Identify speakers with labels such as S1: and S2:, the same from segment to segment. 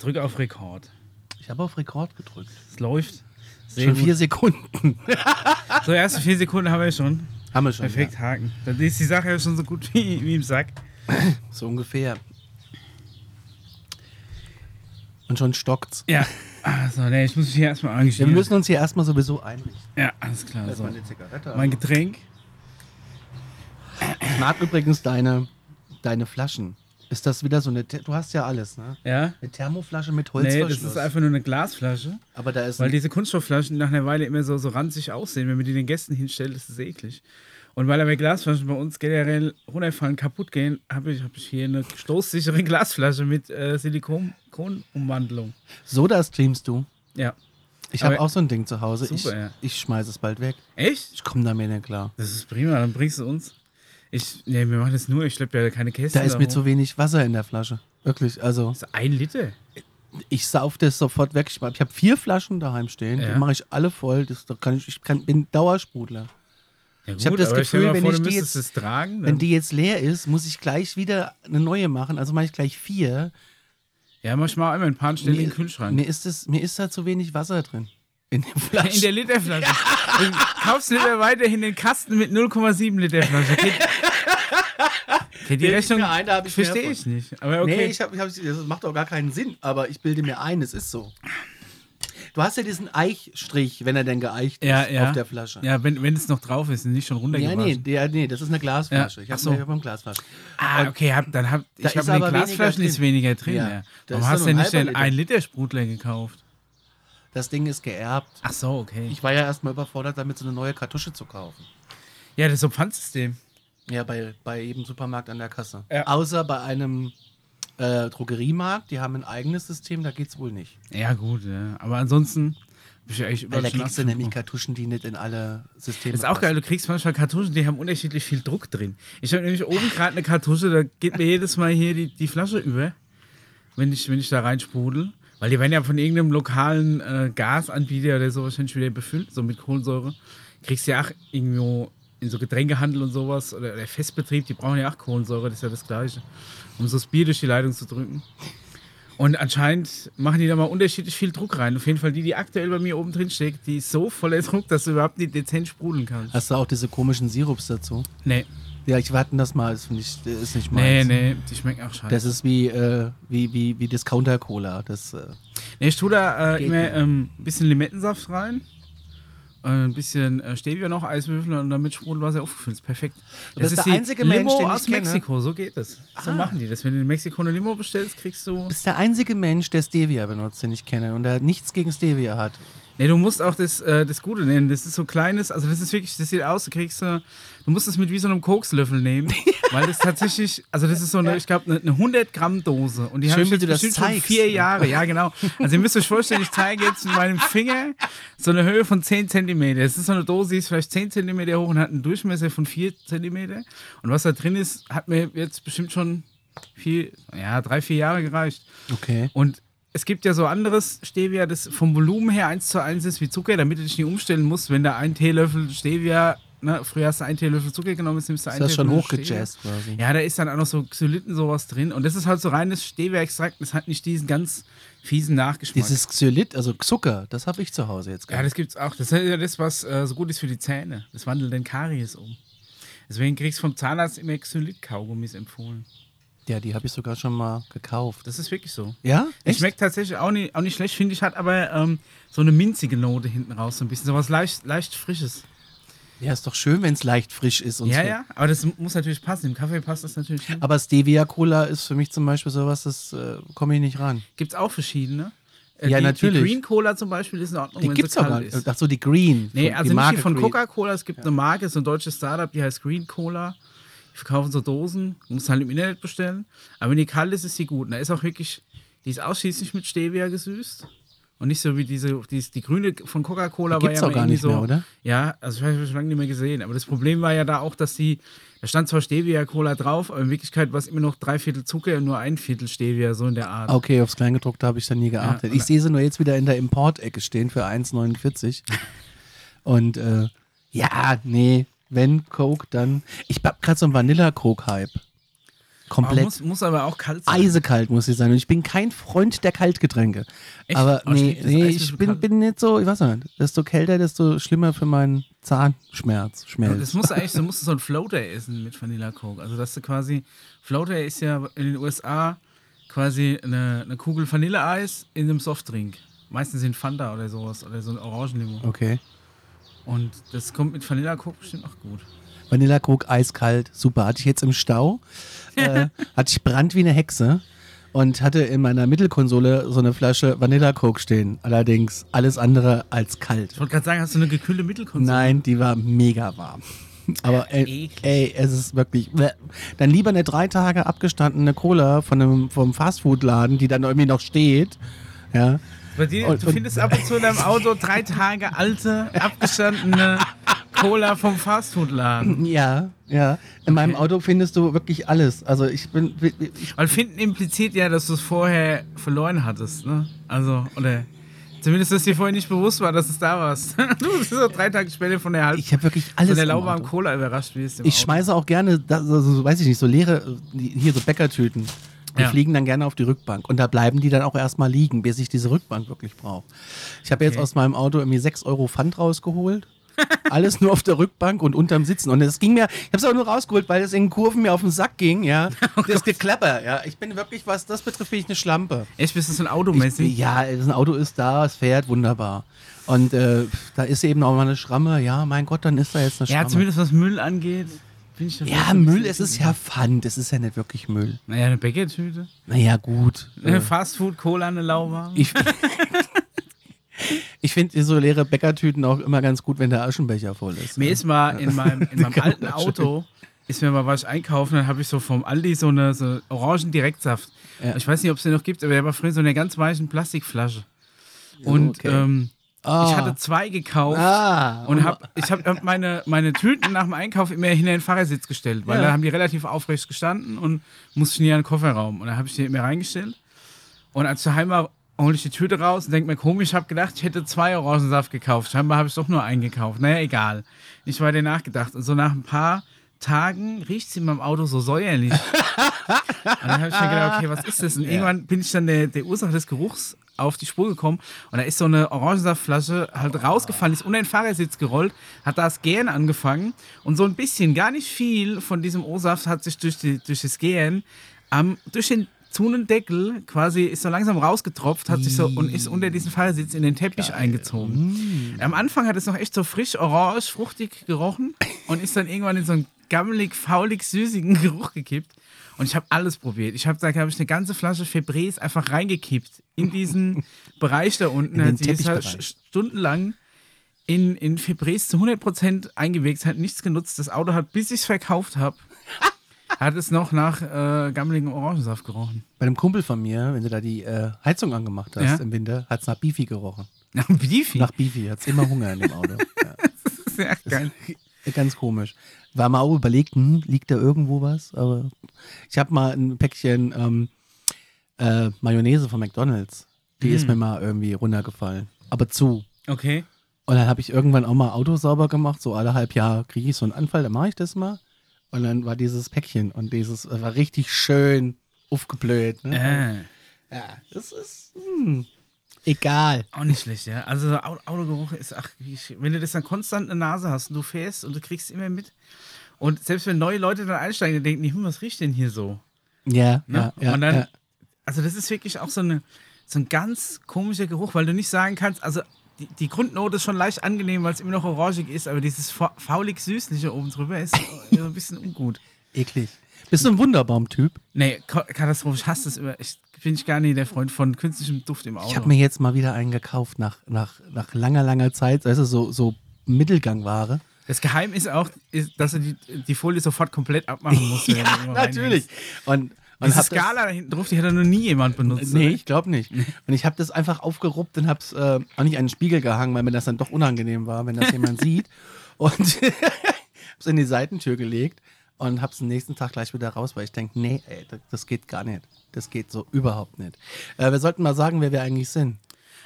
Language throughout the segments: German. S1: Drück auf Rekord.
S2: Ich habe auf Rekord gedrückt.
S1: Es läuft. Sehr
S2: Schon
S1: gut.
S2: vier Sekunden.
S1: So, erste vier Sekunden haben wir schon.
S2: Haben wir schon.
S1: Perfekt, Haken. Dann ist die Sache ja schon so gut wie, wie im Sack.
S2: Ja. So ungefähr. Und schon stockt's.
S1: Ja. Also, nee, ich muss mich hier erstmal
S2: Ja,
S1: engagieren.
S2: wir müssen uns hier erstmal sowieso einrichten.
S1: ja, alles klar. So.
S2: Zigarette.
S1: Also, Mein Getränk.
S2: ich mag übrigens deine, deine Flaschen. Ist das wieder so eine. Te- Du hast ja alles, ne?
S1: Ja.
S2: Eine Thermoflasche mit
S1: Nee,
S2: Holzverschluss.
S1: das ist einfach nur eine Glasflasche.
S2: Aber da ist.
S1: Weil
S2: Ein,
S1: diese Kunststoffflaschen nach einer Weile immer so, so ranzig aussehen. Wenn man die den Gästen hinstellt, ist es eklig. Und weil aber Glasflaschen bei uns generell runterfallen, kaputt gehen, habe ich, hab ich hier eine stoßsichere Glasflasche mit äh, Silikonumwandlung.
S2: Soda streamst du.
S1: Ja.
S2: Ich habe
S1: Aber-
S2: auch so ein Ding zu Hause. ich
S1: Super, ja.
S2: ich schmeiße es bald weg.
S1: Echt?
S2: Ich komme damit nicht klar.
S1: Das ist prima, dann bringst du uns. Ich, nee, wir machen das nur, ich schleppe ja keine Kästen.
S2: Da ist mir
S1: hoch.
S2: zu wenig Wasser in der Flasche. Wirklich, also.
S1: Das ist ein Liter.
S2: ich sauf das sofort weg. Ich, ich habe vier Flaschen daheim stehen,
S1: Ja.
S2: die mache ich alle voll. Das, da kann ich, ich kann, bin Dauersprudler.
S1: Ja, gut,
S2: hab das
S1: aber stell
S2: Gefühl,
S1: dir mal
S2: wenn
S1: vor,
S2: ich
S1: du
S2: die
S1: müsstest
S2: jetzt-
S1: es tragen.
S2: Wenn
S1: Dann,
S2: die jetzt leer ist, muss ich gleich wieder eine neue machen. Also mache ich gleich vier.
S1: ja, mach ich mal einmal ein paar Stellen in den Kühlschrank.
S2: mir, ist das, mir ist da zu wenig Wasser drin. In den Flaschen.
S1: In der Literflasche. Du kaufst lieber weiterhin den Kasten mit 0,7 Liter Flasche. Geht, geht die
S2: Bild ich
S1: Rechnung
S2: mir ein, da hab ich mehr
S1: verstehe
S2: von.
S1: ich nicht. Aber okay.
S2: Nee, ich hab, ich hab, das macht doch gar keinen Sinn, aber ich bilde mir ein, es ist so. Du hast ja diesen Eichstrich, wenn er denn geeicht
S1: ja,
S2: ist,
S1: ja.
S2: auf der Flasche.
S1: Ja, wenn, wenn es noch drauf ist und nicht schon
S2: Ja,
S1: runtergewaschen.
S2: nee, der, nee, das ist eine Glasflasche.
S1: Ja.
S2: Ich habe
S1: Ach so.
S2: so. eine Glasflasche.
S1: Ah, okay, hab, dann hab,
S2: Da
S1: ich habe
S2: ist
S1: den
S2: aber weniger
S1: Glasflaschen ist
S2: drin.
S1: weniger drin.
S2: Ja.
S1: Ja.
S2: Da
S1: Warum
S2: ist
S1: hast du denn
S2: dann nur
S1: nicht
S2: ein
S1: den
S2: halber
S1: 1 Liter Sprudler gekauft?
S2: Das Ding ist geerbt.
S1: Ach so, okay.
S2: Ich war ja erstmal überfordert, damit so eine neue Kartusche zu kaufen.
S1: Ja, das ist so ein Pfandsystem.
S2: Ja, bei, bei jedem Supermarkt an der Kasse.
S1: Ja.
S2: Außer bei einem äh, Drogeriemarkt, die haben ein eigenes System, da geht's wohl nicht.
S1: Ja, gut, ja. Aber ansonsten bin ich echt
S2: Weil da
S1: überrascht.
S2: kriegst du nämlich Kartuschen, die nicht in alle Systeme
S1: Das ist auch geil, du kriegst manchmal Kartuschen, die haben unterschiedlich viel Druck drin. Ich habe nämlich oben gerade eine Kartusche, da geht mir jedes Mal hier die, die Flasche über, wenn ich, wenn ich da reinsprudel. Weil die werden ja von irgendeinem lokalen äh, Gasanbieter oder so wahrscheinlich wieder befüllt, so mit Kohlensäure. Kriegst ja auch irgendwo in so Getränkehandel und sowas oder, oder Festbetrieb, die brauchen ja auch Kohlensäure, das ist ja das Gleiche, um so das Bier durch die Leitung zu drücken. Und anscheinend machen die da mal unterschiedlich viel Druck rein. Auf jeden Fall die, die aktuell bei mir oben drin steckt, die ist so voller Druck, dass du überhaupt nicht dezent sprudeln kannst.
S2: Hast du auch diese komischen Sirups dazu?
S1: Nee,
S2: Ja, ich wir hatten das mal, das finde ich, ist nicht
S1: nee,
S2: meins.
S1: nee, die schmecken auch scheiße.
S2: Das ist wie, äh, wie, wie, wie Discounter-Cola. Das, äh,
S1: Nee, ich tue da äh,
S2: Geht
S1: immer
S2: nicht.
S1: ähm, ein bisschen Limettensaft rein, äh, ein bisschen äh, Stevia noch, Eiswürfel und damit Sprudelwasser aufgefüllt. Ist perfekt.
S2: Du bist der
S1: die
S2: einzige
S1: Limo
S2: Mensch, den ich
S1: aus
S2: kenne.
S1: Mexiko, so geht es. So
S2: Ah.
S1: machen die das. Wenn du in Mexiko eine Limo bestellst, kriegst du...
S2: du bist der einzige Mensch, der Stevia benutzt, den ich kenne und der nichts gegen Stevia hat.
S1: Nee, du musst auch das, äh, das Gute nehmen. Das ist so kleines, also das ist wirklich, das sieht aus, du kriegst, äh, du musst es mit wie so einem Kokslöffel nehmen, weil das tatsächlich, also das ist so eine, ich glaube, eine, eine 100 Gramm Dose und die habe
S2: Schön,
S1: ich
S2: wie
S1: jetzt
S2: du das
S1: bestimmt schon
S2: zeigst.
S1: vier Jahre, ja genau. Also ihr müsst euch vorstellen, ich zeige jetzt mit meinem Finger so eine Höhe von 10 Zentimeter. Das ist so eine Dose, die ist vielleicht 10 Zentimeter hoch und hat einen Durchmesser von 4 Zentimeter und was da drin ist, hat mir jetzt bestimmt schon viel, ja, drei, vier Jahre gereicht.
S2: Okay.
S1: Und es gibt ja so anderes Stevia, das vom Volumen her eins zu eins ist wie Zucker, damit du dich nicht umstellen musst, wenn da ein Teelöffel Stevia, ne, früher hast du einen Teelöffel Zucker genommen, jetzt nimmst du einen
S2: Ist das schon
S1: Teelöffel Stevia.
S2: hochgejazzt quasi?
S1: Ja, da ist dann auch noch so Xyliten sowas drin. Und das ist halt so reines Stevia-Extrakt, das hat nicht diesen ganz fiesen Nachgeschmack.
S2: Dieses Xylit, also Zucker, das habe ich zu Hause jetzt
S1: ja, das gibt's auch. Das ist ja das, was äh, so gut ist für die Zähne. Das wandelt den Karies um. Deswegen kriegst du vom Zahnarzt immer Xylit-Kaugummis empfohlen.
S2: Ja, die habe ich sogar schon mal gekauft.
S1: Das ist wirklich so.
S2: Ja?
S1: Der schmeckt tatsächlich auch nicht, auch nicht schlecht, finde ich, hat aber ähm, so eine minzige Note hinten raus, so ein bisschen, sowas leicht, leicht frisches.
S2: Ja, ist doch schön, wenn es leicht frisch ist. Und
S1: ja,
S2: so.
S1: ja, aber das muss natürlich passen, im Kaffee passt das natürlich nicht.
S2: Aber Stevia Cola ist für mich zum Beispiel sowas, das äh, komme ich nicht ran.
S1: Gibt es auch verschiedene. Äh,
S2: Ja,
S1: die,
S2: natürlich.
S1: Die Green Cola zum Beispiel ist in Ordnung,
S2: Die
S1: wenn
S2: gibt's
S1: sie
S2: doch
S1: kalt
S2: gar nicht.
S1: ist.
S2: Ach so, die Green.
S1: Nee,
S2: von-
S1: also
S2: die
S1: nicht
S2: Marke
S1: hier von
S2: Green.
S1: Coca-Cola, es gibt eine Marke, so ein deutsches Startup, die heißt Green Cola. Die verkaufen so Dosen, muss halt im Internet bestellen. Aber wenn die kalt ist, ist die gut. Und da ist auch wirklich, die ist ausschließlich mit Stevia gesüßt. Und nicht so wie diese, die, ist- die grüne von Coca-Cola
S2: Die
S1: war
S2: gibt's
S1: ja
S2: doch
S1: mal
S2: gar
S1: irgendwie
S2: nicht
S1: so,
S2: mehr, oder?
S1: Ja, also ich habe schon lange nicht mehr gesehen. Aber das Problem war ja da auch, dass die, da stand zwar Stevia-Cola drauf, aber in Wirklichkeit war es immer noch drei Viertel Zucker und nur ein Viertel Stevia, so in der Art.
S2: Ah, Okay, aufs Kleingedruckte habe ich dann nie geachtet.
S1: Ja,
S2: ich sehe sie nur jetzt wieder in der Importecke stehen für 1,49. Und äh, ja, nee, wenn Coke, dann. Ich hab gerade so einen Vanilla-Coke-Hype.
S1: Aber
S2: Komplett.
S1: muss, muss aber auch kalt sein.
S2: eisekalt muss sie sein. Und ich bin kein Freund der Kaltgetränke.
S1: Echt?
S2: Aber
S1: Oh,
S2: nee,
S1: stimmt, das
S2: nee
S1: Eis ist
S2: ich
S1: so
S2: bin,
S1: kalt.
S2: bin nicht so, ich weiß nicht, desto kälter, desto schlimmer für meinen Zahnschmerz. Schmerz.
S1: Das musst du eigentlich, du musst so ein Floater essen mit Vanilla Coke. Also, dass du quasi, Floater ist ja in den USA quasi eine, eine Kugel Vanilleeis in einem Softdrink. Meistens in Fanta oder sowas oder so ein Orangenlimo.
S2: Okay.
S1: Und das kommt mit Vanilla Coke bestimmt auch gut.
S2: Vanilla Coke, eiskalt, super. Hatte ich jetzt im Stau, äh, hatte ich Brand wie eine Hexe und hatte in meiner Mittelkonsole so eine Flasche Vanilla Coke stehen. Allerdings alles andere als kalt.
S1: Ich wollte gerade sagen, hast du eine gekühlte Mittelkonsole?
S2: Nein, die war mega warm. Aber ey,
S1: Eklig.
S2: ey, es ist wirklich. bleh. Dann lieber eine drei Tage abgestandene Cola von einem vom Fastfood-Laden, die dann irgendwie noch steht. Ja.
S1: Bei dir,
S2: Und-
S1: du
S2: und-
S1: findest ab und zu in deinem Auto drei Tage alte, abgestandene Cola vom Fastfoodladen.
S2: Ja, ja. In meinem Auto findest du wirklich alles. Also ich bin. Ich,
S1: Weil finden impliziert ja, dass du es vorher verloren hattest, ne? Also, oder zumindest, dass dir vorher nicht bewusst war, dass es da warst. du bist so drei Tage später von der halben,
S2: ich habe wirklich
S1: von
S2: alles.
S1: Also der
S2: im
S1: lauwarmen
S2: Auto.
S1: Cola überrascht wirst. im
S2: Ich
S1: Auto.
S2: schmeiße auch gerne, das, also, so, weiß ich nicht, so leere, äh, die- hier so Bäckertüten. Die
S1: Ja.
S2: fliegen dann gerne auf die Rückbank. Und da bleiben die dann auch erstmal liegen, bis ich diese Rückbank wirklich brauche. Ich habe jetzt
S1: Okay.
S2: aus meinem Auto irgendwie 6 Euro Pfand rausgeholt. Alles nur auf der Rückbank und unterm Sitzen. Und es ging mir, ich habe es auch nur rausgeholt, weil es in Kurven mir auf den Sack ging, ja.
S1: Oh
S2: das Geklapper, ja. Ich bin wirklich, was das betrifft, bin ich eine Schlampe.
S1: Echt, bist du so ein Automäßig?
S2: Ja, ein Auto ist da, es fährt wunderbar. Und äh, da ist eben auch mal eine Schramme. Ja, mein Gott, dann ist da jetzt eine Schramme.
S1: Ja, zumindest was Müll angeht, bin ich da
S2: Ja,
S1: vielleicht ein
S2: Müll, es
S1: bisschen-
S2: ist ja Pfand, es ist ja nicht wirklich Müll.
S1: Naja, eine Bäckertüte,
S2: Naja, gut.
S1: eine Fastfood-Cola, eine lauwarme.
S2: Ich, ich finde so leere Bäckertüten auch immer ganz gut, wenn der Aschenbecher voll ist.
S1: Mir ist mal in meinem, in meinem
S2: kann man
S1: alten Auto, ist mir mal was einkaufen, dann habe ich so vom Aldi so eine so Orangendirektsaft.
S2: Ja.
S1: Ich weiß nicht, ob es den noch gibt, aber der war früher so in einer ganz weichen Plastikflasche. Und
S2: okay.
S1: ähm,
S2: Ah.
S1: ich hatte zwei gekauft.
S2: Ah,
S1: Und hab, ich habe hab meine, meine Tüten nach dem Einkauf immer hinter den Fahrersitz gestellt, weil
S2: Ja.
S1: da haben die relativ aufrecht gestanden und musste ich in ihren Kofferraum. Und da habe ich die immer reingestellt. Und als ich daheim war, hole ich die Tüte raus und denke mir, komisch, ich habe gedacht, ich hätte zwei Orangensaft gekauft. Scheinbar habe ich doch nur einen gekauft. Naja, egal. Ich war dir nachgedacht. Und so nach ein paar Tagen riecht sie in meinem Auto so säuerlich. und dann habe ich mir gedacht, okay, was ist das? Und irgendwann bin ich dann der, der Ursache des Geruchs auf die Spur gekommen und da ist so eine Orangensaftflasche halt rausgefallen, ist unter den Fahrersitz gerollt, hat das Gären angefangen und so ein bisschen, gar nicht viel von diesem O-Saft hat sich durch, die, durch das Gären am, durch den Zunendeckel quasi ist so langsam rausgetropft, hat sich so und ist unter diesen Fahrersitz in den Teppich eingezogen. Am Anfang hat es noch echt so frisch, orange, fruchtig gerochen und ist dann irgendwann in so einen gammelig, faulig, süßigen Geruch gekippt. Und ich habe alles probiert. Ich habe da, glaube ich, eine ganze Flasche Febrés einfach reingekippt in diesen Bereich da unten.
S2: In den
S1: Sie ist halt
S2: Teppichbereich.
S1: st- stundenlang in, in Febrés zu 100% eingewegt, hat nichts genutzt. Das Auto hat, bis ich es verkauft habe, hat es noch nach äh, gammeligem Orangensaft gerochen.
S2: Bei einem Kumpel von mir, wenn du da die äh, Heizung angemacht hast
S1: Ja.
S2: im Winter, hat es nach Beefy gerochen.
S1: Nach dem Beefy.
S2: Nach Beefy, hat es immer Hunger in dem Auto. ja.
S1: Sehr geil.
S2: Ganz komisch. War mal auch überlegt, hm, liegt da irgendwo was? Aber ich habe mal ein Päckchen ähm, äh, Mayonnaise von McDonalds. Die ist mir mal irgendwie runtergefallen. Aber zu.
S1: Okay.
S2: Und dann habe ich irgendwann auch mal Auto sauber gemacht. So alle halb Jahr kriege ich so einen Anfall, dann mache ich das mal. Und dann war dieses Päckchen und dieses äh, war richtig schön aufgeblöd. Ne?
S1: Äh,
S2: Ja, das ist hm, egal.
S1: auch nicht schlecht, ja. Also so Au- Autogeruch ist, ach, wie sch- wenn du das dann konstant in der Nase hast und du fährst und du kriegst immer mit. Und selbst wenn neue Leute dann einsteigen, dann denken die, hm, was riecht denn hier so?
S2: Ja,
S1: Ne?
S2: ja, ja.
S1: und dann,
S2: ja.
S1: also das ist wirklich auch so, eine, so ein ganz komischer Geruch, weil du nicht sagen kannst, also die, die Grundnote ist schon leicht angenehm, weil es immer noch orangig ist, aber dieses fa- faulig-süßliche oben drüber ist so ein bisschen ungut.
S2: Eklig. Bist du ein Wunderbaum-Typ?
S1: Nee, Ka- Katastrophe, ich hasse das über. Ich bin ich gar nicht der Freund von künstlichem Duft im Auto.
S2: Ich habe mir jetzt mal wieder einen gekauft nach, nach, nach langer, langer Zeit. Weißt du, so, so Mittelgangware.
S1: das Geheim ist auch, ist, dass du die, die Folie sofort komplett abmachen musst. wenn du immer reinlegst.
S2: Und, und
S1: Diese
S2: hab
S1: Skala da hinten drauf, die hätte noch nie jemand
S2: Das,
S1: benutzt.
S2: nee,
S1: oder?
S2: ich glaube nicht. Und ich habe das einfach aufgeruppt und habe es äh, auch nicht an den Spiegel gehangen, weil mir das dann doch unangenehm war, wenn das jemand sieht. Und habe es in die Seitentür gelegt und habe es den nächsten Tag gleich wieder raus, weil ich denke, nee, ey, das, das geht gar nicht. Das geht so überhaupt nicht. Äh, wir sollten mal sagen, wer wir eigentlich sind.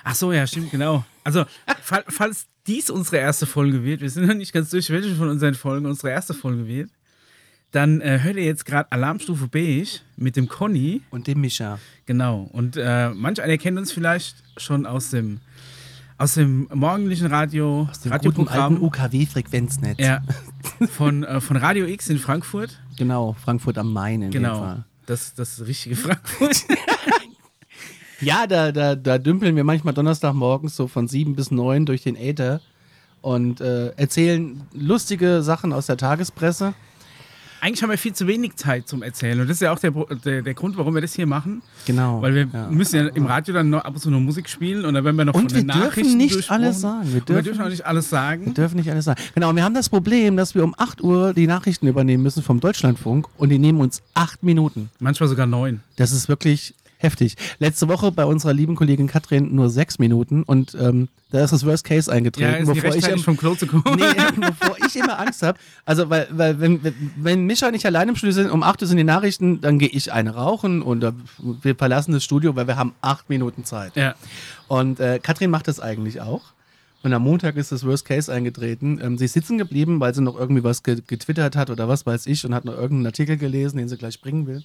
S1: Ach so, ja, stimmt, genau. Also, fall, falls dies unsere erste Folge wird, wir sind noch nicht ganz durch, welche von unseren Folgen unsere erste Folge wird, Dann äh, hört ihr jetzt gerade Alarmstufe Beige mit dem Conny.
S2: Und dem Mischa.
S1: Genau. Und äh, manch einer kennt uns vielleicht schon aus dem, aus dem morgendlichen Radio,
S2: Aus dem guten alten
S1: Radioprogramm
S2: UKW-Frequenznetz.
S1: ja, von, äh, von Radio X in Frankfurt.
S2: Genau, Frankfurt am Main in dem
S1: Genau.
S2: Fall.
S1: Das, das richtige Frankfurt.
S2: Ja, da, da, da dümpeln wir manchmal Donnerstagmorgens so von sieben bis neun durch den Äther und äh, erzählen lustige Sachen aus der Tagespresse.
S1: Eigentlich haben wir viel zu wenig Zeit zum Erzählen. Und das ist ja auch der, Pro- der, der Grund, warum wir das hier machen.
S2: Genau.
S1: Weil wir
S2: ja.
S1: müssen ja im Radio dann noch ab und zu noch Musik spielen und dann werden wir noch
S2: Und
S1: von den
S2: wir dürfen
S1: Nachrichten
S2: nicht
S1: durchbrochen.
S2: alles sagen. Wir
S1: Und wir
S2: dürfen
S1: dürfen auch nicht alles
S2: Wir
S1: sagen.
S2: dürfen nicht alles sagen. Genau, und wir haben das Problem, dass wir um 8 Uhr die Nachrichten übernehmen müssen vom Deutschlandfunk und die nehmen uns 8 Minuten.
S1: Manchmal sogar neun.
S2: Das ist wirklich heftig. Letzte Woche bei unserer lieben Kollegin Katrin nur 6 Minuten und ähm, da ist das Worst Case
S1: Ja,
S2: eingetreten,
S1: ist die
S2: bevor, ich,
S1: rechtzeitig
S2: im-
S1: vom Klo zu kommen.
S2: nee, bevor ich immer Angst habe. Also, weil, weil wenn, wenn- wenn Mischa und ich allein im Studio sind, um 8 Uhr sind die Nachrichten, dann gehe ich eine rauchen und äh, wir verlassen das Studio, weil wir haben 8 Minuten Zeit.
S1: Ja.
S2: Und äh, Katrin macht das eigentlich auch. Und am Montag ist das Worst Case eingetreten. Ähm, sie ist sitzen geblieben, weil sie noch irgendwie was ge getwittert hat oder was weiß ich und hat noch irgendeinen Artikel gelesen, den sie gleich bringen will.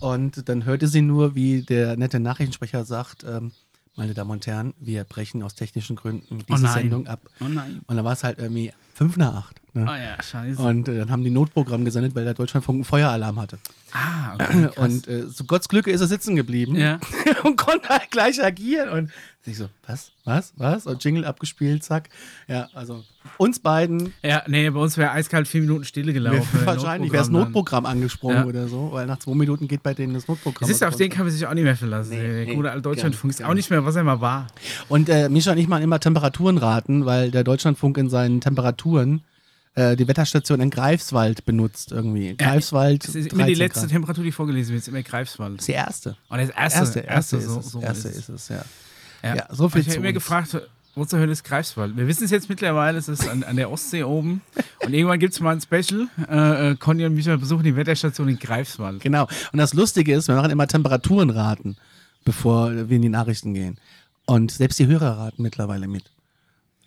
S2: Und dann hörte sie nur, wie der nette Nachrichtensprecher sagt, ähm, meine Damen und Herren, wir brechen aus technischen Gründen diese
S1: nein.
S2: Sendung ab.
S1: Oh nein.
S2: Und dann war es halt irgendwie fünf nach acht. Ne?
S1: Ah ja, scheiße.
S2: Und äh, dann haben die Notprogramm gesendet, weil der Deutschlandfunk einen Feueralarm hatte.
S1: ah, okay, krass.
S2: Und äh, zu Gottes Glück ist er sitzen geblieben
S1: Ja.
S2: und konnte halt gleich agieren. Und ich so, was, was, was? Und Jingle abgespielt, zack. Ja, also uns beiden
S1: ja, nee, bei uns wäre eiskalt vier Minuten Stille
S2: wär,
S1: gelaufen.
S2: wahrscheinlich wäre das
S1: dann.
S2: Notprogramm angesprungen
S1: Ja.
S2: oder so, weil nach zwei Minuten geht bei denen das Notprogramm.
S1: Siehst du, auf
S2: Also-
S1: den kann man sich auch nicht mehr verlassen.
S2: Nee,
S1: der
S2: nee,
S1: gute alte Deutschlandfunk ist
S2: gar nicht,
S1: auch nicht mehr, was er mal war.
S2: Und äh, Mischa und ich machen immer Temperaturen raten, weil der Deutschlandfunk in seinen Temperaturen äh, die Wetterstation in Greifswald benutzt irgendwie. Greifswald.
S1: Das ist immer die
S2: 13
S1: letzte
S2: Grad.
S1: Temperatur, die vorgelesen wird, ist immer Greifswald.
S2: Das ist die erste.
S1: Und das erste,
S2: Erste, erste,
S1: so,
S2: ist, es,
S1: so
S2: erste
S1: ist es.
S2: ist es, ja.
S1: Ja.
S2: Ja, so viel
S1: ich
S2: zu
S1: habe mir
S2: uns.
S1: gefragt, wo zur Hölle ist Greifswald? Wir wissen es jetzt mittlerweile, es ist an, an der Ostsee oben. Und irgendwann gibt es mal ein Special. Äh, äh, Conny und Michael besuchen die Wetterstation in Greifswald.
S2: Genau. Und das Lustige ist, wir machen immer Temperaturen raten, bevor wir in die Nachrichten gehen. Und selbst die Hörer raten mittlerweile mit.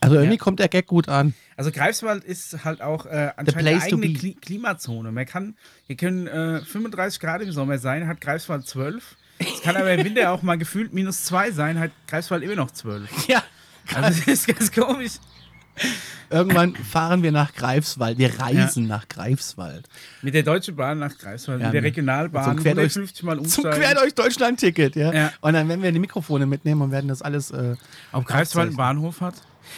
S2: Also irgendwie
S1: Ja.
S2: kommt der Gag gut an.
S1: Also Greifswald ist halt auch äh, anscheinend eine
S2: place to
S1: eigene
S2: be.
S1: Kli Klimazone. Man kann, hier können äh, 35 Grad im Sommer sein, hat Greifswald 12. Es kann aber im Winter auch mal gefühlt minus 2 sein, hat Greifswald immer noch 12.
S2: Ja.
S1: Also das ist ganz komisch.
S2: Irgendwann fahren wir nach Greifswald. Wir reisen nach Greifswald.
S1: Mit der Deutschen Bahn nach Greifswald,
S2: Ja,
S1: mit der
S2: ne.
S1: Regionalbahn,
S2: Zum Quer durch-
S1: 150 Mal
S2: Zum
S1: umsteigen.
S2: Quer durch Deutschland-Ticket, ja?
S1: Ja.
S2: Und dann werden wir die Mikrofone mitnehmen und werden das alles. Äh,
S1: Ob Greifswald einen Bahnhof hat?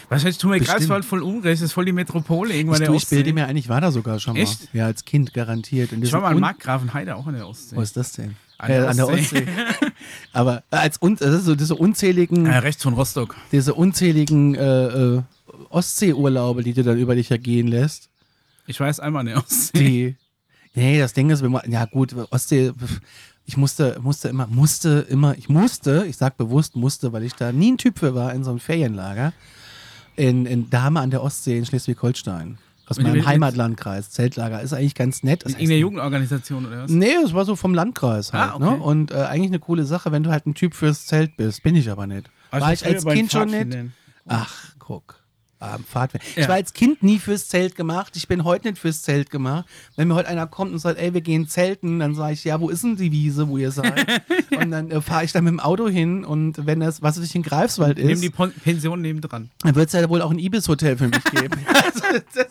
S1: Wahrscheinlich tun wir
S2: Bestimmt.
S1: Greifswald voll unrecht, das ist voll die Metropole irgendwann
S2: ich,
S1: der
S2: du, ich
S1: Ostsee.
S2: bilde mir ein, ich war da sogar schon mal.
S1: Echt?
S2: Ja, als Kind garantiert. In
S1: ich war
S2: diesem
S1: mal in
S2: un-
S1: Markgrafenheide auch an der Ostsee.
S2: Wo ist das denn?
S1: An der
S2: Äh, an der
S1: Ostsee.
S2: Ostsee. Aber als un das ist so diese unzähligen
S1: Äh, rechts von Rostock.
S2: diese unzähligen äh, äh, Ostseeurlaube, die du dann über dich ergehen lässt,
S1: Ich weiß einmal an der Ostsee.
S2: die. Nee, das Ding ist, wenn man, ja gut, Ostsee, pf, ich musste, musste immer, musste immer, ich musste, ich sag bewusst musste, weil ich da nie ein Typ für war in so einem Ferienlager in, in Dahme an der Ostsee in Schleswig-Holstein. Aus
S1: Und die
S2: meinem
S1: Wildnis-
S2: Heimatlandkreis. Zeltlager ist eigentlich ganz nett. Das
S1: In
S2: heißt
S1: irgendeiner Jugendorganisation oder was?
S2: Nee, es war so vom Landkreis halt.
S1: Ah, okay.
S2: ne? Und äh, eigentlich eine coole Sache, wenn du halt ein Typ fürs Zelt bist. Bin ich aber nicht.
S1: Also
S2: war
S1: ich
S2: ich als
S1: bin
S2: Kind
S1: bei
S2: schon
S1: den
S2: nicht.
S1: Pfadfindern.
S2: Ach, guck. Am Pfadfinder. Ich
S1: Ja.
S2: war als Kind nie fürs Zelt gemacht. Ich bin heute nicht fürs Zelt gemacht. Wenn mir heute einer kommt und sagt, ey, wir gehen zelten, dann sage ich, ja, wo ist denn die Wiese, wo ihr seid? und dann äh, fahre ich da mit dem Auto hin und wenn das, was weiß ich, in Greifswald
S1: Nimm
S2: ist,
S1: die Pon Pension nebendran.
S2: dann wird es ja wohl auch ein Ibis-Hotel für mich geben. also, das,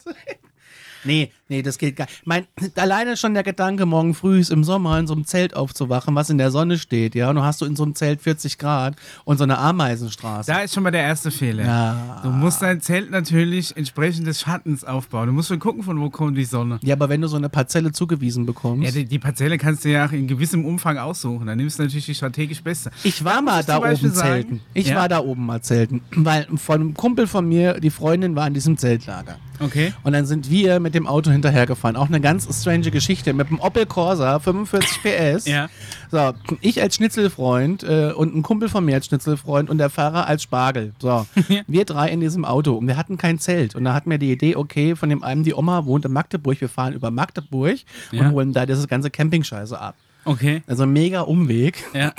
S2: nee, nee, das geht gar nicht. Mein, alleine schon der Gedanke, morgen früh ist im Sommer in so einem Zelt aufzuwachen, was in der Sonne steht, ja, und du hast du in so einem Zelt 40 Grad und so eine Ameisenstraße.
S1: Da ist schon mal der erste Fehler.
S2: Ja.
S1: Du musst dein Zelt natürlich entsprechend des Schattens aufbauen. Du musst schon gucken, von wo kommt die Sonne.
S2: ja, aber wenn du so eine Parzelle zugewiesen
S1: Ja,
S2: bekommst.
S1: die, die Parzelle kannst du ja auch in gewissem Umfang aussuchen. Dann nimmst du natürlich die strategisch beste.
S2: ich war mal
S1: ich zum
S2: da oben
S1: Beispiel sagen-
S2: zelten. Ich
S1: Ja.
S2: war da oben mal zelten, weil von einem Kumpel von mir, die Freundin war in diesem Zeltlager.
S1: Okay.
S2: Und dann sind wir mit dem Auto hinterhergefahren. Auch eine ganz strange Geschichte. Mit dem Opel Corsa, 45 PS.
S1: Ja.
S2: So, ich als Schnitzelfreund äh, und ein Kumpel von mir als Schnitzelfreund und der Fahrer als Spargel. So, wir drei in diesem Auto und wir hatten kein Zelt. Und da hatten wir die Idee, okay, von dem einen, die Oma wohnt in Magdeburg, wir fahren über Magdeburg
S1: Ja.
S2: und holen da dieses ganze Campingscheiße ab.
S1: Okay.
S2: Also ein mega Umweg.
S1: Ja.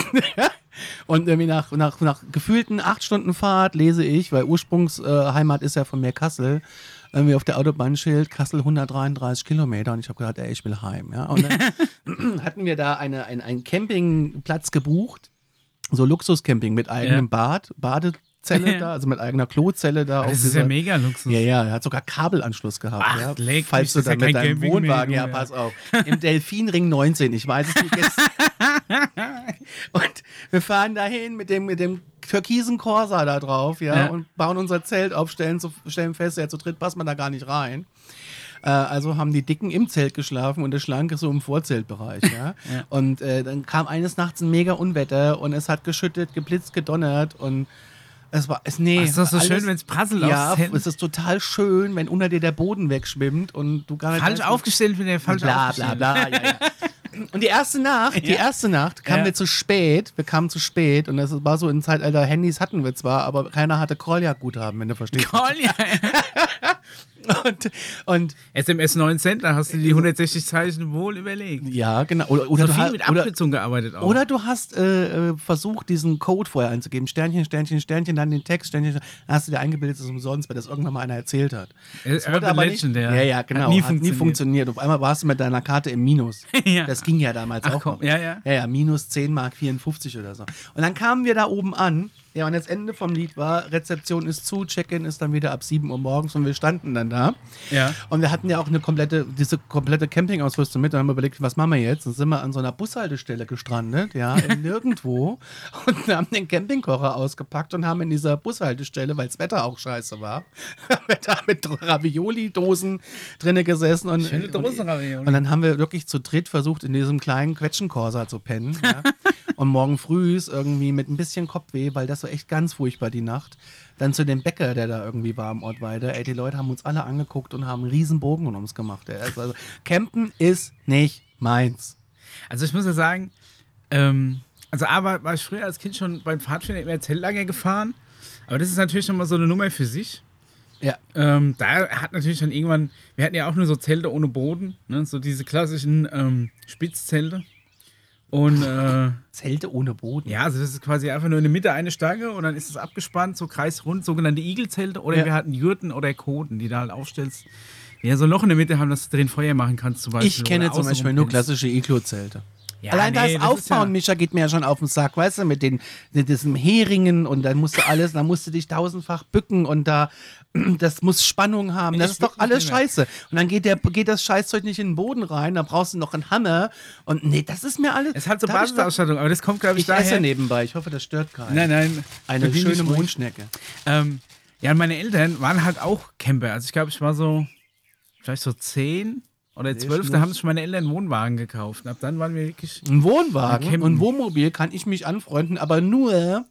S2: Und irgendwie nach, nach, nach gefühlten acht Stunden Fahrt lese ich, weil Ursprungsheimat äh, Heimat ist ja von mir Kassel, irgendwie auf der Autobahn Schild Kassel 133 Kilometer und ich habe gedacht, ey, ich will heim. Ja? Und dann hatten wir da eine, ein, einen Campingplatz gebucht, so Luxuscamping mit eigenem
S1: Ja. Ah,
S2: Bad, Badezelle da, also mit eigener Klozelle da. auf
S1: Das ist
S2: dieser-
S1: ja mega Luxus.
S2: ja, ja, er hat sogar Kabelanschluss gehabt.
S1: Ach,
S2: ja.
S1: leck mich,
S2: Falls du
S1: das ist ja
S2: dann
S1: kein
S2: mit deinem
S1: Camping mehr,
S2: Wohnwagen, ja,
S1: du, ja.
S2: pass auf. Im Delfinring 19, ich weiß es nicht. Jetzt. und wir fahren dahin mit dem, mit dem türkisen Corsa da drauf, ja,
S1: Ja.
S2: und bauen unser Zelt auf, stellen, zu, stellen fest, ja, zu dritt passt man da gar nicht rein. Äh, also haben die Dicken im Zelt geschlafen und der Schlanke so im Vorzeltbereich. Ja? Und äh, dann kam eines Nachts ein mega Unwetter und es hat geschüttet, geblitzt, gedonnert und es war, es, nee.
S1: Ach, ist doch so
S2: alles-
S1: schön, wenn es prasselt
S2: ja,
S1: aufs Hemd.
S2: es ist total schön, wenn unter dir der Boden wegschwimmt und du gar nicht.
S1: Falsch
S2: weißt,
S1: aufgestellt, wenn der falsch
S2: Bla, bla,
S1: aufgestellt
S2: bla. Ja, ja. Und die erste Nacht, die erste Nacht kamen
S1: Ja.
S2: wir zu spät. Wir kamen zu spät und das war so im Zeitalter, Handys hatten wir zwar, aber keiner hatte Kolja-Guthaben, wenn du verstehst.
S1: Call, ja.
S2: Und, und
S1: SMS 9 Cent, da hast du die 160 Zeichen wohl überlegt.
S2: ja, genau. Oder, oder,
S1: so
S2: du,
S1: viel
S2: ha-
S1: mit
S2: oder,
S1: Abkürzung gearbeitet auch.
S2: oder du hast äh, äh, versucht, diesen Code vorher einzugeben. Sternchen, Sternchen, Sternchen, dann den Text, Sternchen, Sternchen. Dann hast du dir eingebildet, es ist umsonst, weil das irgendwann mal einer erzählt hat.
S1: Äh,
S2: Das wurde
S1: Urban
S2: aber
S1: Legend,
S2: nicht,
S1: ja.
S2: ja, ja,
S1: Hat nie
S2: genau. hat nie
S1: funktioniert.
S2: funktioniert. Auf einmal warst du mit deiner Karte im Minus.
S1: Ja.
S2: Das ging ja damals
S1: Ach
S2: auch.
S1: komm,
S2: noch.
S1: ja, ja.
S2: ja, ja. Minus 10 Mark 54 oder so. Und dann kamen wir da oben an. Ja, und das Ende vom Lied war, Rezeption ist zu, Check-in ist dann wieder ab 7 Uhr morgens und wir standen dann da.
S1: Ja.
S2: Und wir hatten ja auch eine komplette, diese komplette Campingausrüstung mit und haben überlegt, was machen wir jetzt? Dann sind wir an so einer Bushaltestelle gestrandet, ja, in nirgendwo und haben den Campingkocher ausgepackt und haben in dieser Bushaltestelle, weil das Wetter auch scheiße war, haben wir da mit Ravioli-Dosen drinnen gesessen und,
S1: Schöne Dosen, Ravioli.
S2: und dann haben wir wirklich zu dritt versucht, in diesem kleinen Quetschenkorsa zu pennen. Ja. und morgen früh ist irgendwie mit ein bisschen Kopfweh, weil das war echt ganz furchtbar die Nacht. Dann zu dem Bäcker, der da irgendwie war am Ort weiter. Ey, die Leute haben uns alle angeguckt und haben einen riesen Bogen um uns gemacht. ey. Also, also, Campen ist nicht meins.
S1: Also ich muss ja sagen, ähm, also A war, war ich früher als Kind schon beim Pfadfinder immer Zeltlager gefahren, aber das ist natürlich nochmal so eine Nummer für sich.
S2: Ja.
S1: Ähm, da hat natürlich dann irgendwann, wir hatten ja auch nur so Zelte ohne Boden, ne? so diese klassischen ähm, Spitzzelte. Und äh,
S2: Zelte ohne Boden.
S1: ja, also das ist quasi einfach nur in der Mitte eine Stange und dann ist es abgespannt, so kreisrund, sogenannte Igelzelte oder
S2: Ja.
S1: wir hatten Jürten oder Koten, die du halt aufstellst. Ja, so ein Loch in der Mitte haben, dass du drin Feuer machen kannst zum Beispiel.
S2: Ich kenne
S1: oder
S2: zum
S1: außenrum
S2: Beispiel nur
S1: brennst.
S2: klassische Iglo-Zelte.
S1: Ja,
S2: Allein
S1: nee,
S2: das
S1: ist
S2: Aufbauen,
S1: ja-
S2: Micha, geht mir ja schon auf den Sack, weißt du, mit den mit diesen Heringen und dann musst du alles, dann musst du dich tausendfach bücken und da, das muss Spannung haben, das
S1: Ich
S2: ist doch
S1: bück mich
S2: alles
S1: nicht mehr.
S2: scheiße. Und dann geht, der, geht das Scheißzeug nicht in den Boden rein, dann brauchst du noch einen Hammer und nee, das ist mir alles.
S1: Es hat so
S2: Da hab ich gesagt,
S1: Basisausstattung, aber das kommt, glaube ich,
S2: Ich esse
S1: daher.
S2: nebenbei, ich hoffe, das stört keinen.
S1: Nein, nein.
S2: Eine
S1: bedien
S2: schöne
S1: dich ruhig.
S2: Mondschnecke.
S1: Ähm, ja, und meine Eltern waren halt auch Camper. Also ich glaube, ich war so vielleicht so zehn oder zwölf, da
S2: schnell.
S1: haben sich meine Eltern einen Wohnwagen gekauft. Und ab dann waren wir wirklich.
S2: Ein
S1: Ja,
S2: Wohnwagen
S1: campen.
S2: und ein Wohnmobil kann ich mich anfreunden, aber nur,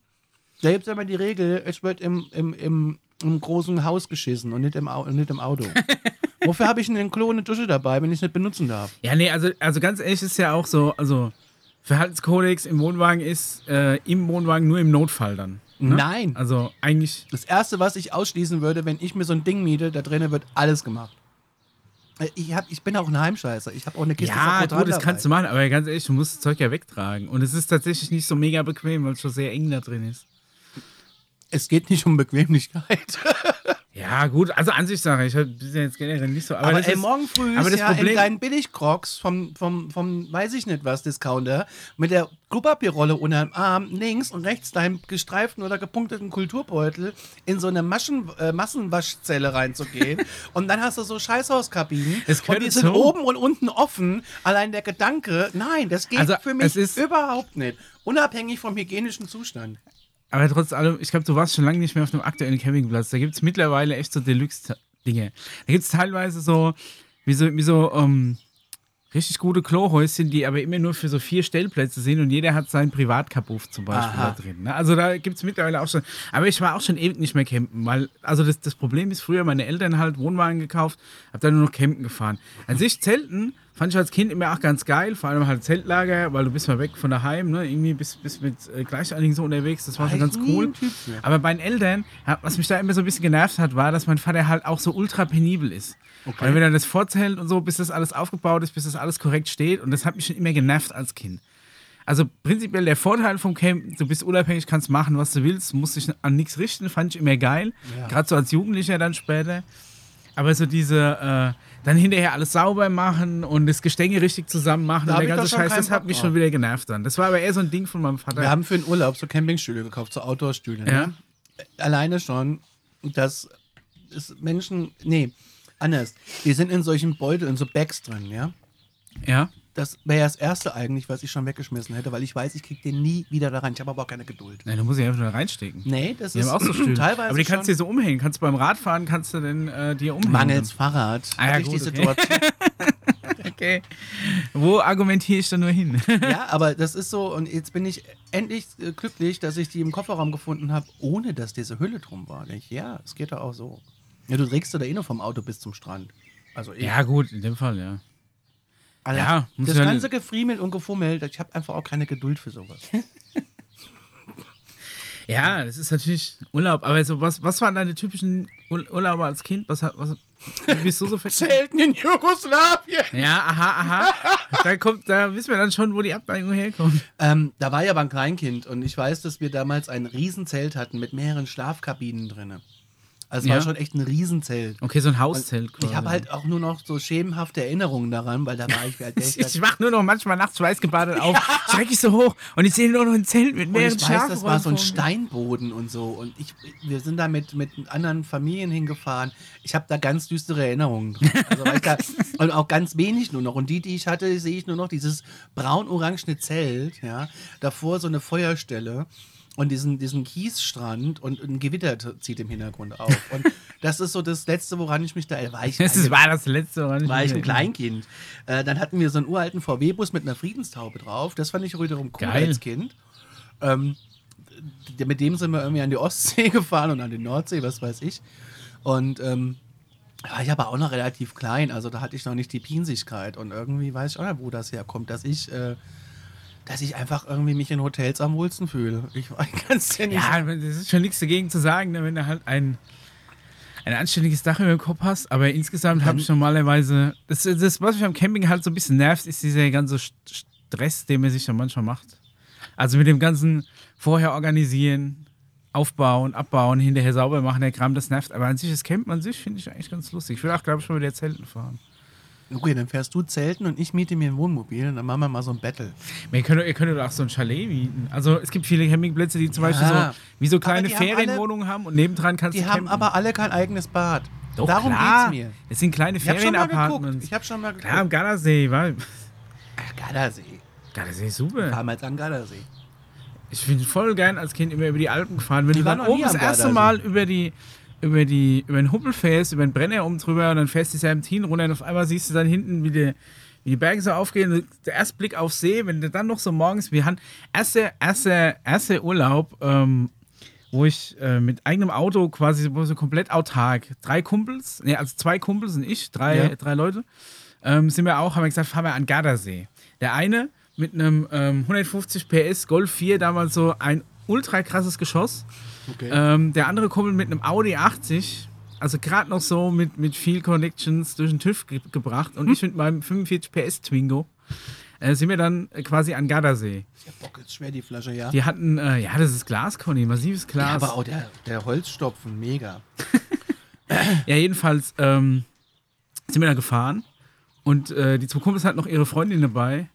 S2: da gibt es immer die Regel, es wird im, im, im, im großen Haus geschissen und nicht im, Au- und nicht im Auto. Wofür habe ich denn einen Klo und eine Dusche dabei, wenn ich es nicht benutzen darf?
S1: Ja, nee, also, also ganz ehrlich ist ja auch so, also Verhaltenskodex im Wohnwagen ist äh, im Wohnwagen nur im Notfall dann.
S2: Nein.
S1: Also eigentlich.
S2: Das Erste, was ich ausschließen würde, wenn ich mir so ein Ding miete, da drinnen wird alles gemacht. Äh, Ich, hab, ich bin auch ein Heimscheißer. Ich habe auch eine Kiste
S1: Ja,
S2: Sakrotan
S1: du, das
S2: dabei.
S1: kannst du machen, aber ganz ehrlich, du musst das Zeug ja wegtragen. Und es ist tatsächlich nicht so mega bequem, weil es schon sehr eng da drin ist.
S2: Es geht nicht um Bequemlichkeit.
S1: Ja, gut, also Ansichtssache. Ich hab- bin ja jetzt generell nicht so. Aber,
S2: Aber,
S1: das
S2: ey,
S1: ist-
S2: morgen früh
S1: aber
S2: ist
S1: das
S2: ja in
S1: Problem-
S2: deinen Billigcrocs vom, vom, vom weiß ich nicht was Discounter mit der Klopapierrolle unterm Arm links und rechts deinem gestreiften oder gepunkteten Kulturbeutel in so eine Maschen, äh, Massenwaschzelle reinzugehen und dann hast du so Scheißhauskabinen
S1: Es
S2: und
S1: gehört
S2: die sind
S1: dazu.
S2: oben und unten offen. Allein der Gedanke, nein, das geht
S1: Also,
S2: für mich
S1: es ist-
S2: überhaupt nicht. Unabhängig vom hygienischen Zustand.
S1: Aber trotz allem, ich glaube, du warst schon lange nicht mehr auf einem aktuellen Campingplatz. Da gibt es mittlerweile echt so Deluxe-Dinge. Da gibt es teilweise so, wie so, wie so ähm, richtig gute Klohäuschen, die aber immer nur für so vier Stellplätze sind und jeder hat seinen Privatkabuff zum Beispiel
S2: Aha.
S1: da drin. Ne? Also da gibt es mittlerweile auch schon. Aber ich war auch schon ewig nicht mehr campen, weil, also das, das Problem ist, früher meine Eltern halt Wohnwagen gekauft, hab dann nur noch campen gefahren. An sich Zelten fand ich als Kind immer auch ganz geil, vor allem halt Zeltlager, weil du bist mal weg von daheim, ne? irgendwie bist, bist mit äh, Gleichaltrigen so unterwegs, das war war schon
S2: Weiß
S1: ganz
S2: nie
S1: cool.
S2: ein Typ für.
S1: Aber bei den Eltern, ja, was mich da immer so ein bisschen genervt hat, war, dass mein Vater halt auch so ultra penibel ist. Weil wenn er das vorzählt und so, bis das alles aufgebaut ist, bis das alles korrekt steht. Und das hat mich schon immer genervt als Kind. Also prinzipiell der Vorteil vom Campen, du bist unabhängig, kannst machen, was du willst, musst dich an nichts richten, fand ich immer geil.
S2: Ja.
S1: Gerade so als Jugendlicher dann später. Aber so diese, äh, dann hinterher alles sauber machen und das Gestänge richtig zusammen machen
S2: Da
S1: und
S2: hab
S1: der
S2: ich
S1: ganze
S2: doch schon
S1: Scheiß, das
S2: keinen
S1: hat
S2: Bock
S1: mich
S2: drauf.
S1: schon wieder genervt dann. Das war aber eher so ein Ding von meinem Vater.
S2: Wir haben für den Urlaub so Campingstühle gekauft, so Outdoor-Stühle. Ne?
S1: Ja.
S2: Alleine schon, dass es Menschen, nee, anders. Die sind in solchen Beutel, in so Bags drin, ja.
S1: ja.
S2: Das wäre das Erste eigentlich, was ich schon weggeschmissen hätte, weil ich weiß, ich kriege den nie wieder da rein. Ich habe aber auch keine Geduld.
S1: Nein, du musst dich einfach nur reinstecken.
S2: Nee, das
S1: Die
S2: ist
S1: haben auch so Stühle.
S2: teilweise
S1: aber die kannst du dir
S2: schon
S1: so umhängen. Kannst du beim Radfahren, kannst du denn äh, dir umhängen.
S2: mangels Fahrrad.
S1: Ah ja,
S2: hatte ich
S1: gut,
S2: die
S1: okay.
S2: Situation.
S1: Okay. Wo argumentiere ich dann nur hin?
S2: ja, aber das ist so und jetzt bin ich endlich äh, glücklich, dass ich die im Kofferraum gefunden habe, ohne dass diese Hülle drum war. Ich, ja, es geht ja auch so. Ja, du trägst du da eh nur vom Auto bis zum Strand. Also ich.
S1: ja, gut, in dem Fall, ja.
S2: Alter,
S1: Ja, muss
S2: das
S1: ja-
S2: ganze Gefriemel und Gefummel, ich habe einfach auch keine Geduld für sowas.
S1: Ja, das ist natürlich Urlaub. Aber so, was, was waren deine typischen Ur Urlaube als Kind? Was, hat- was, wie bist du so fett?
S2: Zelten in Jugoslawien!
S1: Ja, aha, aha. Da, kommt, da wissen wir dann schon, wo die Abneigung herkommt.
S2: Ähm, da war ich aber ein Kleinkind und ich weiß, dass wir damals ein Riesenzelt hatten mit mehreren Schlafkabinen drin. Also es
S1: Ja. Oh,
S2: war schon echt ein Riesenzelt.
S1: Okay, so ein Hauszelt
S2: Ich habe halt auch nur noch so schemenhafte Erinnerungen daran, weil da war ich halt echt.
S1: Ich wach nur noch manchmal nachts schweißgebadet auf, schreck ich so hoch und ich sehe nur noch ein Zelt mit
S2: Und
S1: mehreren
S2: ich weiß, das war so
S1: Schlafräumen.
S2: ein Steinboden und so. Und ich, wir sind da mit, mit anderen Familien hingefahren. Ich habe da ganz düstere Erinnerungen dran. Also, weil ich da, und auch ganz wenig nur noch. Und die, die ich hatte, sehe ich nur noch dieses braun-orangene Zelt. Ja, davor so eine Feuerstelle und diesen, diesen Kiesstrand und ein Gewitter t- zieht im Hintergrund auf. Und das ist so das Letzte, woran ich mich da erweiche.
S1: Das ist- war das letzte, woran ich
S2: Also, War ich
S1: mich
S2: ein Kleinkind. Äh, dann hatten wir so einen uralten VW-Bus mit einer Friedenstaube drauf. Das fand ich wiederum cool
S1: Geil.
S2: als Kind. Ähm, d- mit dem sind wir irgendwie an die Ostsee gefahren und an die Nordsee, was weiß ich. Und ähm, da war ich aber auch noch relativ klein. Also da hatte ich noch nicht die Pinsigkeit. Und irgendwie weiß ich auch nicht, wo das herkommt, dass ich. Äh, dass ich einfach irgendwie mich in Hotels am wohlsten fühle. Ich kann es dir nicht
S1: Ja, das ist schon nichts dagegen zu sagen, ne, wenn du halt ein, ein anständiges Dach über dem Kopf hast. Aber insgesamt habe ich normalerweise. Das, das, was mich am Camping halt so ein bisschen nervt, ist dieser ganze St- Stress, den man sich dann manchmal macht. Also mit dem ganzen vorher organisieren, aufbauen, abbauen, hinterher sauber machen, der Kram, das nervt. Aber an sich, das Campen an sich finde ich eigentlich ganz lustig. Ich will auch, glaube ich, mal wieder Zelten fahren.
S2: Okay, dann fährst du Zelten und ich miete mir ein Wohnmobil und dann machen wir mal so ein Battle.
S1: Ihr könnt, ihr könnt auch so ein Chalet mieten. Also es gibt viele Campingplätze, die zum
S2: Ja.
S1: Beispiel so, wie so
S2: Aber
S1: kleine
S2: die haben alle-
S1: Ferienwohnungen haben, und nebendran kannst
S2: Die
S1: du
S2: haben
S1: campen.
S2: aber alle kein eigenes Bad.
S1: Doch,
S2: Darum
S1: klar.
S2: geht's mir.
S1: Es sind kleine
S2: Ich habe schon mal geguckt.
S1: Ferienapartments.
S2: Ich habe schon mal
S1: Klar, am
S2: geguckt.
S1: Gardasee, war.
S2: Ach, Gardasee.
S1: Gardasee ist super.
S2: Damals an Gardasee.
S1: Ich bin voll gern als Kind immer über die Alpen gefahren. Wenn
S2: Ich
S1: du
S2: war
S1: dann
S2: noch
S1: oben
S2: nie
S1: das
S2: am
S1: erste
S2: Gardasee.
S1: Mal über die über die über den Huppel fährst, über den Brenner oben drüber und dann fährst du Serpentin runter und auf einmal siehst du dann hinten, wie die, wie die Berge so aufgehen. Und Der erste Blick auf See, wenn du dann noch so morgens, wir haben erster erster erster Urlaub, ähm, wo ich äh, mit eigenem Auto quasi wo so komplett autark, drei Kumpels, ne, also zwei Kumpels und ich, drei,
S2: Ja.
S1: drei Leute, ähm, sind wir auch, haben wir gesagt, fahren wir an Gardasee. Der eine mit einem ähm, 150 PS Golf 4, damals so ein ultra krasses Geschoss.
S2: Okay.
S1: Ähm, der andere Kumpel mit einem Audi 80, also gerade noch so mit, mit viel Connections durch den TÜV ge gebracht. Und ich
S2: Hm.
S1: mit meinem 45 PS Twingo äh, sind wir dann äh, quasi an Gardasee.
S2: Der Bock ist schwer, die Flasche, ja.
S1: Die hatten, äh, ja, das ist Glas, Conny, massives
S2: ja,
S1: Glas.
S2: aber auch der, der Holzstopfen, mega.
S1: Ja, jedenfalls ähm, sind wir da gefahren und äh, die zwei Kumpels hatten noch ihre Freundin dabei.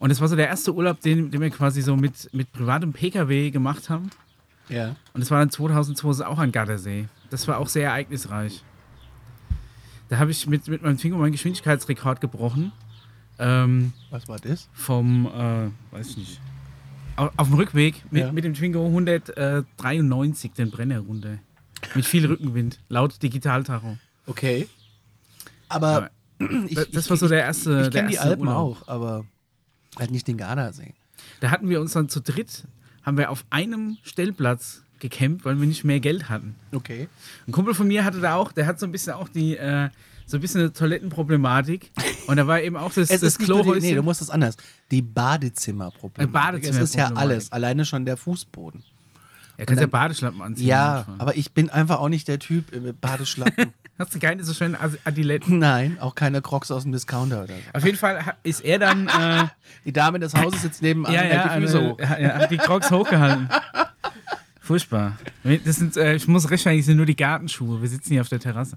S1: Und es war so der erste Urlaub, den, den wir quasi so mit, mit privatem PKW gemacht haben.
S2: Ja.
S1: Und es war dann 2002 auch an Gardasee. Das war auch sehr ereignisreich. Da habe ich mit, mit meinem Finger meinen Geschwindigkeitsrekord gebrochen. Ähm,
S2: Was war das?
S1: vom, äh, weiß ich nicht, auf, auf dem Rückweg mit,
S2: Ja.
S1: mit dem Twingo 193 den Brenner runter. Mit viel Rückenwind, laut Digitaltacho.
S2: Okay. Aber ich,
S1: Das- das
S2: ich-
S1: war so
S2: ich-
S1: der erste.
S2: Ich
S1: der
S2: kenne die
S1: erste
S2: Alpen
S1: Urlaub.
S2: auch, aber halt nicht den Gardasee.
S1: Da hatten wir uns dann zu dritt, haben wir auf einem Stellplatz gecampt, weil wir nicht mehr Geld hatten.
S2: Okay.
S1: Ein Kumpel von mir hatte da auch, der hat so ein bisschen auch die, äh, so ein bisschen eine Toilettenproblematik. Und da war eben auch das,
S2: Es
S1: das
S2: ist nicht nur die, nee, du
S1: Klohäuschen.
S2: musst es anders. Die Badezimmerproblematik.
S1: Äh, Badezimmerproblematik.
S2: Es ist ja alles, alleine schon der Fußboden.
S1: Er kann ja Badeschlappen anziehen.
S2: Ja,
S1: manchmal.
S2: aber ich bin einfach auch nicht der Typ äh, mit Badeschlappen.
S1: Hast du keine so schönen Ad- Adiletten?
S2: Nein, auch keine Crocs aus dem Discounter oder so.
S1: Auf jeden Fall ha- ist er dann. Äh,
S2: Die Dame des Hauses sitzt nebenan
S1: ja,
S2: und
S1: ja, also, äh,
S2: hält äh, die Füße
S1: eine,
S2: hoch.
S1: ja, ja, hat die Crocs hochgehalten. Furchtbar. Das sind, äh, ich muss recht sagen, das sind nur die Gartenschuhe. Wir sitzen hier auf der Terrasse.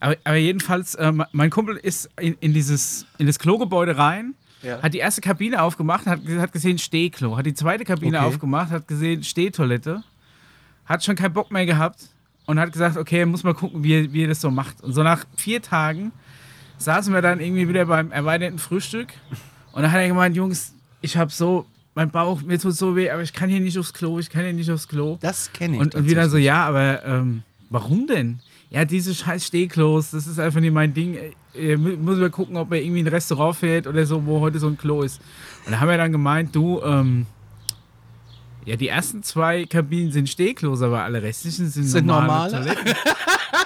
S1: Aber, aber jedenfalls, äh, mein Kumpel ist in, in, dieses, in das Klogebäude rein,
S2: Ja.
S1: hat die erste Kabine aufgemacht, hat, hat gesehen Stehklo, hat die zweite Kabine
S2: Okay.
S1: aufgemacht, hat gesehen Stehtoilette, hat schon keinen Bock mehr gehabt und hat gesagt, okay, muss mal gucken, wie, er- wie er das so macht. Und so nach vier Tagen saßen wir dann irgendwie wieder beim erweiterten Frühstück und dann hat er gemeint, Jungs, ich habe so, mein Bauch, mir tut so weh, aber ich kann hier nicht aufs Klo, ich kann hier nicht aufs Klo.
S2: Das kenne ich.
S1: Und, und wieder
S2: tatsächlich.
S1: so, ja, aber ähm, warum denn? Ja, diese scheiß Stehklos, das ist einfach nicht mein Ding. Äh, mü- müssen wir gucken, ob er irgendwie in ein Restaurant fährt oder so, wo heute so ein Klo ist. Und da haben wir dann gemeint, du, ähm, ja, die ersten zwei Kabinen sind Stehklos, aber alle restlichen sind,
S2: Sind
S1: normale,
S2: normale.
S1: Toiletten.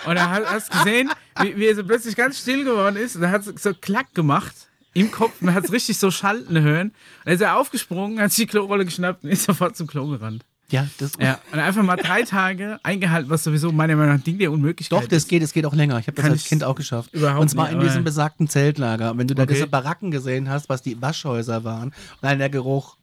S1: Und da hast- hast gesehen, wie, wie er so plötzlich ganz still geworden ist und da hat es so klack gemacht im Kopf. Man hat es richtig so schalten hören. Und dann ist er aufgesprungen, hat sich die Klorolle geschnappt und ist sofort zum Klo gerannt.
S2: Ja, das,
S1: Ja, und einfach mal drei Tage eingehalten, was sowieso meiner Meinung nach ein Ding der Unmöglichkeit
S2: Doch, das
S1: ist.
S2: geht, es geht auch länger. Ich habe das
S1: Kann
S2: als
S1: ich
S2: Kind auch geschafft.
S1: überhaupt
S2: und zwar
S1: nicht,
S2: in diesem
S1: aber-
S2: besagten Zeltlager. Und wenn du da
S1: Okay.
S2: diese Baracken gesehen hast, was die Waschhäuser waren, nein, der Geruch,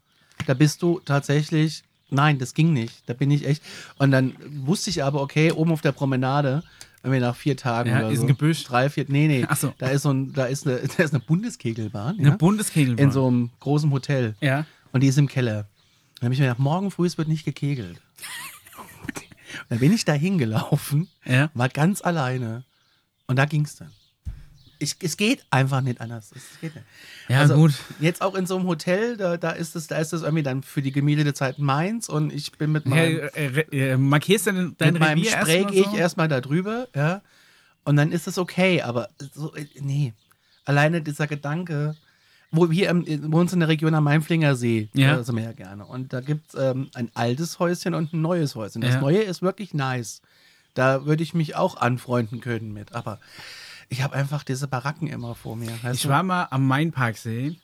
S2: da bist du tatsächlich. Nein, das ging nicht. Da bin ich echt. Und dann wusste ich aber, okay, oben auf der Promenade, wenn wir nach vier Tagen
S1: Ja,
S2: oder
S1: ist
S2: so,
S1: ein Gebüsch.
S2: drei, vier, nee, nee,
S1: Ach so.
S2: da ist so ein, da ist eine, da ist eine Bundeskegelbahn,
S1: Eine
S2: ja?
S1: Bundeskegelbahn.
S2: in so einem großen Hotel.
S1: ja.
S2: Und die ist im Keller. Dann habe ich mir gedacht, morgen früh, es wird nicht gekegelt. Und dann bin ich da hingelaufen,
S1: Ja.
S2: war ganz alleine. Und da ging es dann. Ich, es geht einfach nicht anders. Es geht nicht. Also,
S1: Ja, gut.
S2: Jetzt auch in so einem Hotel, da, da ist es, da ist es irgendwie dann für die gemildete Zeit meins und ich bin mit meinem,
S1: Hey, äh, äh, äh, markierst du denn dein
S2: mit meinem
S1: Revier erstmal
S2: Sprech ich
S1: so?
S2: erstmal da drüber, ja. Und dann ist es okay, aber so, äh, nee. Alleine dieser Gedanke, wo wir ähm, bei uns in der Region am Mainflinger See,
S1: Ja.
S2: da sind wir ja gerne. Und da gibt es ähm, ein altes Häuschen und ein neues Häuschen. Das
S1: Ja.
S2: neue ist wirklich nice. Da würde ich mich auch anfreunden können mit. Aber ich habe einfach diese Baracken immer vor mir. weißt
S1: Ich
S2: du?
S1: war mal am Mainparksee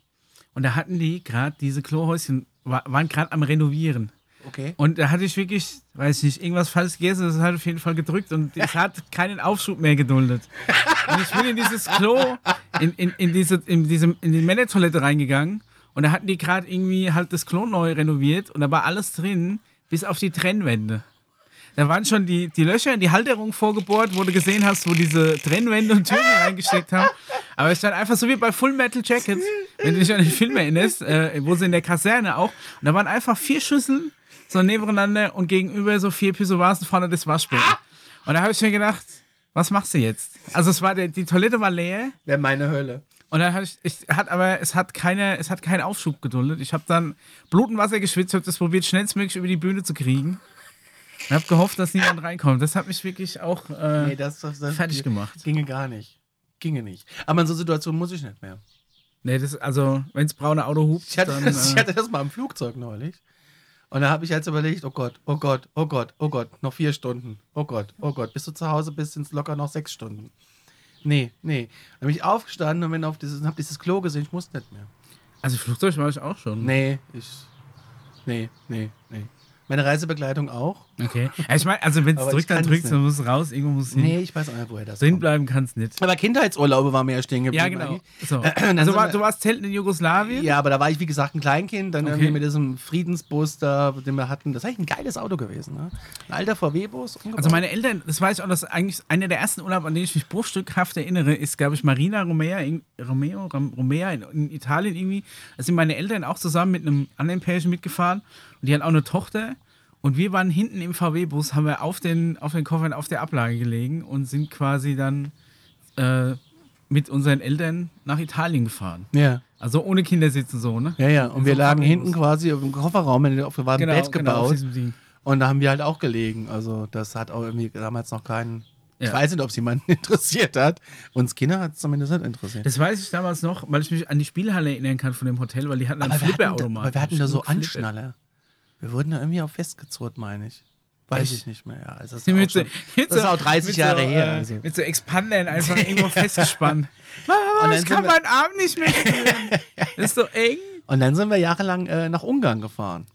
S1: und da hatten die gerade diese Klohäuschen, wa- waren gerade am Renovieren.
S2: okay.
S1: Und da hatte ich wirklich, weiß ich nicht, irgendwas falsch gegessen, das hat auf jeden Fall gedrückt und es hat keinen Aufschub mehr geduldet. Und ich bin in dieses Klo, in, in, in, diese, in, diesem, in die Männertoilette reingegangen und da hatten die gerade irgendwie halt das Klo neu renoviert und da war alles drin, bis auf die Trennwände. Da waren schon die, die Löcher in die Halterung vorgebohrt, wo du gesehen hast, wo diese Trennwände und Türen reingesteckt haben. Aber es stand einfach so wie bei Full Metal Jacket, wenn du dich an den Film erinnerst, äh, wo sie in der Kaserne auch. Und da waren einfach vier Schüsseln so nebeneinander und gegenüber so vier Pissoirs und vorne das Waschbecken. Und da habe ich mir gedacht, was machst du jetzt? Also es war der, die Toilette war leer
S2: Wäre meine Hölle.
S1: und dann habe ich, ich hat aber es hat keine es hat keinen Aufschub geduldet. Ich habe dann Blut und Wasser geschwitzt, habe das probiert schnellstmöglich über die Bühne zu kriegen. Und habe gehofft, dass niemand reinkommt. Das hat mich wirklich auch äh,
S2: Nee, das, das, das
S1: fertig gemacht.
S2: Ginge gar nicht. Ginge nicht. Aber in so Situationen muss ich nicht mehr.
S1: Nee, das also wenn's braune Auto hupt,
S2: Ich hatte,
S1: dann
S2: das, ich
S1: äh,
S2: hatte das mal im Flugzeug neulich. Und da habe ich jetzt überlegt, oh Gott, oh Gott, oh Gott, oh Gott, noch vier Stunden. Oh Gott, oh Gott, bis du zu Hause bist, sind es locker noch sechs Stunden. Nee, nee. Dann bin ich aufgestanden und bin auf dieses, habe dieses Klo gesehen, ich muss nicht mehr.
S1: also Flugzeug war ich auch schon.
S2: Nee, ich. Nee, nee, nee. Meine Reisebegleitung auch?
S1: Okay. Ja, ich meine, also wenn's
S2: Aber ich
S1: drückt, dann
S2: kann
S1: drückt,
S2: das
S1: dann muss raus, irgendwo muss hin.
S2: Nee, ich weiß auch nicht, woher das
S1: Drin
S2: kommt.
S1: bleiben kann's nicht.
S2: Aber Kindheitsurlaube war mir ja stehen geblieben.
S1: Ja, genau.
S2: eigentlich.
S1: So.
S2: Dann
S1: Also,
S2: sind
S1: war,
S2: wir-
S1: du warst Zelten in Jugoslawien?
S2: Ja, aber da war ich, wie gesagt, ein Kleinkind, dann
S1: Okay.
S2: irgendwie mit diesem Friedensbus da, den wir hatten. Das ist eigentlich ein geiles Auto gewesen, ne? Ein alter VW-Bus.
S1: Also meine Eltern, das weiß ich auch, das ist eigentlich einer der ersten Urlaub, an den ich mich bruchstückhaft erinnere, ist, glaube ich, Marina Romea in, Romeo, Rom, Romea in, in Italien irgendwie. Da sind meine Eltern auch zusammen mit einem anderen Pärchen mitgefahren und die hat auch eine Tochter. Und wir waren hinten im VW-Bus, haben wir auf den, auf den Koffern auf der Ablage gelegen und sind quasi dann äh, mit unseren Eltern nach Italien gefahren.
S2: Ja,
S1: Also ohne Kindersitz und so, ne?
S2: ja, ja. Und wir
S1: so einem
S2: lagen hinten
S1: VW-Bus.
S2: quasi im Kofferraum, in- auf- wir waren ein Bett
S1: genau, auf
S2: gebaut.
S1: diesem Ding.
S2: und da haben wir halt auch gelegen. Also, das hat auch irgendwie damals noch keinen. Ich
S1: Ja.
S2: weiß nicht, ob es jemanden interessiert hat. Uns Kinder hat es zumindest nicht interessiert.
S1: Das weiß ich damals noch, weil ich mich an die Spielhalle erinnern kann von dem Hotel, weil die hatten einen
S2: aber, wir hatten da,
S1: Flipperautomaten.
S2: aber wir hatten da so
S1: Flipper.
S2: Anschnaller. Wir wurden da irgendwie auch festgezurrt, meine ich. Weiß
S1: Echt?
S2: ich nicht mehr, ja. Also das, ist
S1: Die
S2: auch
S1: Mit so,
S2: schon,
S1: mit
S2: das ist
S1: so-
S2: auch 30
S1: mit
S2: Jahre
S1: so,
S2: her.
S1: äh,
S2: Also.
S1: Mit so Expandern einfach irgendwo festgespannt. Mama,
S2: dann
S1: ich
S2: sind
S1: kann
S2: wir-
S1: meinen Arm nicht mehr berühren. Das ist so eng.
S2: Und dann sind wir jahrelang äh, nach Ungarn gefahren.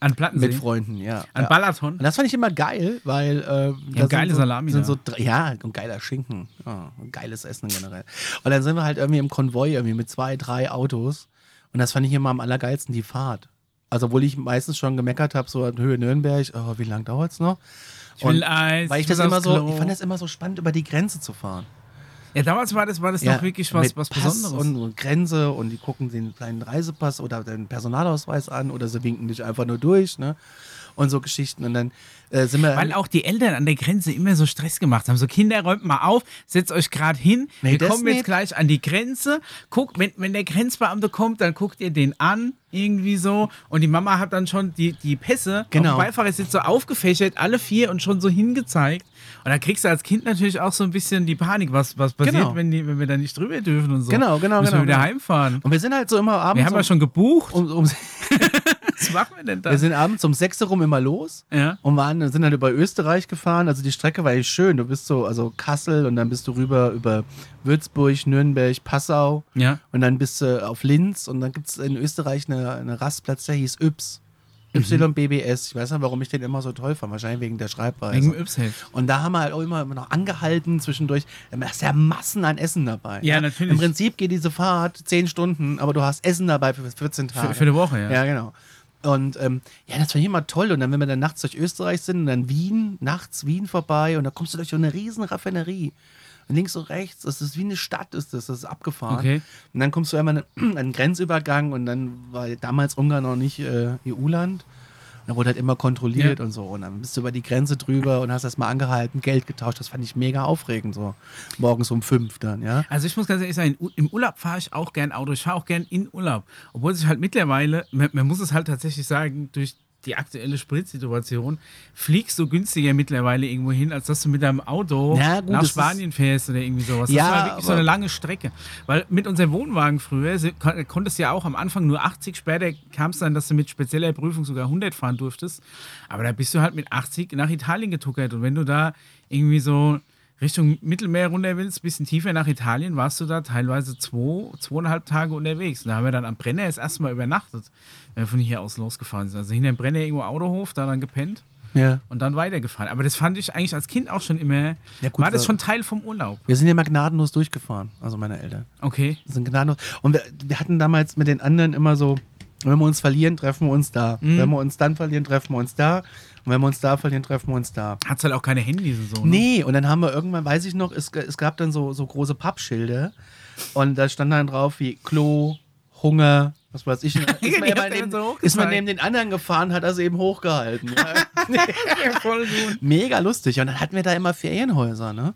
S1: An Plattensee.
S2: Mit Freunden, ja.
S1: An
S2: ja.
S1: Balaton.
S2: Und das fand ich immer geil, weil. Äh, da sind
S1: geile
S2: so,
S1: Salami
S2: Sind
S1: da.
S2: so, drei- ja, und geiler Schinken. Ja, und geiles Essen generell. Und dann sind wir halt irgendwie im Konvoi irgendwie mit zwei, drei Autos. Und das fand ich immer am allergeilsten, die Fahrt. Also, obwohl ich meistens schon gemeckert habe, so an Höhe Nürnberg, oh, wie lange dauert es noch?
S1: Ich will Eis.
S2: Weil ich
S1: muss
S2: das immer
S1: aufs
S2: so,
S1: Klo.
S2: ich fand das immer so spannend, über die Grenze zu fahren.
S1: Ja, damals war das, war das
S2: Ja,
S1: noch wirklich was,
S2: mit
S1: was
S2: Pass
S1: Besonderes.
S2: Und, und Grenze und die gucken den kleinen Reisepass oder den Personalausweis an oder sie winken dich einfach nur durch, ne? Und so Geschichten. Und dann äh, sind wir.
S1: Weil auch die Eltern an der Grenze immer so Stress gemacht haben. So, Kinder, räumt mal auf, setzt euch gerade hin.
S2: Nee,
S1: wir
S2: das
S1: kommen jetzt
S2: nicht.
S1: gleich an die Grenze. Guckt, wenn, wenn der Grenzbeamte kommt, dann guckt ihr den an, irgendwie so. Und die Mama hat dann schon die, die Pässe
S2: Genau.
S1: auf dem Beifahrersitz so aufgefächert, alle vier und schon so hingezeigt. Und da kriegst du als Kind natürlich auch so ein bisschen die Panik, was, was passiert,
S2: Genau.
S1: wenn, die, wenn wir da nicht drüber dürfen und so.
S2: Genau, genau,
S1: Müssen
S2: genau,
S1: wir wieder
S2: genau.
S1: heimfahren.
S2: und wir sind halt so immer abends.
S1: Wir haben ja schon gebucht.
S2: um, um, um,
S1: Was machen wir denn da?
S2: wir sind abends um 6 rum immer los.
S1: ja.
S2: Und waren, sind dann über Österreich gefahren. Also die Strecke war echt schön. Du bist so, also Kassel und dann bist du rüber über Würzburg, Nürnberg, Passau.
S1: Ja.
S2: Und dann bist du auf Linz und dann gibt es in Österreich eine, eine Rastplatz, der hieß Yps. YBBS. Ich weiß nicht, warum ich den immer so toll fand. Wahrscheinlich wegen der Schreibweise.
S1: Wegen Y.
S2: und da haben wir halt auch immer, immer noch angehalten zwischendurch. Da ist ja Massen an Essen dabei. ne?
S1: Ja, natürlich.
S2: Im Prinzip geht diese Fahrt 10 Stunden, aber du hast Essen dabei für 14 Tage.
S1: Für, für eine Woche, ja.
S2: Ja, genau. Und ähm, ja, das fand ich immer toll. Und dann, wenn wir dann nachts durch Österreich sind und dann Wien, nachts Wien vorbei und da kommst du durch so eine riesen Raffinerie. Und links und rechts, das ist wie eine Stadt, ist das, das ist abgefahren.
S1: Okay.
S2: Und dann kommst du einmal an einen- an einen Grenzübergang und dann war damals Ungarn noch nicht äh, EU-Land. Und Da wurde halt immer kontrolliert
S1: Ja.
S2: und so. Und dann bist du über die Grenze drüber und hast erstmal angehalten, Geld getauscht. Das fand ich mega aufregend so. Morgens um fünf dann, ja.
S1: Also ich muss ganz ehrlich sagen, im Urlaub fahre ich auch gern Auto. Ich fahre auch gern in Urlaub. Obwohl sich halt mittlerweile, man, man muss es halt tatsächlich sagen, durch die aktuelle Spritsituation fliegst du günstiger mittlerweile irgendwo hin, als dass du mit deinem Auto
S2: Na gut,
S1: nach
S2: das
S1: Spanien fährst oder irgendwie sowas.
S2: Ja,
S1: das war wirklich so
S2: aber-
S1: eine lange Strecke. Weil mit unserem Wohnwagen früher se- kon- konntest du ja auch am Anfang nur 80, später kam es dann, dass du mit spezieller Prüfung sogar 100 fahren durftest. Aber da bist du halt mit 80 nach Italien getuckert. Und wenn du da irgendwie so Richtung Mittelmeer runter willst, ein bisschen tiefer nach Italien, warst du da teilweise zwei, zweieinhalb Tage unterwegs. Und da haben wir dann am Brenner erst erstmal übernachtet, wenn wir von hier aus losgefahren sind. Also hinter dem Brenner irgendwo Autohof, da dann gepennt
S2: ja.
S1: und dann weitergefahren. Aber das fand ich eigentlich als Kind auch schon immer,
S2: Ja, gut,
S1: war das
S2: äh,
S1: schon Teil vom Urlaub.
S2: Wir sind ja mal gnadenlos durchgefahren, also meine Eltern.
S1: Okay.
S2: Wir sind gnadenlos. Und wir, wir hatten damals mit den anderen immer so, wenn wir uns verlieren, treffen wir uns da. Wenn wir uns dann verlieren, treffen wir uns da. Und wenn wir uns da verlieren, treffen wir uns da.
S1: Hat's halt auch keine Handys und so. Ne?
S2: Nee, und dann haben wir irgendwann, weiß ich noch, es, g- es gab dann so, so große Pappschilder. Und da stand dann drauf wie Klo, Hunger, was weiß ich. Ist man,
S1: Die hast
S2: ja mal
S1: du dann
S2: neben,
S1: so hochgezeigt.
S2: ist man neben den anderen gefahren, hat er sie eben hochgehalten. Ja.
S1: Voll gut.
S2: Mega lustig. Und dann hatten wir da immer Ferienhäuser, ne?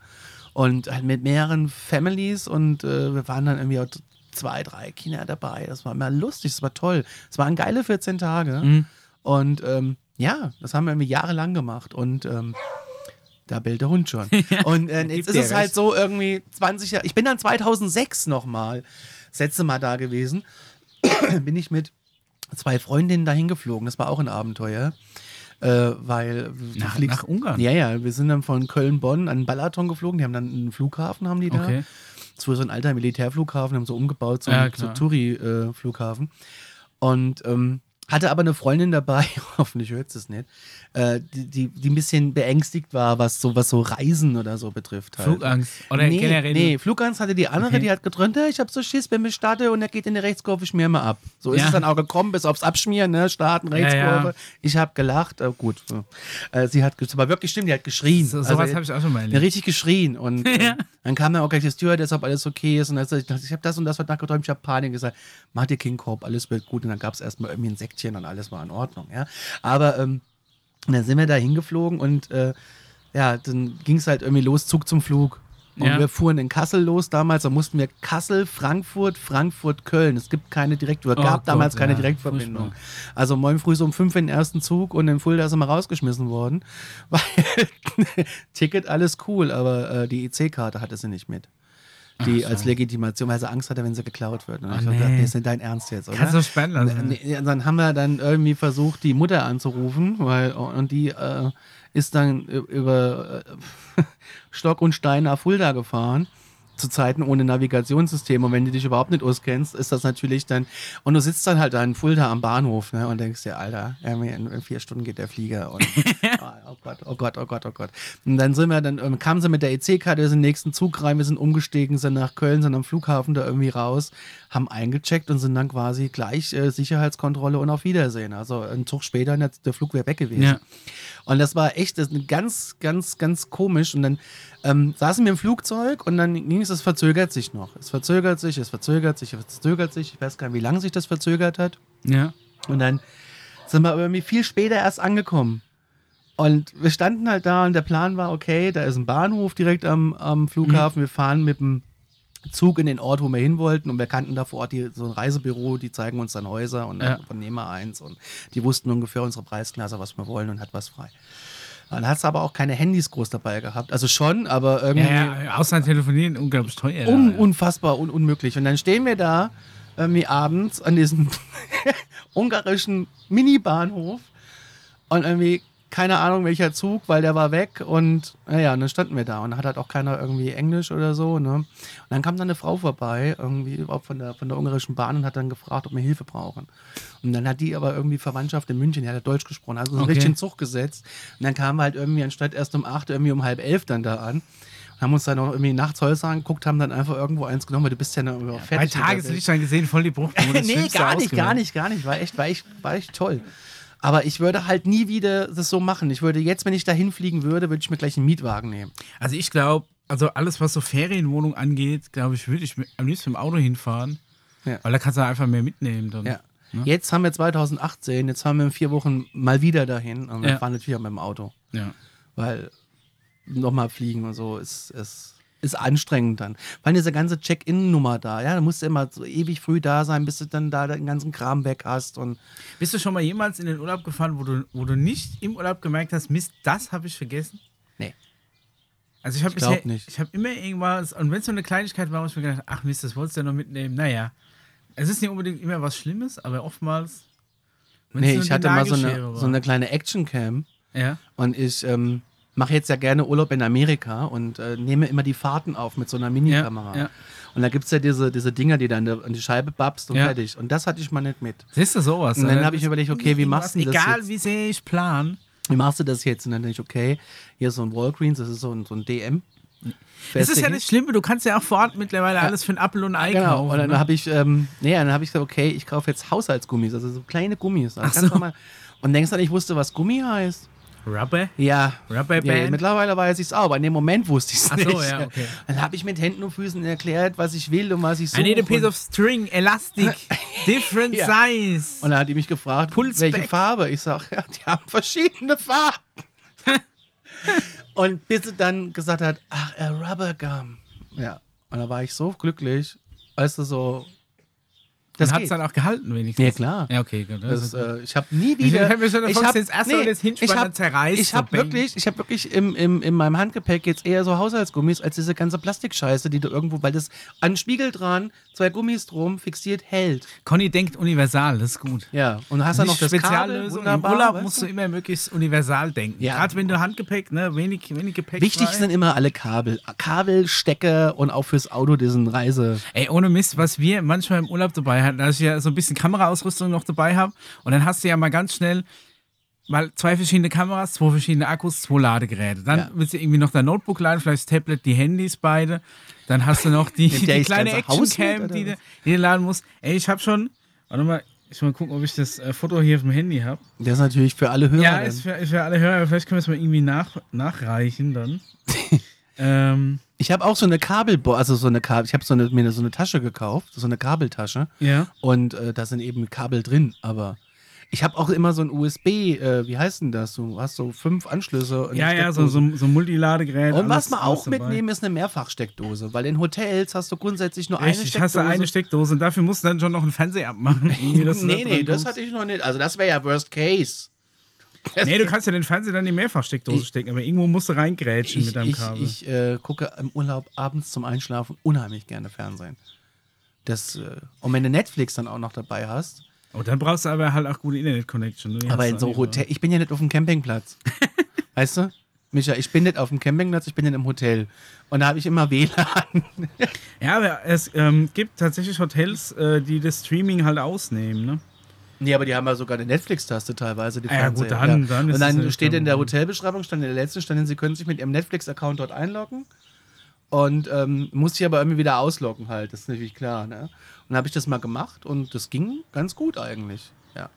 S2: Und halt mit mehreren Families und äh, wir waren dann irgendwie auch zwei, drei Kinder dabei. Das war immer lustig, das war toll. Es waren geile 14 Tage.
S1: Mhm.
S2: Und ähm, ja, das haben wir irgendwie jahrelang gemacht. Und ähm, da bellt der Hund schon. Und äh,
S1: Gibt
S2: jetzt ist
S1: dir
S2: es halt
S1: recht.
S2: so irgendwie 20 Jahre. Ich bin dann 2006 nochmal, das letzte Mal da gewesen. bin ich mit zwei Freundinnen dahin geflogen. Das war auch ein Abenteuer. Äh, weil du
S1: Nach-
S2: fliegst-
S1: nach Ungarn?
S2: Ja, ja. Wir sind dann von Köln-Bonn an Balaton geflogen. Die haben dann einen Flughafen, haben die da.
S1: Okay.
S2: Das war so ein alter Militärflughafen, haben so umgebaut zum,
S1: Ja,
S2: zum
S1: klar.
S2: Touri-Flughafen. und ähm, hatte aber eine Freundin dabei, hoffentlich hört sie es nicht, äh, die, die, die ein bisschen beängstigt war, was so, was so Reisen oder so betrifft. Halt.
S1: Flugangst. Oder
S2: nee,
S1: generell.
S2: Nee, Flugangst hatte die andere,
S1: Okay.
S2: die hat geträumt, "Ja, ich habe so Schiss, wenn ich starte und er geht in die Rechtskurve, ich schmier mal ab. So ist
S1: Ja.
S2: es dann auch gekommen, bis aufs Abschmieren, ne? Starten, Rechtskurve.
S1: ja.
S2: Ich habe gelacht, äh, gut. Äh, sie hat, ge- aber wirklich stimmt, die hat geschrien. Also,
S1: So, sowas habe ich auch schon mal
S2: Ja,
S1: erlebt.
S2: richtig geschrien. Und ähm,
S1: Ja.
S2: dann kam dann auch gleich der Stewardess, ob alles okay ist. Und dann hat sie gesagt, ich habe das und das heute Nacht geträumt, ich habe Panik gesagt. Mach dir King Korb, alles wird gut. Und dann gab es erstmal irgendwie ein Säckchen und alles war in Ordnung. Ja? Aber ähm, und dann sind wir da hingeflogen und äh, ja, dann ging es halt irgendwie los, Zug zum Flug. Und
S1: Ja.
S2: wir fuhren in Kassel los damals, da mussten wir Kassel, Frankfurt, Frankfurt, Köln. Es gibt keine Direkt, oder
S1: Oh
S2: gab
S1: Gott,
S2: damals keine
S1: ja,
S2: Direktverbindung.
S1: furchtbar.
S2: Also morgen früh so um fünf in den ersten Zug und in Fulda sind wir rausgeschmissen worden. Weil Ticket alles cool, aber äh, die EC-Karte hatte sie nicht mit. Die als Legitimation, weil sie Angst hatte, wenn sie geklaut wird. Und ich hab
S1: Ah, nee.
S2: gedacht, nee, ist nicht dein Ernst jetzt, oder?
S1: Kannst du sperren lassen.
S2: Nee, nee, dann haben wir dann irgendwie versucht, die Mutter anzurufen, weil und die äh, ist dann ü- über äh, Stock und Stein nach Fulda gefahren. Zu Zeiten ohne Navigationssystem und wenn du dich überhaupt nicht auskennst, ist das natürlich dann. Und du sitzt dann halt da in Fulda am Bahnhof ne, und denkst dir, Alter, irgendwie in, in vier Stunden geht der Flieger. Und, oh, oh Gott, oh Gott, oh Gott, oh Gott. Und dann sind wir, dann ähm, kamen sie mit der EC-Karte, wir sind in den nächsten Zug rein, wir sind umgestiegen, sind nach Köln, sind am Flughafen da irgendwie raus, haben eingecheckt und sind dann quasi gleich äh, Sicherheitskontrolle und auf Wiedersehen. Also ein Zug später, und jetzt- der Flug wäre weg gewesen.
S1: Ja.
S2: Und das war echt das ist ganz, ganz, ganz komisch. Und dann ähm, saßen wir im Flugzeug und dann ging es ist, es verzögert sich noch. Es verzögert sich, es verzögert sich, es verzögert sich. Ich weiß gar nicht, wie lange sich das verzögert hat.
S1: Ja.
S2: Und dann sind wir irgendwie viel später erst angekommen. Und wir standen halt da und der Plan war, okay, da ist ein Bahnhof direkt am, am
S1: Mhm.
S2: Flughafen. Wir fahren mit dem Zug in den Ort, wo wir hin wollten. Und wir kannten da vor Ort die, so ein Reisebüro, die zeigen uns dann Häuser und
S1: Ja.
S2: dann von nehmen wir eins. Und die wussten ungefähr unsere Preisklasse, was wir wollen und hat was frei. Dann hast du aber auch keine Handys groß dabei gehabt. Also schon, aber irgendwie
S1: Ja, ja, außer telefonieren, unglaublich teuer.
S2: un
S1: ja.
S2: unfassbar un unmöglich. Und dann stehen wir da irgendwie abends an diesem ungarischen Mini-Bahnhof und irgendwie keine Ahnung welcher Zug, weil der war weg und naja, und dann standen wir da und hat halt auch keiner irgendwie Englisch oder so, ne? Und dann kam dann eine Frau vorbei, irgendwie auch von der, von der ungarischen Bahn und hat dann gefragt, ob wir Hilfe brauchen. Und dann hat die aber irgendwie Verwandtschaft in München, die hat halt Deutsch gesprochen, also so
S1: Okay.
S2: richtig in Zug gesetzt. Und dann kamen wir halt irgendwie anstatt erst um acht, irgendwie um halb elf dann da an. Und haben uns dann auch irgendwie nachts Häuser angeguckt, haben dann einfach irgendwo eins genommen, weil du bist ja noch ja,
S1: Bei
S2: fertig. mit der Welt.
S1: Tageslicht dann gesehen, voll die Bruchbude. das
S2: nee,
S1: Schlimmste
S2: gar nicht, gar
S1: ausgewählt.
S2: nicht, gar nicht. War echt, war echt, war echt toll. Aber ich würde halt nie wieder das so machen. Ich würde jetzt, wenn ich da hinfliegen würde, würde ich mir gleich einen Mietwagen nehmen.
S1: Also ich glaube, also alles, was so Ferienwohnung angeht, glaube ich, würde ich mit, am liebsten mit dem Auto hinfahren.
S2: Ja.
S1: Weil da kannst du einfach mehr mitnehmen dann.
S2: Ja. Jetzt haben wir 2018, jetzt haben wir in vier Wochen mal wieder dahin und wir
S1: Ja.
S2: fahren jetzt wieder mit dem Auto.
S1: ja.
S2: Weil nochmal fliegen und so ist, ist, ist anstrengend dann. Weil diese ganze Check-In-Nummer da, ja, da musst du immer so ewig früh da sein, bis du dann da den ganzen Kram weg hast und
S1: Bist du schon mal jemals in den Urlaub gefahren, wo du, wo du nicht im Urlaub gemerkt hast, Mist, das habe ich vergessen?
S2: nee.
S1: Also ich habe
S2: Ich glaub
S1: bisher-
S2: nicht.
S1: Ich habe immer irgendwas, und wenn es so eine Kleinigkeit war, habe ich mir gedacht, ach Mist, das wolltest du ja noch mitnehmen. Naja. Es ist nicht unbedingt immer was Schlimmes, aber oftmals. wenn's
S2: Nee,
S1: nur
S2: ich hatte mal so
S1: Nagelschere
S2: eine,
S1: war.
S2: so eine kleine Action-Cam.
S1: Ja.
S2: Und ich ähm, mache jetzt ja gerne Urlaub in Amerika und äh, nehme immer die Fahrten auf mit so einer Minikamera.
S1: Ja, ja.
S2: Und da gibt es ja diese, diese Dinger, die du an, der, an die Scheibe babst und
S1: Ja.
S2: fertig. Und das hatte ich mal nicht mit.
S1: Siehst du sowas?
S2: Und dann
S1: oder?
S2: habe ich überlegt, okay, wie machst du das
S1: Egal,
S2: jetzt?
S1: wie sehr ich plan.
S2: Wie machst du das jetzt? Und dann denke ich, okay, hier ist so ein Walgreens, das ist so ein, so ein DM.
S1: Es ist
S2: Fährst du
S1: ja
S2: hin?
S1: nicht schlimm, du kannst ja auch vor Ort mittlerweile alles für ein Apfel und ein Ei
S2: Genau,
S1: kaufen.
S2: und dann
S1: ne?
S2: habe ich, ähm, nee, dann habe ich gesagt, okay, ich kaufe jetzt Haushaltsgummis, also so kleine Gummis. Also
S1: Ach
S2: ganz
S1: so.
S2: normal. Und denkst dann, ich wusste, was Gummi heißt.
S1: Rubber?
S2: Ja.
S1: Rubberband?
S2: ja mittlerweile weiß ich es auch, aber in dem Moment wusste ich es
S1: Ach so,
S2: nicht.
S1: ja, okay.
S2: Dann habe ich mit Händen und Füßen erklärt, was ich will und was ich
S1: I
S2: suche.
S1: need a piece
S2: und-
S1: of string, elastic, different
S2: Ja.
S1: size.
S2: Und dann hat die mich gefragt,
S1: Puls
S2: welche
S1: back.
S2: Farbe. Ich sage, ja, die haben verschiedene Farben. und bis sie dann gesagt hat, ach, a Rubber Gum. Ja. Und da war ich so glücklich, weißt du, so.
S1: das
S2: Das
S1: hat es
S2: geht.
S1: dann auch gehalten, wenigstens.
S2: Ja, klar.
S1: Ja, okay, gut. Also,
S2: Das,
S1: Das ist,
S2: äh, ich habe nie wieder.
S1: Ich hab mir schon
S2: ich
S1: vorgestellt, das
S2: hab-
S1: erste Mal das Hinspannen,
S2: ich hab-
S1: dann zerreißt,
S2: Ich habe
S1: so bang.
S2: wirklich, ich habe wirklich im, im, in meinem Handgepäck jetzt eher so Haushaltsgummis als diese ganze Plastikscheiße, die du irgendwo, weil das an den Spiegel dran, zwei Gummis drum, fixiert hält.
S1: Conny denkt universal, das ist gut.
S2: Ja. Und hast dann noch
S1: Nicht
S2: das Kabel,
S1: Speziallösung. Im
S2: wunderbar.
S1: Urlaub
S2: weißt
S1: musst
S2: du?
S1: du eh immer möglichst universal denken.
S2: Ja.
S1: Gerade wenn du Handgepäck, ne, wenig, wenig Gepäck.
S2: Wichtig
S1: frei.
S2: sind immer alle Kabel. Kabel, Stecker und auch fürs Auto diesen Reise.
S1: Ey, ohne Mist, was wir manchmal im Urlaub dabei hatten, dass ich ja so ein bisschen Kameraausrüstung noch dabei habe und dann hast du ja mal ganz schnell mal zwei verschiedene Kameras, zwei verschiedene Akkus, zwei Ladegeräte. Dann
S2: Ja.
S1: willst du irgendwie noch dein Notebook laden, vielleicht das Tablet, die Handys beide. Dann hast du noch die,
S2: Nimmt der
S1: die
S2: das
S1: kleine
S2: ganze Haus mit,
S1: Actioncam,
S2: oder
S1: die, du-
S2: was?
S1: die du laden musst. Ey, ich habe schon, warte mal, ich muss mal gucken, ob ich das äh, Foto hier auf dem Handy habe.
S2: Das ist natürlich für alle Hörer.
S1: Ja,
S2: dann.
S1: ist für, ist für alle Hörer, vielleicht können wir es mal irgendwie nach, nachreichen dann. ähm,
S2: ich habe auch so eine Kabelbo, also so eine Kabel. Ich habe so eine, mir so eine Tasche gekauft, so eine Kabeltasche.
S1: ja.
S2: Und äh, da sind eben Kabel drin, aber ich habe auch immer so ein USB, äh, wie heißt denn das? Du hast so fünf Anschlüsse. und
S1: Ja, ja, so,
S2: Steckdosen.
S1: so, so ein Multiladegerät.
S2: Und was
S1: alles-
S2: man
S1: alles
S2: auch
S1: dabei.
S2: mitnehmen, ist eine Mehrfachsteckdose, weil in Hotels hast du grundsätzlich nur eine
S1: Richtig,
S2: Steckdose.
S1: hast du eine Steckdose und dafür musst du dann schon noch einen Fernseher abmachen. irgendwie, dass du da
S2: nee, nee,
S1: dran
S2: das
S1: kommst.
S2: hatte ich noch nicht. Also das wäre ja Worst Case.
S1: Nee, du kannst ja den Fernseher dann in die Mehrfachsteckdose
S2: Ich-
S1: stecken, aber irgendwo musst du reingrätschen
S2: Ich,
S1: mit deinem
S2: ich,
S1: Kabel.
S2: ich äh, gucke im Urlaub abends zum Einschlafen unheimlich gerne Fernsehen. Das, äh, und wenn du Netflix dann auch noch dabei hast,
S1: oh, dann brauchst du aber halt auch gute Internet-Connection. ne? Die
S2: aber
S1: hast
S2: in
S1: du
S2: so
S1: auch
S2: Hotel, ich bin ja nicht auf dem Campingplatz. weißt du? Micha, ich bin nicht auf dem Campingplatz, ich bin nicht im Hotel. Und da habe ich immer WLAN.
S1: überall. Ja, aber es ähm, gibt tatsächlich Hotels, äh, die das Streaming halt ausnehmen. Ne?
S2: nee, aber die haben ja sogar eine Netflix-Taste teilweise, die
S1: Ah ja,
S2: Fernseher.
S1: gut, dann- dann
S2: ja.
S1: ist
S2: Und
S1: es
S2: dann
S1: ja
S2: steht
S1: kein
S2: in der
S1: Problem.
S2: Hotelbeschreibung, stand in der letzten, stand in, sie können sich mit ihrem Netflix-Account dort einloggen. Und ähm, musste ich aber irgendwie wieder ausloggen halt, das ist natürlich klar. Ne? Und dann habe ich das mal gemacht und das ging ganz gut eigentlich. Ja.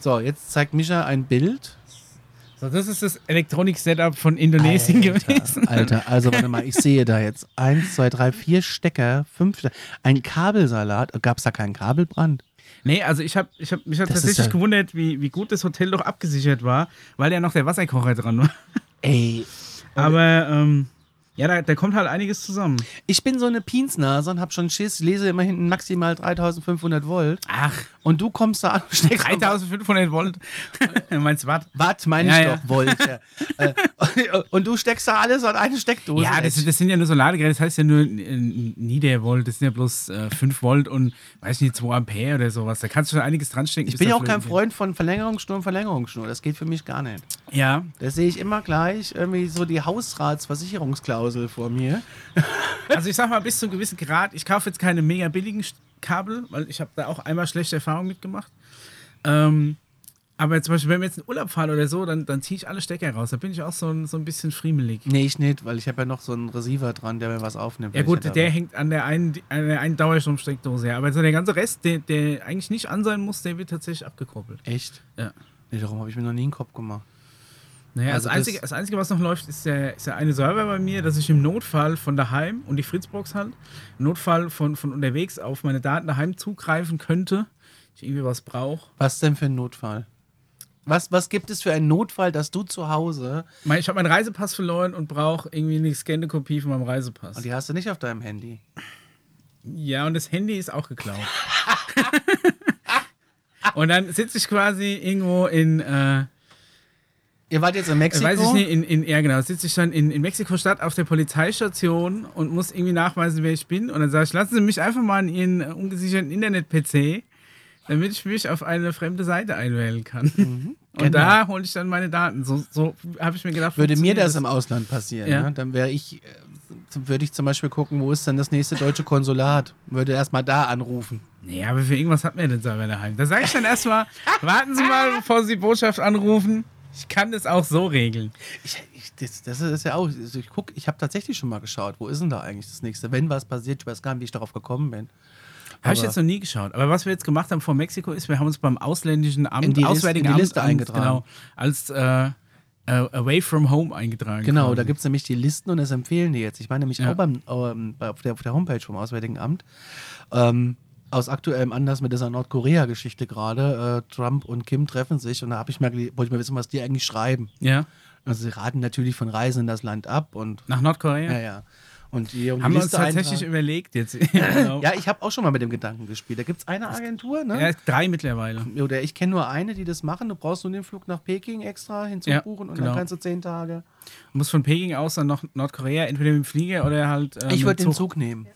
S2: So, jetzt zeigt Micha ein Bild
S1: So, das ist das Elektronik-Setup von Indonesien gewesen.
S2: Alter, also warte mal, ich sehe da jetzt eins, zwei, drei, vier Stecker, fünf Stecker. Ein Kabelsalat. Gab es da keinen Kabelbrand?
S1: Nee, also ich habe ich hab, mich hat
S2: Das ist
S1: tatsächlich
S2: ja-
S1: gewundert, wie, wie gut das Hotel doch abgesichert war, weil ja noch der Wasserkocher dran war.
S2: Ey,
S1: Aber ähm, ja, da, da kommt halt einiges zusammen.
S2: ich bin so eine Pinsnase und hab schon Schiss, lese immer hinten maximal 3500 Volt.
S1: Ach,
S2: Und du kommst da an und steckst
S1: 3500 Volt. Meinst du, was?
S2: Watt, meine
S1: Ja,
S2: ich
S1: ja.
S2: doch, Volt. ja. äh, und du steckst da alles an eine Steckdose.
S1: Ja, das, das sind ja nur so Ladegeräte, das heißt ja nur äh, Niedervolt, das sind ja bloß äh, 5 Volt und weiß nicht, 2 Ampere oder sowas. Da kannst du schon einiges dran stecken.
S2: ich
S1: bis
S2: bin ja
S1: da
S2: auch kein
S1: Flöten
S2: Freund von Verlängerungsschnur und Verlängerungsschnur. Das geht für mich gar nicht.
S1: geht. Ja,
S2: Das sehe ich immer gleich irgendwie so die Hausratsversicherungsklausel vor mir.
S1: also ich sag mal, bis zu einem gewissen Grad, ich kaufe jetzt keine mega billigen St- Kabel, weil ich habe da auch einmal schlechte Erfahrungen mitgemacht. Ähm, aber zum Beispiel, wenn wir jetzt in Urlaub fahren oder so, dann, dann ziehe ich alle Stecker raus. Da bin ich auch so ein, so ein bisschen friemelig.
S2: Nee, ich nicht, weil ich habe ja noch so einen Receiver dran, der mir was aufnimmt.
S1: Ja
S2: wenn
S1: gut,
S2: ich das
S1: der
S2: habe.
S1: hängt an der einen, an der einen Dauerstromsteckdose her. Aber so der ganze Rest, der, der eigentlich nicht an sein muss, der wird tatsächlich abgekoppelt.
S2: Echt?
S1: Ja.
S2: Nee, darum habe ich mir noch nie einen Kopf gemacht.
S1: Naja, das,
S2: Also das-
S1: Einzige, das Einzige, was noch läuft, ist der, ist der eine Server bei mir, dass ich im Notfall von daheim und die Fritzbox halt, im Notfall von, von unterwegs auf meine Daten daheim zugreifen könnte, ich irgendwie was brauche.
S2: Was denn für ein Notfall? Was, was gibt es für einen Notfall, dass du zu Hause
S1: Ich, mein, ich habe meinen Reisepass verloren und brauche irgendwie eine gescannte Kopie von meinem Reisepass.
S2: und die hast du nicht auf deinem Handy?
S1: ja, und das Handy ist auch geklaut. und dann sitze ich quasi irgendwo in, äh,
S2: Ihr wart jetzt in Mexiko?
S1: weiß ich nicht, in, in ja genau, sitze ich dann in, in Mexiko-Stadt auf der Polizeistation und muss irgendwie nachweisen, wer ich bin. Und dann sage ich, lassen Sie mich einfach mal in Ihren äh, ungesicherten Internet-PC, damit ich mich auf eine fremde Seite einwählen kann. Und
S2: genau.
S1: da hole ich dann meine Daten. So, so habe ich mir gedacht.
S2: Würde mir das
S1: funktioniert
S2: im Ausland passieren,
S1: Ja.
S2: ne? dann wäre ich, äh, z- würde ich zum Beispiel gucken, wo ist denn das nächste deutsche Konsulat? Würde erstmal da anrufen.
S1: Nee, aber für irgendwas hat mir den Server daheim. Da sage ich dann erstmal, warten Sie mal, bevor Sie die Botschaft anrufen. Ich kann das auch so regeln.
S2: Ich, ich, das, das ist ja auch, also ich guck, ich habe tatsächlich schon mal geschaut, wo ist denn da eigentlich das nächste? Wenn was passiert, ich weiß gar nicht, wie ich darauf gekommen bin.
S1: Habe ich
S2: Aber-
S1: jetzt noch nie geschaut. Aber was wir jetzt gemacht haben vor Mexiko ist, wir haben uns beim ausländischen Amt,
S2: In die Liste-
S1: Auswärtigen
S2: in die
S1: Amt,
S2: Liste
S1: Amt,
S2: eingetragen.
S1: Genau, als äh, äh, Away from Home eingetragen.
S2: Genau,
S1: quasi.
S2: da gibt es nämlich die Listen und das empfehlen die jetzt. Ich war nämlich
S1: Ja.
S2: auch beim, ähm, bei, auf, der, auf der Homepage vom Auswärtigen Amt. Ähm, aus aktuellem Anlass mit dieser Nordkorea-Geschichte gerade. Äh, Trump und Kim treffen sich und da hab ich mal, gele- wollte ich mal wissen, was die eigentlich schreiben.
S1: Ja,
S2: Also sie raten natürlich von Reisen in das Land ab und
S1: nach Nordkorea.
S2: ja, ja. Und die um
S1: Haben
S2: die
S1: wir uns
S2: Liste
S1: tatsächlich
S2: eintragen.
S1: überlegt jetzt. genau.
S2: Ja, ich habe auch schon mal mit dem Gedanken gespielt. Da gibt es eine Agentur, ne?
S1: Ja, drei mittlerweile.
S2: Oder ich kenne nur eine, die das machen. Du brauchst nur den Flug nach Peking extra hinzubuchen und
S1: genau.
S2: dann kannst du zehn Tage.
S1: Muss von Peking aus dann nach Nordkorea, entweder mit dem Flieger oder halt. Äh,
S2: ich
S1: mit
S2: würde den
S1: Zug.
S2: Zug nehmen.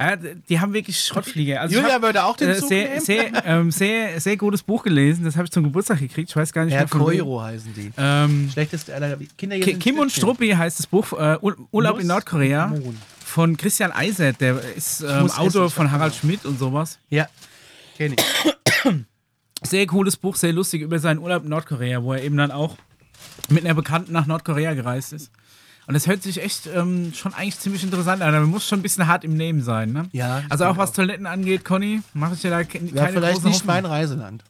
S1: Ja, d- die haben wirklich Schrottflieger. Also ich
S2: Julia
S1: hab,
S2: würde auch den
S1: äh,
S2: Zug
S1: sehr,
S2: nehmen.
S1: Sehr, ähm, sehr, sehr gutes Buch gelesen. Das habe ich zum Geburtstag gekriegt. Ich weiß gar nicht
S2: Herr
S1: mehr von wem.
S2: Keuro heißen die.
S1: Ähm,
S2: Schlechteste aller Kinder hier
S1: Ki-
S2: sind
S1: Kim und
S2: Stückchen.
S1: Struppi heißt das Buch äh, Ur- Urlaub in
S2: Muss
S1: Nordkorea
S2: Moon.
S1: von Christian Eisert, der ist ähm,
S2: muss essen,
S1: Autor
S2: ich
S1: von
S2: hab
S1: Harald Schmidt und sowas.
S2: Ja. Kenn ich.
S1: Sehr cooles Buch, sehr lustig über seinen Urlaub in Nordkorea, wo er eben dann auch mit einer Bekannten nach Nordkorea gereist ist. Und das hört sich echt ähm, schon eigentlich ziemlich interessant an. Aber man muss schon ein bisschen hart im Nehmen sein. Ne?
S2: Ja, das
S1: Also auch
S2: stimmt
S1: was
S2: auch.
S1: Toiletten angeht, Conny, mache ich ja da ke keine
S2: Wäre vielleicht
S1: großen
S2: nicht
S1: Hoffnung.
S2: mein Reiseland.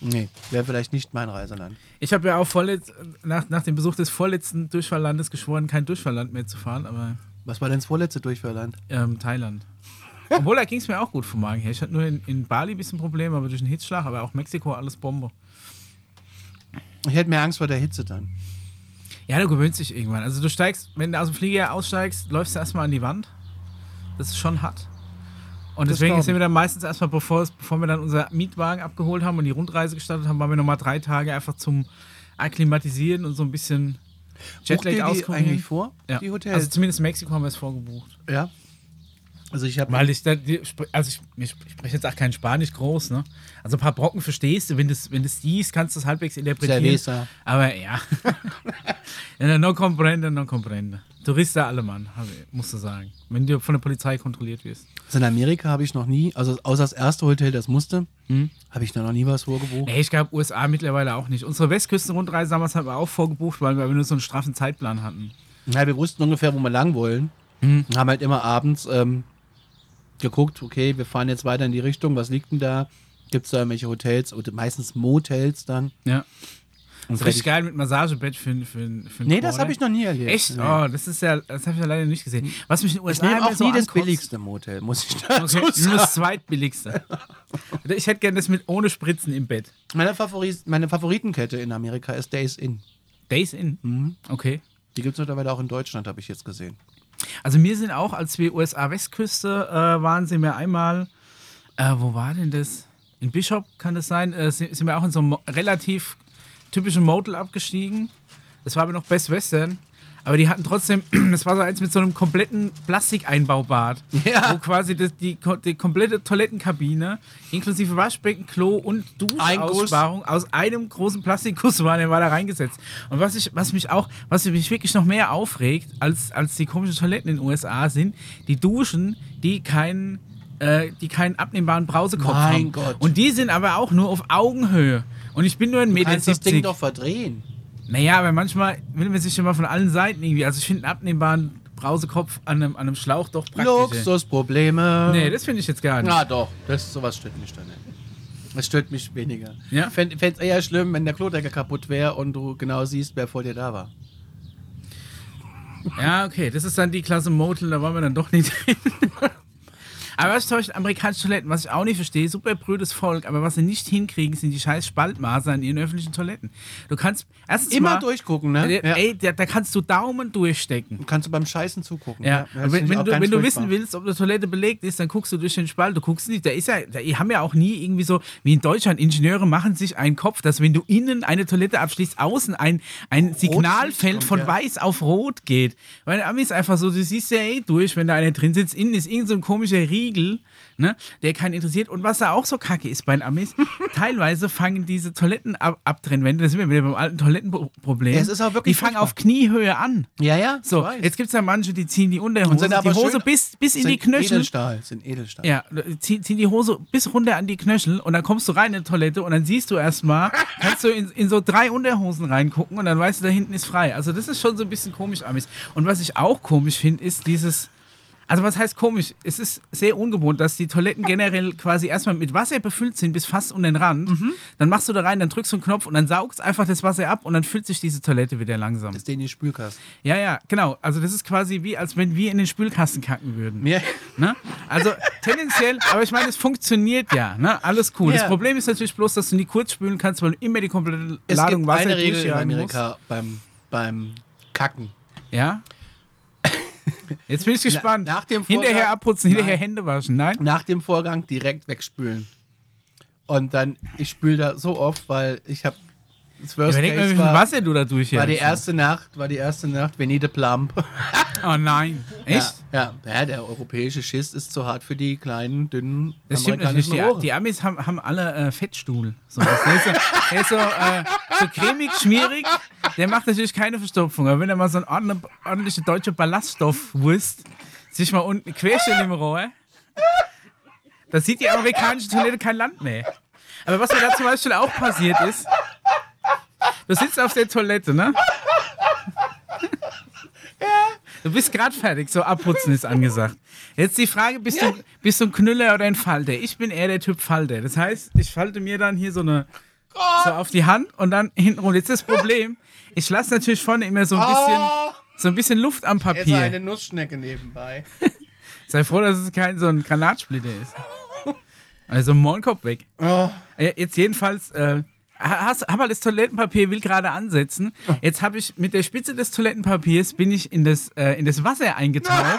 S2: Nee, wäre vielleicht nicht mein Reiseland.
S1: Ich habe ja auch vorletz nach, nach dem Besuch des vorletzten Durchfalllandes geschworen, kein Durchfallland mehr zu fahren, aber
S2: Was war denn das vorletzte Durchfallland?
S1: Ähm, Thailand. Obwohl, da ging es mir auch gut vom Magen her. Ich hatte nur in, in Bali ein bisschen Probleme, aber durch den Hitzschlag, aber auch Mexiko alles Bombe.
S2: Ich hätte mehr Angst vor der Hitze dann.
S1: Ja, du gewöhnst dich irgendwann. Also du steigst, wenn du aus dem Flieger aussteigst, läufst du erstmal an die Wand. Das ist schon hart. Und
S2: Das
S1: deswegen
S2: glaub
S1: sind
S2: ich.
S1: wir dann meistens erstmal, bevor, es- bevor wir dann unser Mietwagen abgeholt haben und die Rundreise gestartet haben, waren wir nochmal drei Tage einfach zum Akklimatisieren und so ein bisschen
S2: Bucht ihr
S1: Jetlag
S2: die
S1: auskurieren.
S2: eigentlich vor?
S1: Ja.
S2: Die Hotels?
S1: Also zumindest in Mexiko haben wir es vorgebucht.
S2: ja. Also ich habe
S1: Weil ich da, die- spr- also ich, ich sp- ich spreche jetzt auch kein Spanisch groß, ne? Also ein paar Brocken verstehst du, wenn du es wenn du's siehst, kannst du es halbwegs interpretieren.
S2: Cerveza.
S1: Aber ja. ja. No comprende, no comprende. Tourista Alemann, hab ich- musst du sagen. Wenn du von der Polizei kontrolliert wirst.
S2: Also in Amerika habe ich noch nie, also außer das erste Hotel, das musste, habe ich da noch nie was vorgebucht.
S1: Nee, ich glaube USA mittlerweile auch nicht. Unsere Westküstenrundreise damals haben wir auch vorgebucht, weil wir aber nur so einen straffen Zeitplan hatten.
S2: Ja, wir wussten ungefähr, wo wir lang wollen.
S1: Hm.
S2: Und Haben halt immer abends ähm, geguckt, okay, wir fahren jetzt weiter in die Richtung, was liegt denn da? Gibt es da irgendwelche Hotels oder meistens Motels dann?
S1: Ja.
S2: Und
S1: Richtig
S2: fertig.
S1: geil mit Massagebett für, für, für
S2: Nee, das habe ich noch nie erlebt.
S1: Echt?
S2: Nee.
S1: Oh, das ist ja, das habe ich ja leider nicht gesehen. Was mich in den
S2: Ich
S1: USA
S2: nehme
S1: immer
S2: auch
S1: so
S2: nie das
S1: ankotzt-
S2: billigste Motel, muss ich dazu
S1: Okay,
S2: sagen.
S1: nur das zweitbilligste. Also Ich hätte gerne das mit ohne Spritzen im Bett.
S2: Meine, Favorit, meine Favoritenkette in Amerika ist Days Inn.
S1: Days in.
S2: Mhm.
S1: Okay.
S2: Die gibt es mittlerweile auch in Deutschland, habe ich jetzt gesehen.
S1: Also mir sind auch, als wir USA-Westküste äh, waren, sind wir einmal, äh, wo war denn das? In Bishop kann das sein, äh, sind, sind wir auch in so einem Mo- relativ typischen Motel abgestiegen. Das war aber noch Best Western. Aber die hatten trotzdem, das war so eins mit so einem kompletten Plastikeinbaubad.
S2: Ja.
S1: Wo quasi das, die, ko- die komplette Toilettenkabine inklusive Waschbecken, Klo und Duschaussparung aus einem großen Plastikguss war, der war da reingesetzt. Und was, ich, was mich auch, was mich wirklich noch mehr aufregt, als, als die komischen Toiletten in den USA sind, die Duschen, die keinen äh, die keinen abnehmbaren Brausekopf
S2: Mein
S1: haben.
S2: Gott.
S1: Und die sind aber auch nur auf Augenhöhe. Und ich bin nur ein
S2: Du
S1: Meter
S2: kannst das Ding
S1: 70.
S2: doch verdrehen.
S1: Naja, aber manchmal will man sich schon mal von allen Seiten irgendwie. Also ich finde einen abnehmbaren Brausekopf an einem, an einem Schlauch doch praktisch.
S2: Luxusprobleme.
S1: Nee, das finde ich jetzt gar nicht.
S2: Na Ah, doch, das, sowas stört mich dann nicht. Das stört mich weniger.
S1: Ja?
S2: Fände es eher schlimm, wenn der Klodecker kaputt wäre und du genau siehst, wer vor dir da war.
S1: Ja, okay, das ist dann die Klasse Motel, da waren wir dann doch nicht drin. aber was täuscht amerikanische Toiletten, was ich auch nicht verstehe, super brüdes Volk, aber was sie nicht hinkriegen, sind die scheiß Spaltmaße an ihren öffentlichen Toiletten. Du kannst erstens
S2: Immer
S1: mal,
S2: durchgucken, ne?
S1: Äh, Ey, da, da kannst du Daumen durchstecken.
S2: Kannst du beim Scheißen zugucken.
S1: Ja,
S2: das
S1: aber
S2: finde
S1: wenn,
S2: ich
S1: wenn,
S2: auch
S1: du,
S2: ganz
S1: wenn du
S2: furchtbar.
S1: wissen willst, ob eine Toilette belegt ist, dann guckst du durch den Spalt. Du guckst nicht, da ist ja, da haben ja auch nie irgendwie so, wie in Deutschland, Ingenieure machen sich einen Kopf, dass wenn du innen eine Toilette abschließt, außen ein, ein Signalfeld
S2: kommt,
S1: von
S2: ja.
S1: weiß auf rot geht. Weil der Ami ist einfach so, du siehst ja eh durch, wenn da einer drin sitzt, innen ist irgend so ein komischer Riegel, ne, der keinen interessiert. Und was da auch so kacke ist bei den Amis, teilweise fangen diese Toilettenabtrennwände, da sind wir wieder beim alten Toilettenproblem,
S2: Ja, es ist auch wirklich
S1: die fangen
S2: furchtbar.
S1: auf Kniehöhe an.
S2: Ja, ja. ich
S1: So,
S2: weiß.
S1: jetzt gibt es ja manche, die ziehen die Unterhose,
S2: Und sind aber
S1: die Hose
S2: schön-
S1: bis, bis in
S2: sind
S1: die Knöchel.
S2: Edelstahl, sind Edelstahl.
S1: Ja, ziehen ziehen die Hose bis runter an die Knöchel und dann kommst du rein in die Toilette und dann siehst du erstmal, kannst du in, in so drei Unterhosen reingucken und dann weißt du, da hinten ist frei. Also das ist schon so ein bisschen komisch, Amis. Und was ich auch komisch finde, ist dieses, also was heißt komisch? Es ist sehr ungewohnt, dass die Toiletten generell quasi erstmal mit Wasser befüllt sind bis fast um den Rand.
S2: Mhm.
S1: Dann machst du da rein, dann drückst du einen Knopf und dann saugst einfach das Wasser ab und dann füllt sich diese Toilette wieder langsam.
S2: Ist den die Spülkasten.
S1: Ja, ja, genau. Also das ist quasi wie, als wenn wir in den Spülkasten kacken würden.
S2: Ja.
S1: Ne? Also tendenziell, aber ich meine, es funktioniert ja. Ne? Alles cool.
S2: Ja.
S1: Das Problem ist natürlich bloß, dass du nie kurz spülen kannst, weil du immer die komplette
S2: Es
S1: Ladung
S2: gibt
S1: Wasser
S2: eine Regel in
S1: durchjagen
S2: Amerika beim, beim Kacken.
S1: Musst. Ja. Jetzt bin ich gespannt.
S2: nach dem Vorgang-
S1: hinterher abputzen, hinterher
S2: Nein.
S1: Hände waschen. Nein.
S2: Nach dem Vorgang direkt wegspülen. Und dann, ich spüle da so oft, weil ich habe das Worst
S1: Überleg mal, wie
S2: Case
S1: viel
S2: war,
S1: Wasser du da durchhältst.
S2: war die erste Nacht, war die erste Nacht, we need a plump.
S1: Oh nein. Echt?
S2: Ja, ja. ja, der europäische Schiss ist zu hart für die kleinen, dünnen
S1: Das stimmt natürlich.
S2: amerikanischen
S1: Die,
S2: Rohre.
S1: die Amis haben, haben alle äh, Fettstuhl. So, was. der ist, so, der ist so, äh, so cremig, schmierig. Der macht natürlich keine Verstopfung. Aber wenn er mal so eine ordne- ordentliche deutsche Ballaststoffwurst sich mal unten querstellt im Rohr, da sieht die amerikanische Toilette kein Land mehr. Aber was mir da zum Beispiel auch passiert ist, du sitzt auf der Toilette, ne? Du bist gerade fertig, so abputzen ist angesagt. Jetzt die Frage, bist du, bist du ein Knüller oder ein Falter? Ich bin eher der Typ Falter. Das heißt, ich falte mir dann hier so eine so auf die Hand und dann hintenrum. Jetzt das Problem, ich lasse natürlich vorne immer so ein bisschen,
S2: Oh,
S1: so ein bisschen Luft am
S2: jetzt war
S1: Papier.
S2: eine Nussschnecke nebenbei.
S1: Sei froh, dass es kein so ein Granatsplitter ist. Also Mohnkopf weg.
S2: Oh.
S1: Äh, Jetzt jedenfalls, äh, ha- hast, hab mal das Toilettenpapier, will gerade ansetzen. Jetzt habe ich mit der Spitze des Toilettenpapiers bin ich in das, äh, in das Wasser eingetaucht.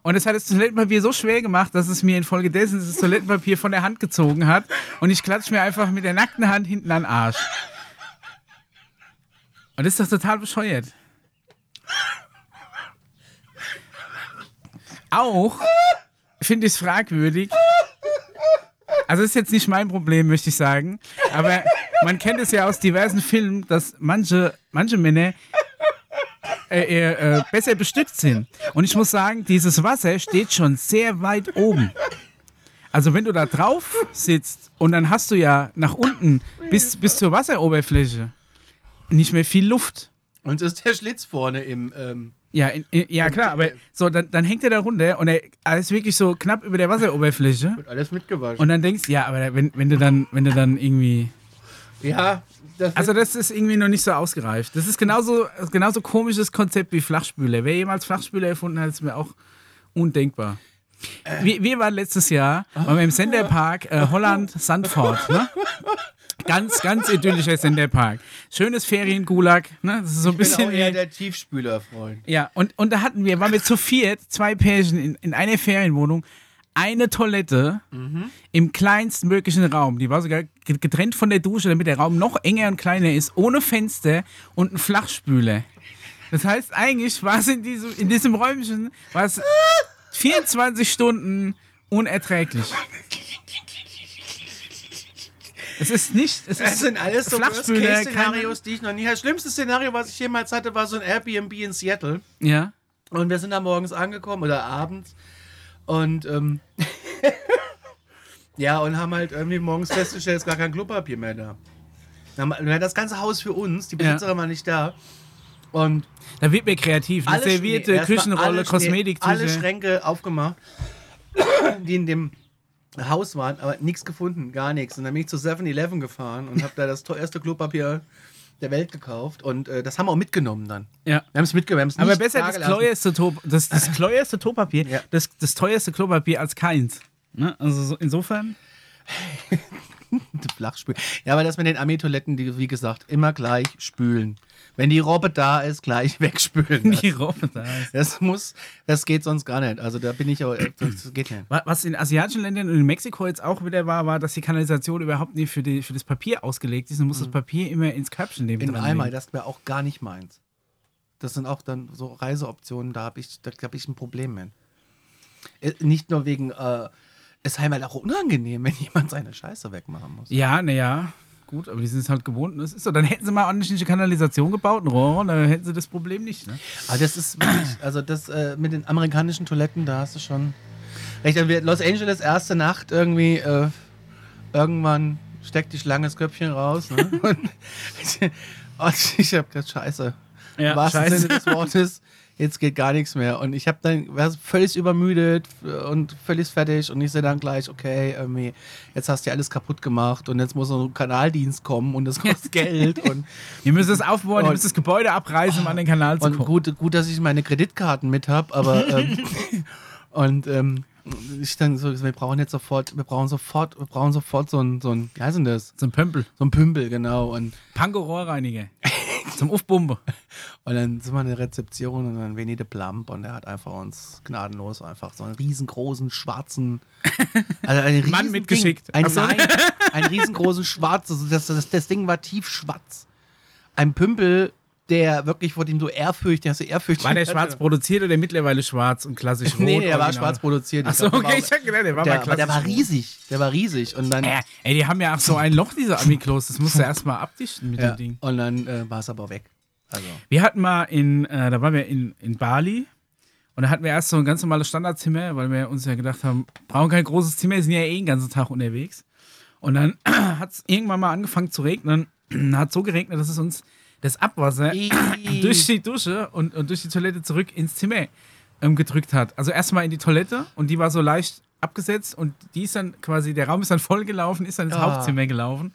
S1: und es hat das Toilettenpapier so schwer gemacht, dass es mir infolgedessen das Toilettenpapier von der Hand gezogen hat. Und ich klatsch mir einfach mit der nackten Hand hinten an den Arsch. Und das ist doch total bescheuert. Auch finde ich es fragwürdig, also ist jetzt nicht mein Problem, möchte ich sagen. Aber man kennt es ja aus diversen Filmen, dass manche, manche Männer äh, äh, äh, besser bestückt sind. Und ich muss sagen, dieses Wasser steht schon sehr weit oben. Also wenn du da drauf sitzt und dann hast du ja nach unten bis, bis zur Wasseroberfläche nicht mehr viel Luft.
S2: Und es ist der Schlitz vorne im. Ähm,
S1: Ja, in, in, ja klar, aber so, dann, dann hängt er da runter und er, er ist wirklich so knapp über der Wasseroberfläche.
S2: wird alles mitgewaschen.
S1: Und dann denkst ja, aber wenn, wenn du dann, wenn du dann irgendwie
S2: ja, das
S1: Also das ist irgendwie noch nicht so ausgereift. Das ist genauso, genauso komisches Konzept wie Flachspüler. Wer jemals Flachspüler erfunden hat, ist mir auch undenkbar.
S2: Äh.
S1: Wir, wir waren letztes Jahr waren wir im Senderpark äh, Holland Sandfort. Ne? Ganz, ganz idyllischer Senderpark. Schönes Feriengulag. Ne? Das ist so ein
S2: ich bin
S1: bisschen
S2: auch
S1: wie,
S2: genau eher der Tiefspülerfreund.
S1: ja, und, und da hatten wir, waren wir zu viert, zwei Pärchen in, in einer Ferienwohnung, eine Toilette im kleinstmöglichen Raum. Die war sogar ge- getrennt von der Dusche, damit der Raum noch enger und kleiner ist, ohne Fenster und ein Flachspüler. Das heißt, eigentlich war es in diesem, in diesem Räumchen war es 24 Stunden unerträglich. Es ist nicht. Es ist
S2: Das sind alles so
S1: Flachspüler,
S2: Worst-Case-Szenarios, die ich noch nie hatte. Das schlimmste Szenario, was ich jemals hatte, war so ein Airbnb in Seattle.
S1: Ja.
S2: Und wir sind da morgens angekommen oder abends. Und ähm, ja, und haben halt irgendwie morgens festgestellt, es ist gar kein Klopapier mehr da. Dann haben wir das ganze Haus für uns, die
S1: Ja.
S2: Besitzerin war nicht da. Und
S1: Da wird mir kreativ. Eine
S2: alle
S1: Serviette,
S2: Schrä- erstmal
S1: Küchenrolle,
S2: alle Schrä-
S1: Kosmetiktücher.
S2: Alle Schränke aufgemacht, die in dem Haus waren, aber nichts gefunden, gar nichts. Und dann bin ich zu 7-Eleven gefahren und habe da das teuerste Klopapier der Welt gekauft. Und äh, das haben wir auch mitgenommen dann.
S1: Ja.
S2: Wir haben es mitgenommen. wir haben's
S1: Aber
S2: nicht
S1: besser das
S2: dagelassen.
S1: teuerste, to das, das teuerste Topapier,
S2: Ja.
S1: das, das teuerste Klopapier als keins. Ne? Also so, insofern.
S2: Flachspülen. Ja, aber das mit den Armeetoiletten, die, wie gesagt, immer gleich spülen. Wenn die Robbe da ist, gleich wegspülen.
S1: Die Robben da ist.
S2: Das muss, das geht sonst gar nicht. Also da bin ich auch, das geht nicht.
S1: Wa- Was in asiatischen Ländern und in Mexiko jetzt auch wieder war, war, dass die Kanalisation überhaupt nicht für, die, für das Papier ausgelegt ist. Du musst das Papier immer ins Körbchen nehmen.
S2: Mhm. In Eimer, das wäre auch gar nicht meins. Das sind auch dann so Reiseoptionen, da habe ich, da habe ich ein Problem mit. Äh, Nicht nur wegen, äh, es ist halt auch unangenehm, wenn jemand seine Scheiße wegmachen muss.
S1: Ja, naja. Gut, aber die sind es halt gewohnt. Das ist so. Dann hätten sie mal ordentlich eine Kanalisation gebaut, ein Rohr, und dann hätten sie das Problem nicht. Ne?
S2: Aber das ist wirklich, also das äh, mit den amerikanischen Toiletten, da hast du schon recht. Wir- Los Angeles erste Nacht irgendwie, äh, irgendwann steckt die Schlange das Köpfchen raus. Ne? Und, und ich habe gesagt, scheiße.
S1: Ja,
S2: Im wahrsten
S1: scheiße.
S2: Sinne des Wortes, jetzt geht gar nichts mehr. Und ich habe dann, war völlig übermüdet und völlig fertig. Und ich sehe dann gleich, okay, irgendwie, jetzt hast du ja alles kaputt gemacht und jetzt muss noch ein Kanaldienst kommen und das kostet Geld. Und
S1: Ihr müsst es aufbauen, ihr
S2: Und-
S1: müsst das Gebäude abreißen, um an den Kanal zu
S2: und
S1: kommen.
S2: gut, gut, dass ich meine Kreditkarten mit habe, aber ähm, und ähm, ich dann so, wir brauchen jetzt sofort, wir brauchen sofort, wir brauchen sofort so ein, so ein, wie heißt denn das?
S1: So ein Pömpel.
S2: So ein Pümpel, genau. Und,
S1: Panko-Rohrreiniger. Zum Aufbombe.
S2: und dann sind wir in der Rezeption und dann Venede Plump und der hat einfach uns gnadenlos einfach so einen riesengroßen schwarzen also ein riesen
S1: Mann mitgeschickt. Also
S2: Ding, ein,
S1: Ach so.
S2: Nein, einen riesengroßen schwarz. Also das, das, das Ding war tief schwarz. Ein Pümpel, der wirklich vor dem du ehrfürchtig, hast du ehrfürchtig
S1: War der schwarz produziert oder mittlerweile schwarz und klassisch rot?
S2: Also- Nee, nee, der war
S1: original?
S2: schwarz produziert. Ich
S1: Achso,
S2: glaub, der
S1: okay,
S2: war-
S1: ich hab gedacht, der war mal
S2: der, aber
S1: klassisch.
S2: der war
S1: rot.
S2: riesig. Der war riesig. Und dann,
S1: Äh, ey, die haben ja auch so ein Loch, diese Amiklos. Das musst du erstmal abdichten mit
S2: ja,
S1: dem Ding.
S2: und dann äh, war es aber weg. Also.
S1: Wir hatten mal in, äh, da waren wir in, in Bali und da hatten wir erst so ein ganz normales Standardzimmer, weil wir uns ja gedacht haben, brauchen kein großes Zimmer, sind ja eh den ganzen Tag unterwegs. Und dann hat es irgendwann mal angefangen zu regnen. hat so geregnet, dass es uns das Abwasser Äh, durch die Dusche und, und durch die Toilette zurück ins Zimmer ähm, gedrückt hat. Also erstmal in die Toilette und die war so leicht abgesetzt und die ist dann quasi, der Raum ist dann voll gelaufen, ist dann ins
S2: Ah.
S1: Hauptzimmer gelaufen.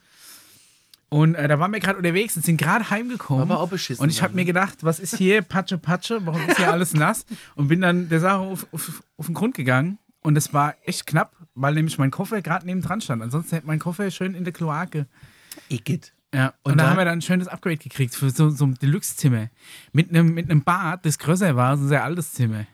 S1: Und äh, da waren wir gerade unterwegs und sind gerade heimgekommen.
S2: Aber auch beschissen
S1: Und ich habe
S2: dann,
S1: mir gedacht, was ist hier Patsche Patsche, warum ist hier alles nass? Und bin dann der Sache auf, auf, auf den Grund gegangen. Und es war echt knapp, weil nämlich mein Koffer gerade nebendran stand. Ansonsten hätte mein Koffer schön in der Kloake
S2: Igitt.
S1: ja, und,
S2: Und
S1: da
S2: dann-
S1: haben wir dann ein schönes Upgrade gekriegt für so, so ein Deluxe-Zimmer. Mit einem, mit einem Bad, das größer war, so ein sehr altes Zimmer.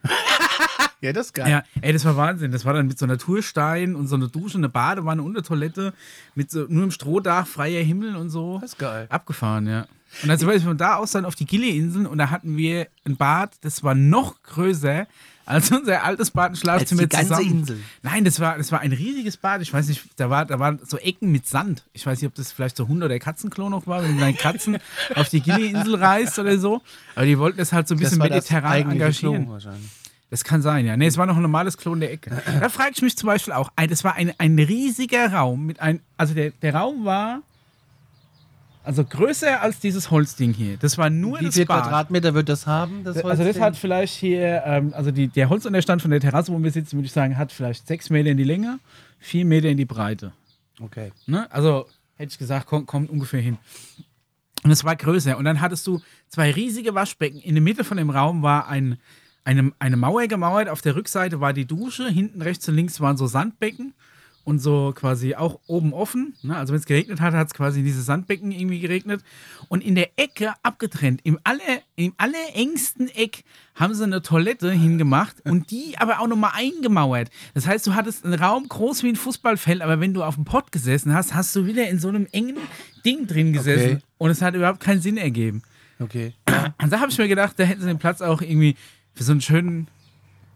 S2: Ja, das ist geil.
S1: Ja, ey, das war Wahnsinn. Das war dann mit so Naturstein und so einer Dusche, eine Badewanne und eine Toilette, mit so nur im Strohdach, freier Himmel und so.
S2: Das ist geil.
S1: Abgefahren, ja. Und dann sind wir von da aus dann auf die Gili-Inseln und da hatten wir ein Bad, das war noch größer als unser altes Bad und Schlafzimmer
S2: Als die ganze
S1: zusammen.
S2: Insel.
S1: Nein, das war, das war ein riesiges Bad. Ich weiß nicht, da, war, da waren so Ecken mit Sand. Ich weiß nicht, ob das vielleicht so Hunde- oder Katzenklo noch war, wenn du deinen Katzen auf die Gili-Insel reist oder so. Aber die wollten das halt so ein bisschen
S2: war das
S1: mediterran
S2: eigentliche
S1: engagieren.
S2: Klo wahrscheinlich.
S1: Das kann sein, ja. Nee, es war noch ein normales Klon der Ecke. Da frage ich mich zum Beispiel auch, ein- das war ein, ein riesiger Raum mit ein, also der, der Raum war also größer als dieses Holzding hier. Das war nur
S2: Wie
S1: das
S2: viel
S1: Bad.
S2: Quadratmeter wird das haben? Das
S1: also das
S2: Holzding?
S1: hat vielleicht hier, ähm, also die, der Holzunterstand von der Terrasse, wo wir sitzen, würde ich sagen, hat vielleicht sechs Meter in die Länge, vier Meter in die Breite.
S2: Okay.
S1: Ne? Also hätte ich gesagt, kommt, kommt ungefähr hin. Und es war größer. Und dann hattest du zwei riesige Waschbecken. In der Mitte von dem Raum war ein, eine, eine Mauer gemauert. Auf der Rückseite war die Dusche. Hinten rechts und links waren so Sandbecken. Und so quasi auch oben offen. Ne? Also wenn es geregnet hat, hat es quasi in diese Sandbecken irgendwie geregnet. Und in der Ecke abgetrennt, im, aller, im allerengsten Eck, haben sie eine Toilette hingemacht und die aber auch nochmal eingemauert. Das heißt, du hattest einen Raum groß wie ein Fußballfeld, aber wenn du auf dem Pott gesessen hast, hast du wieder in so einem engen Ding drin gesessen.
S2: Okay.
S1: Und es hat überhaupt keinen Sinn ergeben.
S2: Okay.
S1: Und da habe ich mir gedacht, da hätten sie den Platz auch irgendwie für so einen schönen,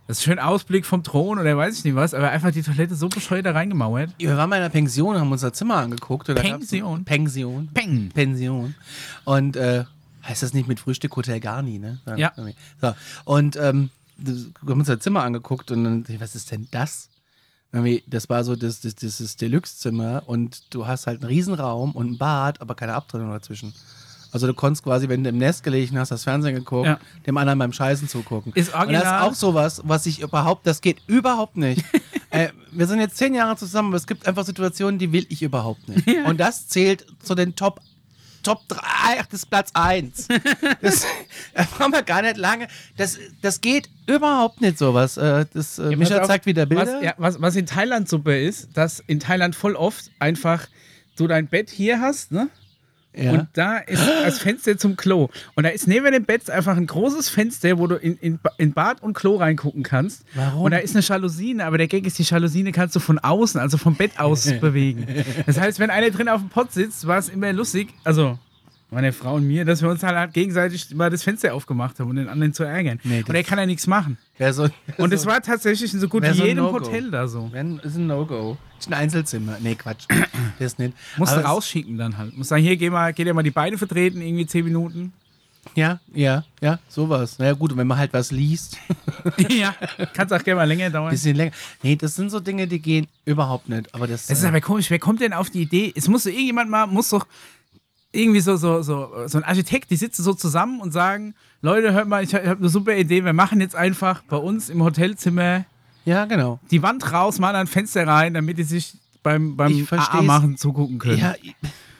S1: das schönen Ausblick vom Thron oder weiß ich nicht was, aber einfach die Toilette so bescheuert da reingemauert.
S2: Wir waren mal in einer Pension, haben uns das Zimmer angeguckt. Und da gab's-
S1: Pension?
S2: Pension.
S1: Peng!
S2: Pension. Und äh, heißt das nicht mit Frühstück Hotel Garni, ne?
S1: Ja.
S2: irgendwie. So. Und ähm, das- wir haben uns das Zimmer angeguckt und dann, was ist denn das? Irgendwie, Das war so das, das, dieses Deluxe-Zimmer und du hast halt einen Riesenraum und ein Bad, aber keine Abtrennung dazwischen. Also du konntest quasi, wenn du im Nest gelegen hast, das Fernsehen geguckt,
S1: Ja.
S2: dem anderen beim Scheißen zugucken.
S1: Ist
S2: Und das
S1: original.
S2: ist auch sowas, was ich überhaupt, das geht überhaupt nicht. äh, wir sind jetzt zehn Jahre zusammen, aber es gibt einfach Situationen, die will ich überhaupt nicht. Und das zählt zu den Top Top 3, ach, das ist Platz 1. Das, da brauchen wir gar nicht lange. Das, das geht überhaupt nicht sowas. Äh, Das, äh,
S1: Ja, pass
S2: Micha
S1: auf,
S2: zeigt wieder Bilder.
S1: Was, ja, was, was in Thailand super ist, dass in Thailand voll oft einfach du dein Bett hier hast, ne?
S2: Ja.
S1: Und da ist das Fenster zum Klo. Und da ist neben dem Bett einfach ein großes Fenster, wo du in, in, Ba- in Bad und Klo reingucken kannst.
S2: Warum?
S1: Und da ist eine Jalousine, aber der Gag ist, die Jalousine kannst du von außen, also vom Bett aus bewegen. Das heißt, wenn einer drin auf dem Pott sitzt, war es immer lustig, also meine Frau und mir, dass wir uns halt, halt gegenseitig mal das Fenster aufgemacht haben, um den anderen zu ärgern.
S2: Nee, das-
S1: und er kann ja nichts machen.
S2: Wär so,
S1: Und es war tatsächlich in so gut
S2: Wär
S1: wie
S2: so ein
S1: jedem
S2: No-Go.
S1: Hotel da so.
S2: Wenn, ist ein No-Go. Ist ein Einzelzimmer. Nee, Quatsch. Das nicht.
S1: Musst du
S2: Aber es-
S1: rausschicken dann halt. Musst sagen, hier, geh, mal, geh dir mal die Beine vertreten, irgendwie zehn Minuten.
S2: Ja, ja, ja, sowas. Na ja, gut, und wenn man halt was liest,
S1: ja, kannst auch gerne mal länger dauern.
S2: bisschen länger. Nee, das sind so Dinge, die gehen überhaupt nicht. Aber das.
S1: Es ist
S2: äh,
S1: aber komisch, wer kommt denn auf die Idee? Es muss doch irgendjemand mal, muss doch irgendwie so, so, so, so ein Architekt, die sitzen so zusammen und sagen, Leute, hört mal, ich habe eine super Idee, wir machen jetzt einfach bei uns im Hotelzimmer
S2: ja, genau.
S1: die Wand raus, mal ein Fenster rein, damit die sich beim, beim
S2: Ich versteh's.
S1: AA-Machen zugucken können.
S2: Ja,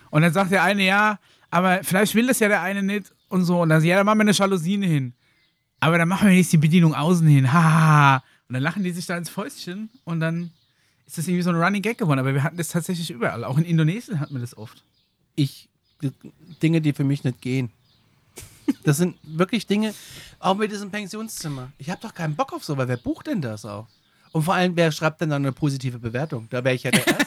S1: Und dann sagt der eine, ja, aber vielleicht will das ja der eine nicht und so. Und dann sagt, ja, dann machen wir eine Jalousine hin. Aber dann machen wir nicht die Bedienung außen hin. Ha, ha, ha. Und dann lachen die sich da ins Fäustchen und dann ist das irgendwie so ein Running Gag geworden. Aber wir hatten das tatsächlich überall. Auch in Indonesien hatten wir das oft.
S2: ich Dinge, die für mich nicht gehen. Das sind wirklich Dinge, auch mit diesem Pensionszimmer. Ich habe doch keinen Bock auf sowas. Wer bucht denn das auch? Und vor allem, wer schreibt denn dann eine positive Bewertung? Da wäre ich ja der Erste.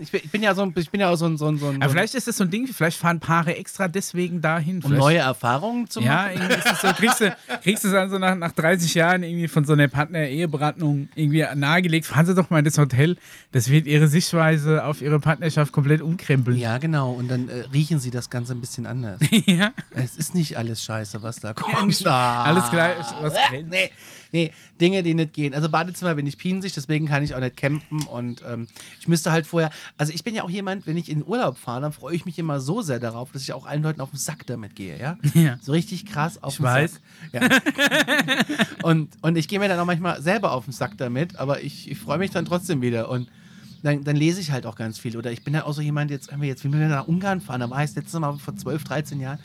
S2: Ich bin, ich bin ja so ein, ich bin ja auch so ein, so ein, so ein
S1: Aber vielleicht ist das so ein Ding, vielleicht fahren Paare extra deswegen dahin.
S2: um
S1: Vielleicht-
S2: neue Erfahrungen zu machen.
S1: Ja, irgendwie ist das so, kriegst du, kriegst du dann so nach, nach 30 Jahren irgendwie von so einer Partner-Eheberatung irgendwie nahegelegt, fahren Sie doch mal in das Hotel. Das wird Ihre Sichtweise auf Ihre Partnerschaft komplett umkrempeln.
S2: Ja, genau. Und dann äh, riechen sie das Ganze ein bisschen anders.
S1: ja.
S2: es ist nicht alles scheiße, was da
S1: nicht
S2: kommt. Ah.
S1: alles gleich, was
S2: Äh,
S1: brennt.
S2: nee, nee, Dinge, die nicht gehen. Also Badezimmer bin ich pinsig, deswegen kann ich auch nicht campen und ähm, ich müsste halt vorher, also ich bin ja auch jemand, wenn ich in Urlaub fahre, dann freue ich mich immer so sehr darauf, dass ich auch allen Leuten auf den Sack damit gehe, ja?
S1: Ja.
S2: So richtig krass auf
S1: Ich
S2: den
S1: weiß.
S2: Sack. Ja. und, und ich gehe mir dann auch manchmal selber auf den Sack damit, aber ich, ich freue mich dann trotzdem wieder und dann, dann lese ich halt auch ganz viel. Oder ich bin halt auch so jemand, jetzt, wenn wir jetzt wenn wir nach Ungarn fahren, da war ich das letzte Mal vor 12, 13 Jahren.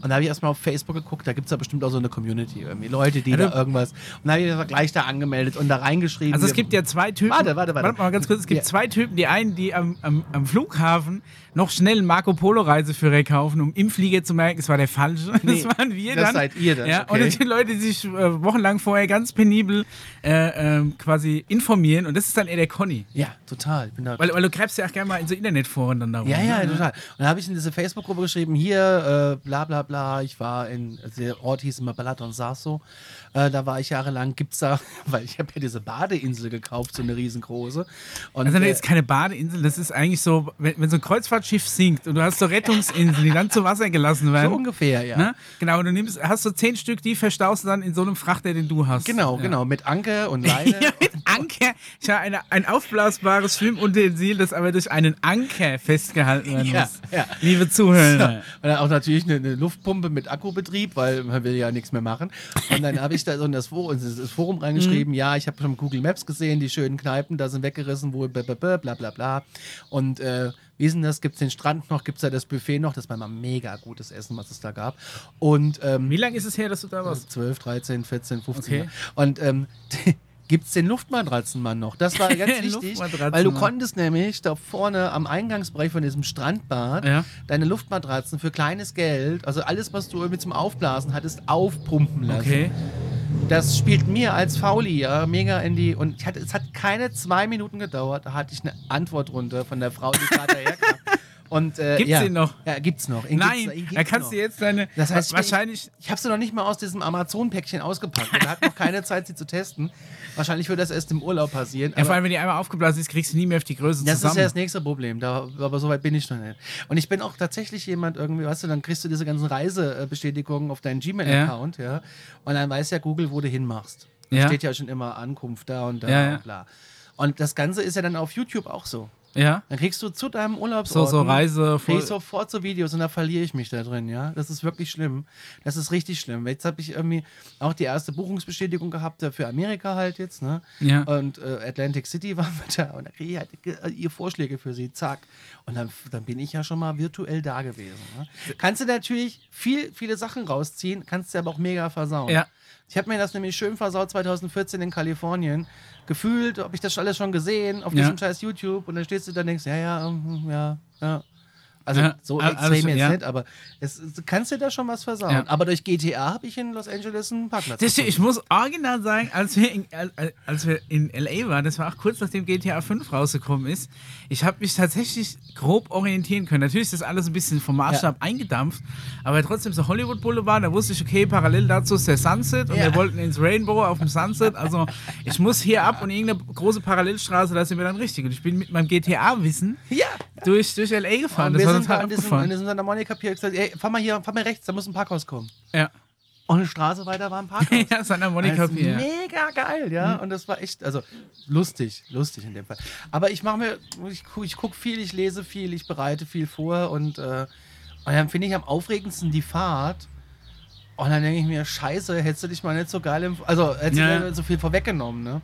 S2: Und da habe ich erstmal auf Facebook geguckt, da gibt es ja bestimmt auch so eine Community, irgendwie Leute, die
S1: Ja, du-
S2: da irgendwas. Und da habe ich das gleich da angemeldet und da reingeschrieben.
S1: Also es gibt ja zwei Typen.
S2: Warte, warte, warte.
S1: mal ganz kurz. Es gibt
S2: Ja.
S1: zwei Typen. Die einen, die am, am, am Flughafen noch schnell einen Marco Polo Reiseführer kaufen, um im Flieger zu merken, es war der falsche.
S2: Nee,
S1: das waren wir
S2: das
S1: dann.
S2: seid ihr dann,
S1: Ja,
S2: okay.
S1: Und die Leute, die sich äh, wochenlang vorher ganz penibel äh, ähm, quasi informieren. Und das ist dann eher der Conny.
S2: Ja, total. Ich Bin da
S1: Weil, weil du greifst ja auch gerne mal in so Internetforen dann ne? darum.
S2: ja, ja, total. Und da habe ich in diese Facebook-Gruppe geschrieben, hier, äh, bla bla bla, ich war in, also der Ort hieß immer Balaton Sasso, äh, da war ich jahrelang, gibt's da, weil ich habe ja diese Badeinsel gekauft, so eine riesengroße. Und,
S1: Also das
S2: äh,
S1: ist keine Badeinsel, das ist eigentlich so, wenn, wenn so ein Kreuzfahrtschiff sinkt und du hast so Rettungsinseln, die dann zu Wasser gelassen
S2: so
S1: werden.
S2: ungefähr, ja.
S1: Ne? Genau, und du nimmst, hast so zehn Stück, die verstaust du dann in so einem Frachter, den du hast.
S2: Genau,
S1: ja.
S2: genau, mit Anker und Leine.
S1: Ja, mit Anker. Ich habe eine, ein aufblasbares Schwimmutensil, das aber durch einen Anker festgehalten werden
S2: Ja,
S1: muss.
S2: ja.
S1: Liebe Zuhörer.
S2: Und dann auch natürlich eine, eine Luft, Luftpumpe mit Akkubetrieb, weil man will ja nichts mehr machen. Und dann habe ich da so in das Forum, in das Forum reingeschrieben, ja, ich habe schon Google Maps gesehen, die schönen Kneipen, da sind weggerissen, wohl bla bla bla bla bla. bla. Und äh, wie ist denn das? Gibt es den Strand noch? Gibt es da das Buffet noch? Das war mal mega gutes Essen, was es da gab. Und ähm,
S1: Wie lange ist es her, dass du da warst?
S2: 12, 13, 14, 15.
S1: Okay.
S2: ja. Und ähm, gibt es den Luftmatratzenmann noch? Das war ganz wichtig,
S1: Luftmatratzenmann.
S2: weil du konntest nämlich da vorne am Eingangsbereich von diesem Strandbad
S1: Ja.
S2: deine Luftmatratzen für kleines Geld, also alles, was du irgendwie zum Aufblasen hattest, aufpumpen lassen.
S1: Okay.
S2: Das spielt mir als Fauli ja mega in die. Und ich hatte, es hat keine zwei Minuten gedauert, da hatte ich eine Antwort runter von der Frau, die gerade herkam. Und, äh,
S1: Gibt's
S2: ja.
S1: den noch?
S2: Ja, gibt's noch. Ihn gibt's, ihn
S1: Nein,
S2: gibt's
S1: da kannst
S2: noch.
S1: du jetzt deine.
S2: Das heißt, ich bin-
S1: wahrscheinlich.
S2: Ich habe sie noch nicht mal aus diesem Amazon-Päckchen ausgepackt. Wir hatten noch keine Zeit, sie zu testen. Wahrscheinlich wird das erst im Urlaub passieren.
S1: Ja, vor
S2: Aber
S1: allem, wenn die einmal aufgeblasen ist, kriegst du nie mehr auf die Größe
S2: das ist
S1: zusammen.
S2: ja das nächste Problem. Da, aber so weit bin ich noch nicht. Und ich bin auch tatsächlich jemand irgendwie, weißt du, dann kriegst du diese ganzen Reisebestätigungen auf deinen Gmail-Account, ja. Und dann weiß ja Google, wo du hinmachst. Da
S1: Ja.
S2: steht ja schon immer Ankunft da und da
S1: Ja, ja.
S2: und bla. Und das Ganze ist ja dann auf YouTube auch so.
S1: ja.
S2: Dann kriegst du zu deinem
S1: So,
S2: Urlaubsort.
S1: so Reise.
S2: Kriege ich sofort so Videos und da verliere ich mich da drin, ja. Das ist wirklich schlimm. Das ist richtig schlimm. Jetzt habe ich irgendwie auch die erste Buchungsbestätigung gehabt äh, für Amerika halt jetzt, ne?
S1: Ja.
S2: Und äh, Atlantic City waren wir da und da kriege ich halt ge- äh, ihr Vorschläge für sie, zack. Und dann, dann bin ich ja schon mal virtuell da gewesen. Ne? Kannst du natürlich viel, viele Sachen rausziehen, kannst du aber auch mega versauen.
S1: Ja.
S2: Ich habe mir das nämlich schön versaut 2014 in Kalifornien. Gefühlt, habe ich das alles schon gesehen auf
S1: Ja.
S2: diesem scheiß YouTube und dann stehst du da und denkst, ja, ja, mm, ja, ja. Also
S1: Ja,
S2: so
S1: al-
S2: extrem
S1: alles-
S2: jetzt
S1: ja.
S2: nicht, aber es, es- du kannst dir da schon was versauen.
S1: Ja.
S2: Aber durch GTA habe ich in Los Angeles einen Parkplatz.
S1: Das, stimmt, ich muss original sagen, als wir, in, als, als wir in L.A. waren, das war auch kurz nachdem GTA 5 rausgekommen ist, ich habe mich tatsächlich grob orientieren können. Natürlich ist das alles ein bisschen vom Maßstab eingedampft, aber trotzdem so Hollywood Boulevard, da wusste ich, okay, parallel dazu ist der Sunset und
S2: Ja.
S1: wir wollten ins Rainbow auf dem Sunset. Also ich muss hier ab und irgendeine große Parallelstraße, da sind wir dann richtig. Und ich bin mit meinem GTA-Wissen
S2: Ja.
S1: durch, durch L.A. gefahren.
S2: Und wir
S1: das war total
S2: sind da an diesem, an
S1: abgefahren.
S2: diesem Santa Monica Pier gesagt, ey, fahr mal hier, fahr mal rechts, da muss ein Parkhaus kommen.
S1: Ja.
S2: Und eine Straße weiter war ein Parkhaus.
S1: ja, Santa Monica
S2: Das ist
S1: Pier.
S2: mega geil, ja.
S1: Mhm.
S2: Und das war echt, also lustig, lustig in dem Fall. Aber ich mache mir, ich, gu- ich gucke viel, ich lese viel, ich bereite viel vor und, äh, und dann finde ich am aufregendsten die Fahrt. Und dann denke ich mir, scheiße, hättest du dich mal nicht so geil im, also hättest
S1: Ja.
S2: du dir so viel vorweggenommen, ne?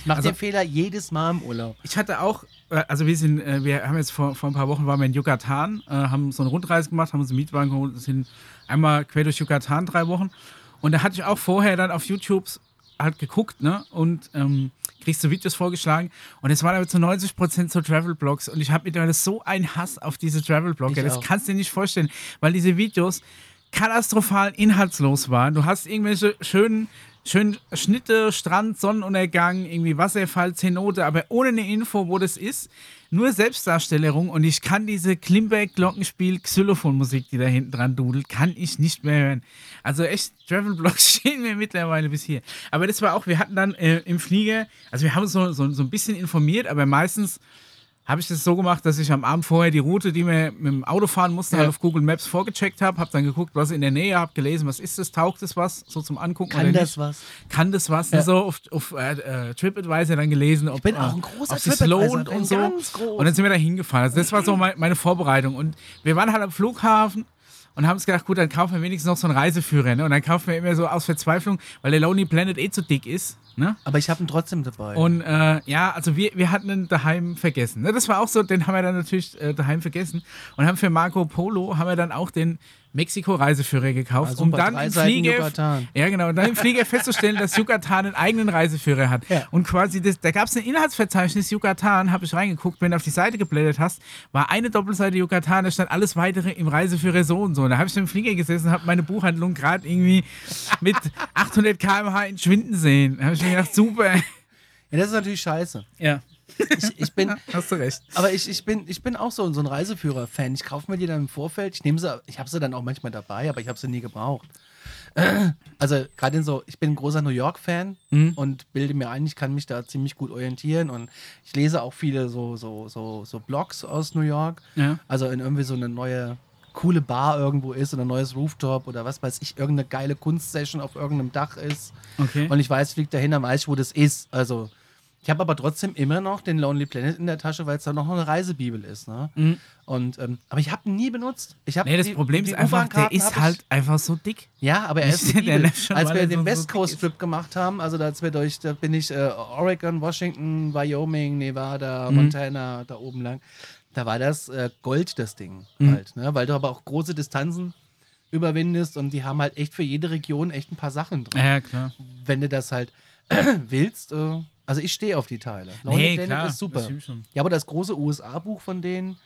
S2: Ich mache
S1: Also-
S2: den Fehler jedes Mal im Urlaub.
S1: Ich hatte auch, äh, also wir sind, äh, wir haben jetzt vor, vor ein paar Wochen waren wir in Yucatan, äh, haben so eine Rundreise gemacht, haben uns einen Mietwagen geholt und sind einmal quer durch Yucatan drei Wochen. Und da hatte ich auch vorher dann auf YouTube halt geguckt, ne? Und ähm, kriegst du Videos vorgeschlagen. Und es waren aber zu 90 Prozent so Travel-Blogs. Und ich habe mittlerweile so einen Hass auf diese Travel-Blogger.
S2: Ich
S1: Das
S2: auch.
S1: kannst du dir nicht vorstellen, weil diese Videos katastrophal inhaltslos waren. Du hast irgendwelche schönen, schönen Schnitte, Strand, Sonnenuntergang, irgendwie Wasserfall, Zenote, aber ohne eine Info, wo das ist. Nur Selbstdarstellung und ich kann diese Klimberg-Glockenspiel Xylophon-Musik, die da hinten dran dudelt, kann ich nicht mehr hören. Also echt, Travel Blogs stehen mir mittlerweile bis hier. Aber das war auch, wir hatten dann äh, im Flieger, also wir haben uns so, so, so ein bisschen informiert, aber meistens habe ich das so gemacht, dass ich am Abend vorher die Route, die wir mit dem Auto fahren mussten,
S2: Ja.
S1: halt auf Google Maps vorgecheckt habe, habe dann geguckt, was in der Nähe, habe gelesen, was ist das, taugt es was, so zum Angucken
S2: Kann
S1: oder
S2: das
S1: nicht.
S2: was?
S1: Kann das was?
S2: Ja.
S1: So auf, auf äh, äh, TripAdvisor dann gelesen, ob
S2: bin
S1: äh,
S2: auch ein großer
S1: ob sich's
S2: TripAdvisor,
S1: lohnt
S2: bin
S1: und so.
S2: ganz groß.
S1: Und dann sind wir da hingefahren. Also das war so mein, meine Vorbereitung. Und wir waren halt am Flughafen und haben uns gedacht, gut, dann kaufen wir wenigstens noch so einen Reiseführer. Ne? Und dann kaufen wir immer so aus Verzweiflung, weil der Lonely Planet eh zu dick ist. Ne?
S2: Aber ich habe ihn trotzdem dabei.
S1: Und äh, ja, also wir, wir hatten ihn daheim vergessen. Ne? Das war auch so, den haben wir dann natürlich äh, daheim vergessen. Und haben für Marco Polo haben wir dann auch den Mexiko-Reiseführer gekauft,
S2: Ah,
S1: um
S2: super,
S1: dann
S2: drei
S1: im
S2: Seiten
S1: Flieger,
S2: Yucatan.
S1: ja, genau, und dann im Flieger festzustellen, dass Yucatan einen eigenen Reiseführer hat.
S2: Ja.
S1: Und quasi, das, da gab es ein Inhaltsverzeichnis Yucatan, habe ich reingeguckt, wenn du auf die Seite geblättert hast, war eine Doppelseite Yucatan, da stand alles weitere im Reiseführer so und so. Und da habe ich im Flieger gesessen, habe meine Buchhandlung gerade irgendwie mit 800 km/h entschwinden sehen. Da habe ich mir gedacht, super.
S2: ja, das ist natürlich scheiße.
S1: Ja.
S2: Ich, ich bin,
S1: Hast du recht.
S2: Aber ich, ich, bin, ich bin auch so, so ein Reiseführer-Fan. Ich kaufe mir die dann im Vorfeld. Ich nehme sie, ich habe sie dann auch manchmal dabei, aber ich habe sie nie gebraucht. Also gerade in so, ich bin ein großer New York-Fan und bilde mir ein, ich kann mich da ziemlich gut orientieren und ich lese auch viele so, so, so, so Blogs aus New York.
S1: Ja.
S2: Also in irgendwie so eine neue coole Bar irgendwo ist oder ein neues Rooftop oder was weiß ich, irgendeine geile Kunstsession auf irgendeinem Dach ist.
S1: Okay.
S2: Und ich weiß, fliegt dahin, dann weiß ich, wo das ist. Also Ich habe aber trotzdem immer noch den Lonely Planet in der Tasche, weil es da noch eine Reisebibel ist. Ne? Und, ähm, aber ich habe ihn nie benutzt. Ich hab
S1: Mhm. Nee, das
S2: die-
S1: Problem
S2: die
S1: ist einfach, der
S2: U-Bahn-Karten hab
S1: ist
S2: ich-
S1: halt einfach so dick.
S2: Ja, aber er ist
S1: Der
S2: eine Bibel.
S1: läuft schon,
S2: Als
S1: weil
S2: wir
S1: er
S2: den
S1: so- so
S2: West
S1: dick
S2: Coast
S1: ist.
S2: Trip gemacht haben, also als wir durch, da bin ich äh, Oregon, Washington, Wyoming,
S1: Mhm.
S2: Nevada, Montana, da oben lang, da war das äh, Gold, das Ding
S1: Mhm.
S2: halt, ne? weil du aber auch große Distanzen überwindest und die haben halt echt für jede Region echt ein paar Sachen drin.
S1: Ja, klar.
S2: Wenn du das halt willst, äh, also ich stehe auf die Teile. Lonely
S1: Nee,
S2: Planet
S1: klar,
S2: ist super.
S1: das stimmt schon.
S2: Ja, aber das große USA-Buch von denen,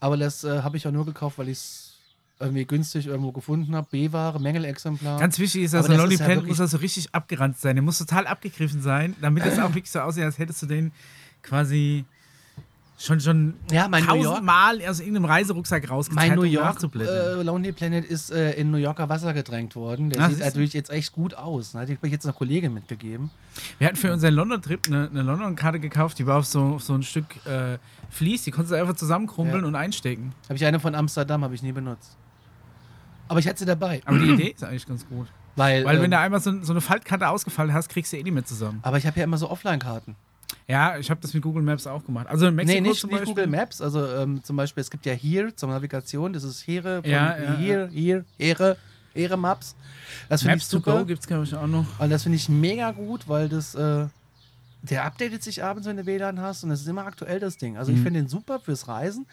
S2: aber das äh, habe ich auch nur gekauft, weil ich es irgendwie günstig irgendwo gefunden habe. B-Ware, Mängelexemplar.
S1: Ganz wichtig ist,
S2: Aber
S1: also
S2: das
S1: Lonely
S2: ist ja
S1: Planet
S2: wirklich-
S1: muss also richtig abgeranzt sein. Der muss total abgegriffen sein, damit es auch wirklich so aussieht, als hättest du den quasi schon schon
S2: Ja, mein New York-
S1: tausendmal aus irgendeinem Reiserucksack rausgezogen.
S2: mein New
S1: um
S2: York
S1: nachzublättern.
S2: äh, Lonely Planet ist äh, in New Yorker Wasser gedrängt worden. Der
S1: Ach,
S2: sieht
S1: siehst du.
S2: natürlich jetzt echt gut aus. Ne? Die habe ich jetzt einer Kollegin mitgegeben.
S1: Wir hatten für unseren London-Trip eine, eine London-Karte gekauft, die war auf so, auf so ein Stück äh, Vlies, die konntest du einfach zusammenkrumpeln
S2: Ja.
S1: und einstecken.
S2: Habe ich eine von Amsterdam, habe ich nie benutzt. Aber ich hatte sie dabei.
S1: Aber die Idee ist eigentlich ganz gut.
S2: Weil,
S1: Weil
S2: ähm,
S1: wenn du einmal so, so eine Faltkarte ausgefallen hast, kriegst du eh nicht mehr zusammen.
S2: aber ich habe ja immer so Offline-Karten.
S1: Ja, ich habe das mit Google Maps auch gemacht. Also in Mexiko
S2: nee, nicht,
S1: zum
S2: nicht
S1: Beispiel.
S2: Google Maps. Also ähm, zum Beispiel, es gibt ja hier zur Navigation, das ist Here, von
S1: Ja, ja,
S2: Here, Here, Here, Here Maps. Das finde ich
S1: Maps to
S2: super.
S1: go gibt es, glaube ich, auch noch.
S2: Und das finde ich mega gut, weil das, äh, der updatet sich abends, wenn du WLAN hast und es ist immer aktuell das Ding.
S1: Mhm.
S2: Also ich finde den super fürs Reisen.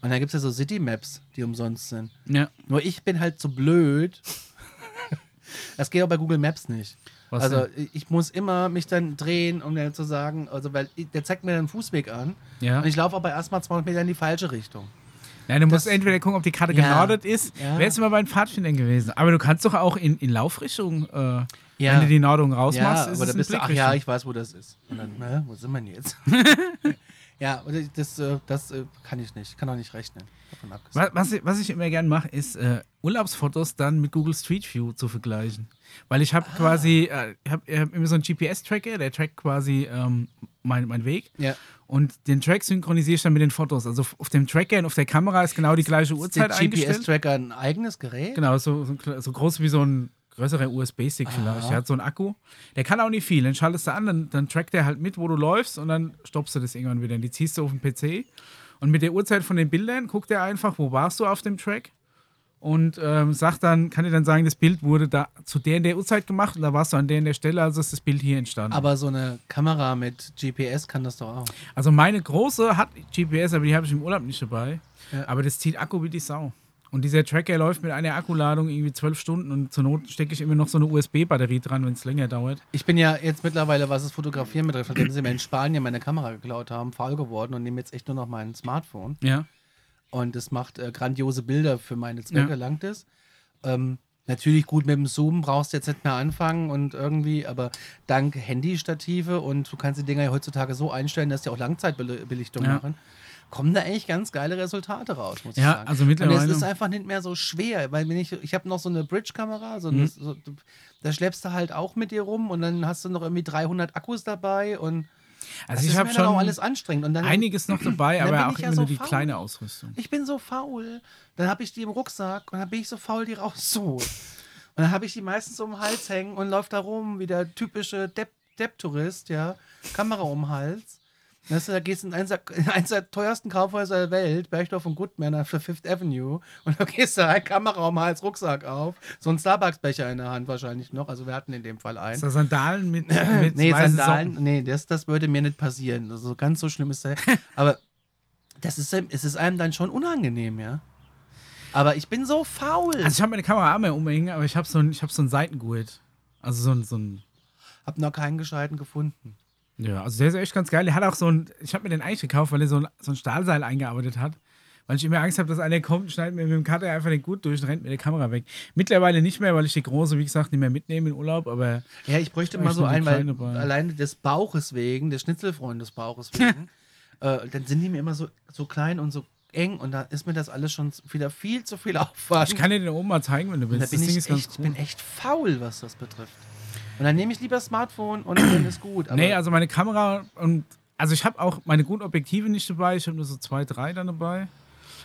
S2: Und dann gibt es ja so City Maps, die umsonst sind.
S1: Ja.
S2: Nur ich bin halt so blöd. das geht auch bei Google Maps nicht.
S1: Was
S2: also ich muss immer mich dann drehen, um dann zu sagen, also weil ich- der zeigt mir dann einen Fußweg an
S1: Ja.
S2: und ich laufe aber erstmal 200 Meter in die falsche Richtung.
S1: Nein, du musst
S2: Das-
S1: entweder gucken, ob die Karte
S2: Ja.
S1: genordet ist.
S2: Ja.
S1: Wärst du mal bei den Pfadfindern gewesen. Aber du kannst doch auch in, in Laufrichtung, äh,
S2: Ja.
S1: wenn du die Nordung rausmachst,
S2: ja,
S1: ist
S2: aber
S1: es
S2: dann
S1: ein
S2: bist du, ach ja,
S1: Blickrichtung.
S2: ich weiß, wo das ist. Und dann, ne, wo sind wir denn jetzt? ja, aber das, äh, das äh, kann ich nicht, kann auch nicht rechnen. Davon abgesehen.
S1: Wa- was, ich- was ich immer gern mache, ist äh, Urlaubsfotos dann mit Google Street View zu vergleichen. Weil ich habe
S2: Ah.
S1: quasi, äh, ich habe hab immer so einen GPS-Tracker, der trackt quasi ähm, meinen mein Weg.
S2: Ja.
S1: Und den Track synchronisiere ich dann mit den Fotos. Also auf- auf dem Tracker und auf der Kamera ist genau die gleiche
S2: Ist der
S1: Uhrzeit eingestellt.
S2: GPS-Tracker ein eigenes Gerät?
S1: Genau, so, so, ein kle- so groß wie so ein größerer USB-Stick vielleicht. Der hat so einen Akku. Der kann auch nicht viel. Dann schaltest du an, dann, dann trackt der halt mit, wo du läufst und dann stoppst du das irgendwann wieder. Und die ziehst du auf den PC. Und mit der Uhrzeit von den Bildern guckt er einfach, wo warst du auf dem Track? Und ähm, sagt dann, kann dir dann sagen, das Bild wurde da zu der in der Uhrzeit gemacht und da warst du an der in der Stelle, also ist das Bild hier entstanden.
S2: Aber so eine Kamera mit GPS kann das doch auch.
S1: Also meine große hat GPS, aber die habe ich im Urlaub nicht dabei.
S2: Ja.
S1: Aber das zieht Akku wie die Sau. Und dieser Tracker läuft mit einer Akkuladung irgendwie zwölf Stunden und zur Not stecke ich immer noch so eine USB-Batterie dran, wenn es länger dauert.
S2: Ich bin ja jetzt mittlerweile, was das Fotografieren betrifft, nachdem sie mir in Spanien meine Kamera geklaut haben, faul geworden und nehme jetzt echt nur noch mein Smartphone.
S1: Ja.
S2: Und es macht äh, grandiose Bilder für meine Zwecke,
S1: Ja.
S2: langt es. Ähm, natürlich gut mit dem Zoom brauchst du jetzt nicht mehr anfangen und irgendwie, aber dank Handy-Stative und du kannst die Dinger ja heutzutage so einstellen, dass die auch Langzeitbelichtung
S1: Ja.
S2: machen. Kommen da eigentlich ganz geile Resultate raus, muss
S1: Ja,
S2: ich sagen.
S1: also
S2: Und
S1: mittlerweile-
S2: es ist einfach nicht mehr so schwer, weil wenn ich, ich habe noch so eine Bridge-Kamera,
S1: Mhm.
S2: so eine- so, da schleppst du halt auch mit dir rum und dann hast du noch irgendwie 300 Akkus dabei und
S1: Also
S2: das
S1: ich
S2: ist
S1: habe
S2: mir dann
S1: schon
S2: auch alles anstrengend. Und dann
S1: einiges noch dabei,
S2: Dann bin
S1: aber auch
S2: ich ja
S1: immer
S2: so
S1: nur die
S2: faul.
S1: kleine Ausrüstung.
S2: ich bin so faul. Dann habe ich die im Rucksack und dann bin ich so faul, die rauszuholen. Und dann habe ich die meistens um den Hals hängen und läuft da rum, wie der typische Depp- Depp-Tourist, ja. Kamera um den Hals. Und Weißt du, da gehst du in eins der, in eins der teuersten Kaufhäuser der Welt, Bergdorf und Goodman auf der Fifth Avenue. Und da gehst du rein, Kamera um den Hals, Rucksack auf. So einen Starbucks-Becher in der Hand wahrscheinlich noch. Also wir hatten in dem Fall einen.
S1: Ist das Sandalen mit, mit
S2: Ähm, Nee,
S1: weißen
S2: Sandalen,
S1: Socken?
S2: nee, das, das würde mir nicht passieren. Also ganz so schlimm ist der. Aber das ist, einem- es ist einem dann schon unangenehm, ja. Aber ich bin so faul.
S1: Also ich habe meine Kamera auch mehr umhängen, aber ich habe so, ein- ich hab so einen Seitengurt. Also so ein, so ein
S2: hab noch keinen gescheiten gefunden.
S1: Ja, also der ist echt ganz geil. Der hat auch so ein, ich habe mir den eigentlich gekauft, weil er so ein, so ein Stahlseil eingearbeitet hat. Weil ich immer Angst habe, dass einer kommt, schneidet mir mit dem Cutter einfach den Gut durch und rennt mir die Kamera weg. Mittlerweile nicht mehr, weil ich die große, wie gesagt, nicht mehr mitnehme in Urlaub, aber
S2: Ja, ich bräuchte
S1: Ich
S2: mal so
S1: nur die
S2: einen, weil
S1: kleine Beine.
S2: alleine des Bauches wegen, des Schnitzelfreund des Bauches wegen, äh, dann sind die mir immer so, so klein und so eng und da ist mir das alles schon wieder viel zu viel Aufwand.
S1: ich kann dir den oben mal zeigen, wenn du
S2: Und da
S1: willst.
S2: bin
S1: Das Ding
S2: ich
S1: ist ganz
S2: echt,
S1: cool.
S2: bin echt faul, was das betrifft. Und dann nehme ich lieber Smartphone und dann ist gut. Aber
S1: Nee, also meine Kamera und also ich habe auch meine guten Objektive nicht dabei, ich habe nur so zwei, drei dann dabei.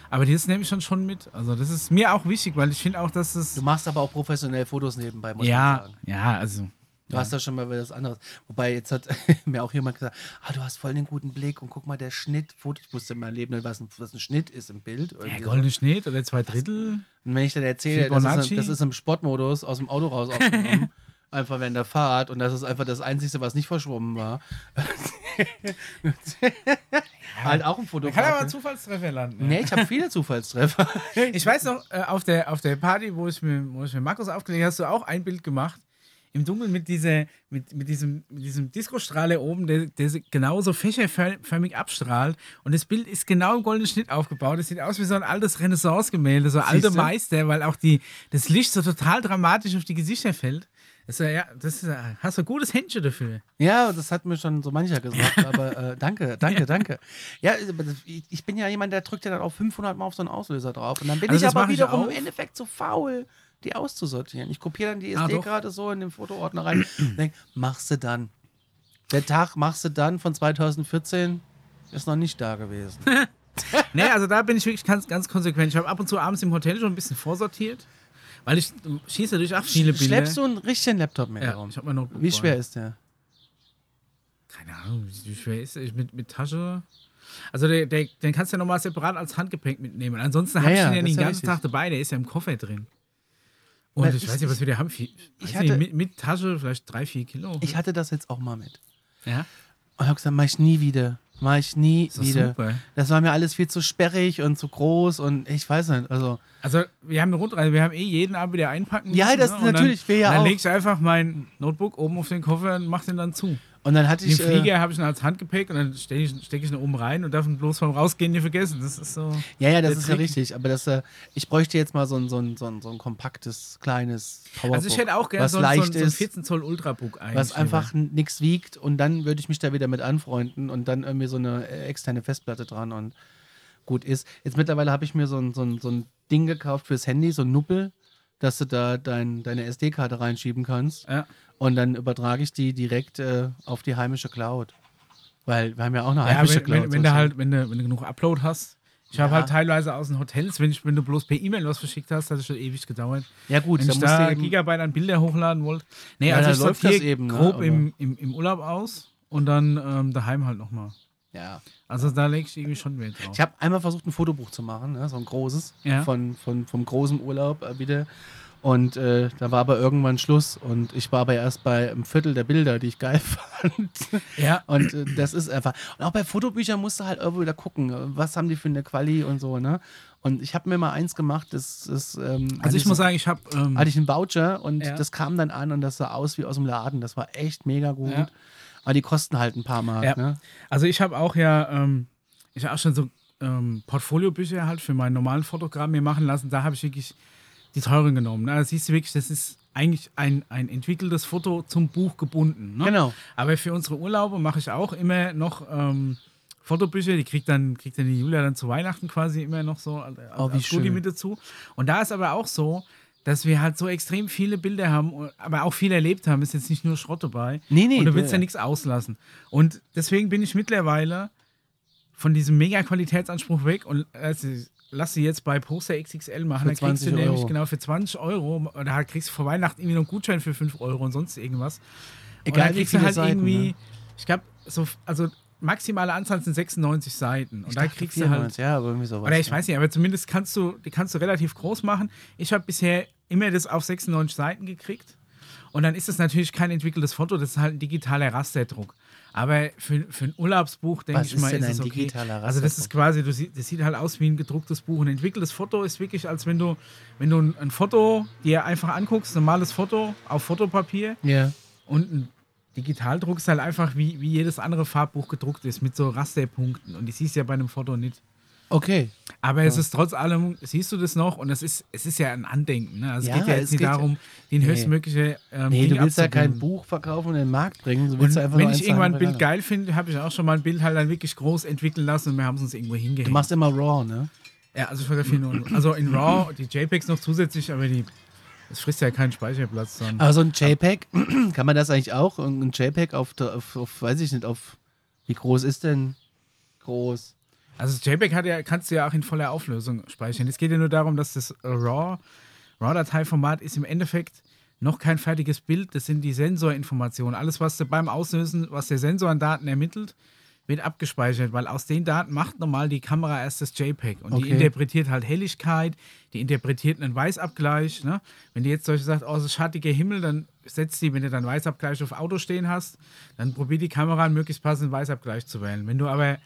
S1: Aber das nehme ich schon schon mit. Also das ist mir auch wichtig, weil ich finde auch, dass es.
S2: Du machst aber auch professionell Fotos nebenbei, muss man
S1: Ja,
S2: sagen.
S1: ja, also
S2: Du hast ja schon mal wieder das anderes. Wobei, jetzt hat mir auch jemand gesagt, ah, du hast voll den guten Blick und guck mal, der Schnitt, Fotos ich musste in meinem Leben, nicht, was ein, was ein Schnitt ist im Bild.
S1: Der
S2: irgendwie so.
S1: goldene Schnitt oder zwei Drittel?
S2: Und wenn ich dann erzähle, das
S1: Fibonacci?
S2: ist, im- das ist im Sportmodus aus dem Auto raus aufgenommen, einfach während der Fahrt und das ist einfach das Einzige, was nicht verschwommen war. halt auch
S1: Kann aber
S2: ein Fotograf.
S1: Zufallstreffer landen.
S2: Nee, ich habe viele Zufallstreffer.
S1: Ich weiß noch, äh, auf, der, auf der Party, wo ich, mir, wo ich mir Markus aufgelegt habe, hast du auch ein Bild gemacht. Im Dunkeln mit, dieser, mit, mit diesem, mit diesem Discostrahler oben, der, der so- genauso fächerförmig abstrahlt. Und das Bild ist genau im goldenen Schnitt aufgebaut. Es sieht aus wie so ein altes Renaissance-Gemälde, so alte
S2: Siehste?
S1: Meister, weil auch die, das Licht so total dramatisch auf die Gesichter fällt. Das, ist ja- ja, das ist, ja- hast du ein gutes Händchen dafür.
S2: Ja, das hat mir schon so mancher gesagt, aber äh, danke, danke, danke. Ja, aber das- ich ich bin ja jemand, der drückt ja dann auch 500 Mal auf so einen Auslöser drauf und dann bin
S1: Also
S2: ich
S1: das
S2: aber
S1: mach ich
S2: wiederum
S1: auch.
S2: im Endeffekt zu faul, die auszusortieren. Ich kopiere dann die
S1: Ah, doch.
S2: SD-Karte so in den Fotoordner rein und denke, machst du dann. Der Tag machst du dann von 2014 ist noch nicht da gewesen.
S1: Nee, also da bin ich wirklich ganz, ganz konsequent. Ich habe ab und zu abends im Hotel schon ein bisschen vorsortiert, weil ich schieße natürlich auch viele Bilder.
S2: Schleppst du einen richtigen Laptop mit
S1: Ja,
S2: herum?
S1: ich hab mein Notebook
S2: Wie
S1: bei.
S2: schwer ist der?
S1: Keine Ahnung, wie wie schwer ist ich mit, mit Tasche? Also der, der, den kannst du ja nochmal separat als Handgepäck mitnehmen. Ansonsten habe
S2: Ja,
S1: ich den
S2: ja,
S1: ja
S2: das
S1: den
S2: ist ja
S1: ganzen
S2: richtig.
S1: Tag dabei, der ist ja im Koffer drin. Und
S2: Weil
S1: ich,
S2: ich-
S1: weiß nicht, was wir da haben. Viel, weiß
S2: hatte-
S1: nicht, mit, mit Tasche vielleicht drei, vier Kilo.
S2: Ich hatte das jetzt auch mal mit.
S1: ja,
S2: Und hab gesagt, mach ich nie wieder. Mach ich nie
S1: ist doch
S2: wieder.
S1: super.
S2: Das war mir alles viel zu sperrig und zu groß und ich weiß nicht. Also,
S1: Also wir haben eine Rundreise, wir haben eh jeden Abend wieder einpacken
S2: Ja, das
S1: ne?
S2: ist
S1: Und dann-
S2: natürlich, wir ja
S1: Dann
S2: auch.
S1: leg ich einfach mein Notebook oben auf den Koffer und mach den dann zu.
S2: und dann hatte
S1: Den
S2: ich. Äh,
S1: Flieger habe ich dann als Handgepäck und dann stecke ich, steck ich ihn oben rein und darf ihn bloß beim Rausgehen nicht vergessen. Das ist so.
S2: ja, ja, das
S1: der
S2: ist ja
S1: Trick.
S2: richtig. Aber das, äh, ich bräuchte jetzt mal so ein, so ein, so ein, so ein kompaktes, kleines Powerbook.
S1: Also ich hätte auch gerne
S2: was
S1: so, ein-
S2: leicht
S1: so, ein-
S2: ist,
S1: so ein 14 Zoll Ultrabook eigentlich.
S2: was einfach nichts wiegt und dann würde ich mich da wieder mit anfreunden und dann irgendwie so eine äh, externe Festplatte dran und gut ist. Jetzt mittlerweile habe ich mir so ein, so, ein, so ein Ding gekauft fürs Handy, so ein Nuppel, dass du da dein, deine SD-Karte reinschieben kannst.
S1: Ja.
S2: Und dann übertrage ich die direkt äh, auf die heimische Cloud. Weil wir haben ja auch eine
S1: Ja,
S2: heimische
S1: wenn, wenn,
S2: Cloud.
S1: wenn du
S2: sozusagen.
S1: halt, wenn du, wenn du genug Upload hast. Ich habe
S2: Ja.
S1: halt teilweise aus den Hotels, wenn, ich, wenn du bloß per E-Mail was verschickt hast, hat es schon ewig gedauert.
S2: ja gut,
S1: wenn
S2: dann
S1: ich
S2: musst
S1: da
S2: du eben,
S1: Gigabyte an Bilder hochladen wollte. Nee,
S2: Ja,
S1: also
S2: dann
S1: ich
S2: läuft das
S1: sortiere
S2: eben, ne,
S1: grob
S2: aber-
S1: im, im, im Urlaub aus und dann ähm, daheim halt nochmal.
S2: ja.
S1: Also da lege ich irgendwie schon Wert drauf.
S2: Ich habe einmal versucht, ein Fotobuch zu machen, ne? so ein großes,
S1: Ja.
S2: von, von, vom großen Urlaub äh, wieder. Und äh, da war aber irgendwann Schluss und ich war aber erst bei einem Viertel der Bilder, die ich geil fand.
S1: ja.
S2: Und äh, das ist einfach. Und auch bei Fotobüchern musst du halt irgendwo wieder gucken, äh, was haben die für eine Quali und so, ne? Und ich habe mir mal eins gemacht, das ist. Ähm,
S1: Also ich
S2: hatte
S1: muss sagen, ich habe. Ähm,
S2: hatte ich einen Voucher und
S1: Ja.
S2: das kam dann an und das sah aus wie aus dem Laden. Das war echt mega gut.
S1: Ja.
S2: Aber die kosten halt ein paar Mark.
S1: Ja.
S2: Ne?
S1: Also ich habe auch ja, ähm, ich habe auch schon so ähm, Portfoliobücher halt für meinen normalen Fotogramm mir machen lassen. Da habe ich wirklich die teuren genommen. Ne? Da siehst du wirklich, das ist eigentlich ein, ein entwickeltes Foto zum Buch gebunden. Ne?
S2: Genau.
S1: Aber für unsere Urlaube mache ich auch immer noch ähm, Fotobücher. Die kriegt dann, kriegt dann die Julia dann zu Weihnachten quasi immer noch so als,
S2: Oh, wie
S1: als Goodie
S2: schön.
S1: mit dazu. Und da ist aber auch so, dass wir halt so extrem viele Bilder haben, aber auch viel erlebt haben. Ist jetzt nicht nur Schrott dabei.
S2: Nee, nee, äh,
S1: Und du willst
S2: nee.
S1: ja nichts auslassen. Und deswegen bin ich mittlerweile von diesem Mega-Qualitätsanspruch weg und also, lass sie jetzt bei Poster XXL machen.
S2: Für
S1: Dann kriegst
S2: 20
S1: du nämlich
S2: Euro.
S1: genau für 20 Euro oder halt kriegst du vor Weihnachten irgendwie noch einen Gutschein für 5 Euro und sonst irgendwas. und
S2: Egal
S1: dann
S2: wie
S1: kriegst du
S2: viele
S1: halt
S2: Seiten.
S1: irgendwie,
S2: ne?
S1: ich glaube, so, also maximale Anzahl sind 96 Seiten. Und
S2: Ich
S1: da
S2: dachte
S1: kriegst du halt.
S2: 94, Ja, aber irgendwie sowas.
S1: Oder ich
S2: ne?
S1: weiß nicht, aber zumindest kannst du, die kannst du relativ groß machen. Ich habe bisher immer das auf 96 Seiten gekriegt. Und dann ist das natürlich kein entwickeltes Foto, das ist halt ein digitaler Rasterdruck. Aber für, für ein Urlaubsbuch, denke
S2: Was
S1: ich
S2: ist
S1: mal,
S2: denn
S1: ist es
S2: ein
S1: okay.
S2: digitaler
S1: also das ist
S2: Rasterdruck?
S1: quasi, du sie, das sieht halt aus wie ein gedrucktes Buch. Ein entwickeltes Foto ist wirklich, als wenn du, wenn du ein, ein Foto dir einfach anguckst, normales Foto auf Fotopapier
S2: Ja.
S1: und ein Digitaldruck ist halt einfach wie, wie jedes andere Farbbuch gedruckt ist, mit so Rasterpunkten. Und die siehst du ja bei einem Foto nicht.
S2: Okay.
S1: Aber es ist trotz allem, siehst du das noch? Und es ist, es ist ja ein Andenken. Ne? Also
S2: Ja,
S1: es geht ja jetzt
S2: es
S1: nicht
S2: geht-
S1: darum, den
S2: Nee.
S1: höchstmögliche. Ähm,
S2: Nee,
S1: Ding
S2: du willst ja kein
S1: abzubilden.
S2: Buch verkaufen und in den Markt bringen. Du
S1: Und
S2: willst ja einfach
S1: wenn
S2: nur
S1: ich
S2: eins
S1: irgendwann
S2: haben,
S1: ein Bild
S2: Regale.
S1: geil finde, habe ich auch schon mal ein Bild halt dann wirklich groß entwickeln lassen und wir haben es uns irgendwo hingehängt.
S2: Du machst immer RAW, ne?
S1: ja, also ich fotografiere nur. Also in RAW, die JPEGs noch zusätzlich, aber die. Das frisst ja keinen Speicherplatz dann.
S2: Aber so ein JPEG, kann man das eigentlich auch? Ein JPEG auf, der- auf, auf, weiß ich nicht, auf, wie groß ist denn groß?
S1: Also das JPEG hat ja, kannst du ja auch in voller Auflösung speichern. Es geht ja nur darum, dass das äh, RAW, RAW-Dateiformat ist im Endeffekt noch kein fertiges Bild. Das sind die Sensorinformationen. Alles, was du beim Auslösen, was der Sensor an Daten ermittelt, wird abgespeichert, weil aus den Daten macht normal die Kamera erst das JPEG. Und die
S2: Okay.
S1: interpretiert halt Helligkeit, die interpretiert einen Weißabgleich. Ne? Wenn die jetzt solche sagt, oh, es ist schattiger Himmel, dann setzt die, wenn du dann Weißabgleich auf Auto stehen hast, dann probiert die Kamera einen möglichst passenden Weißabgleich zu wählen. Wenn du aber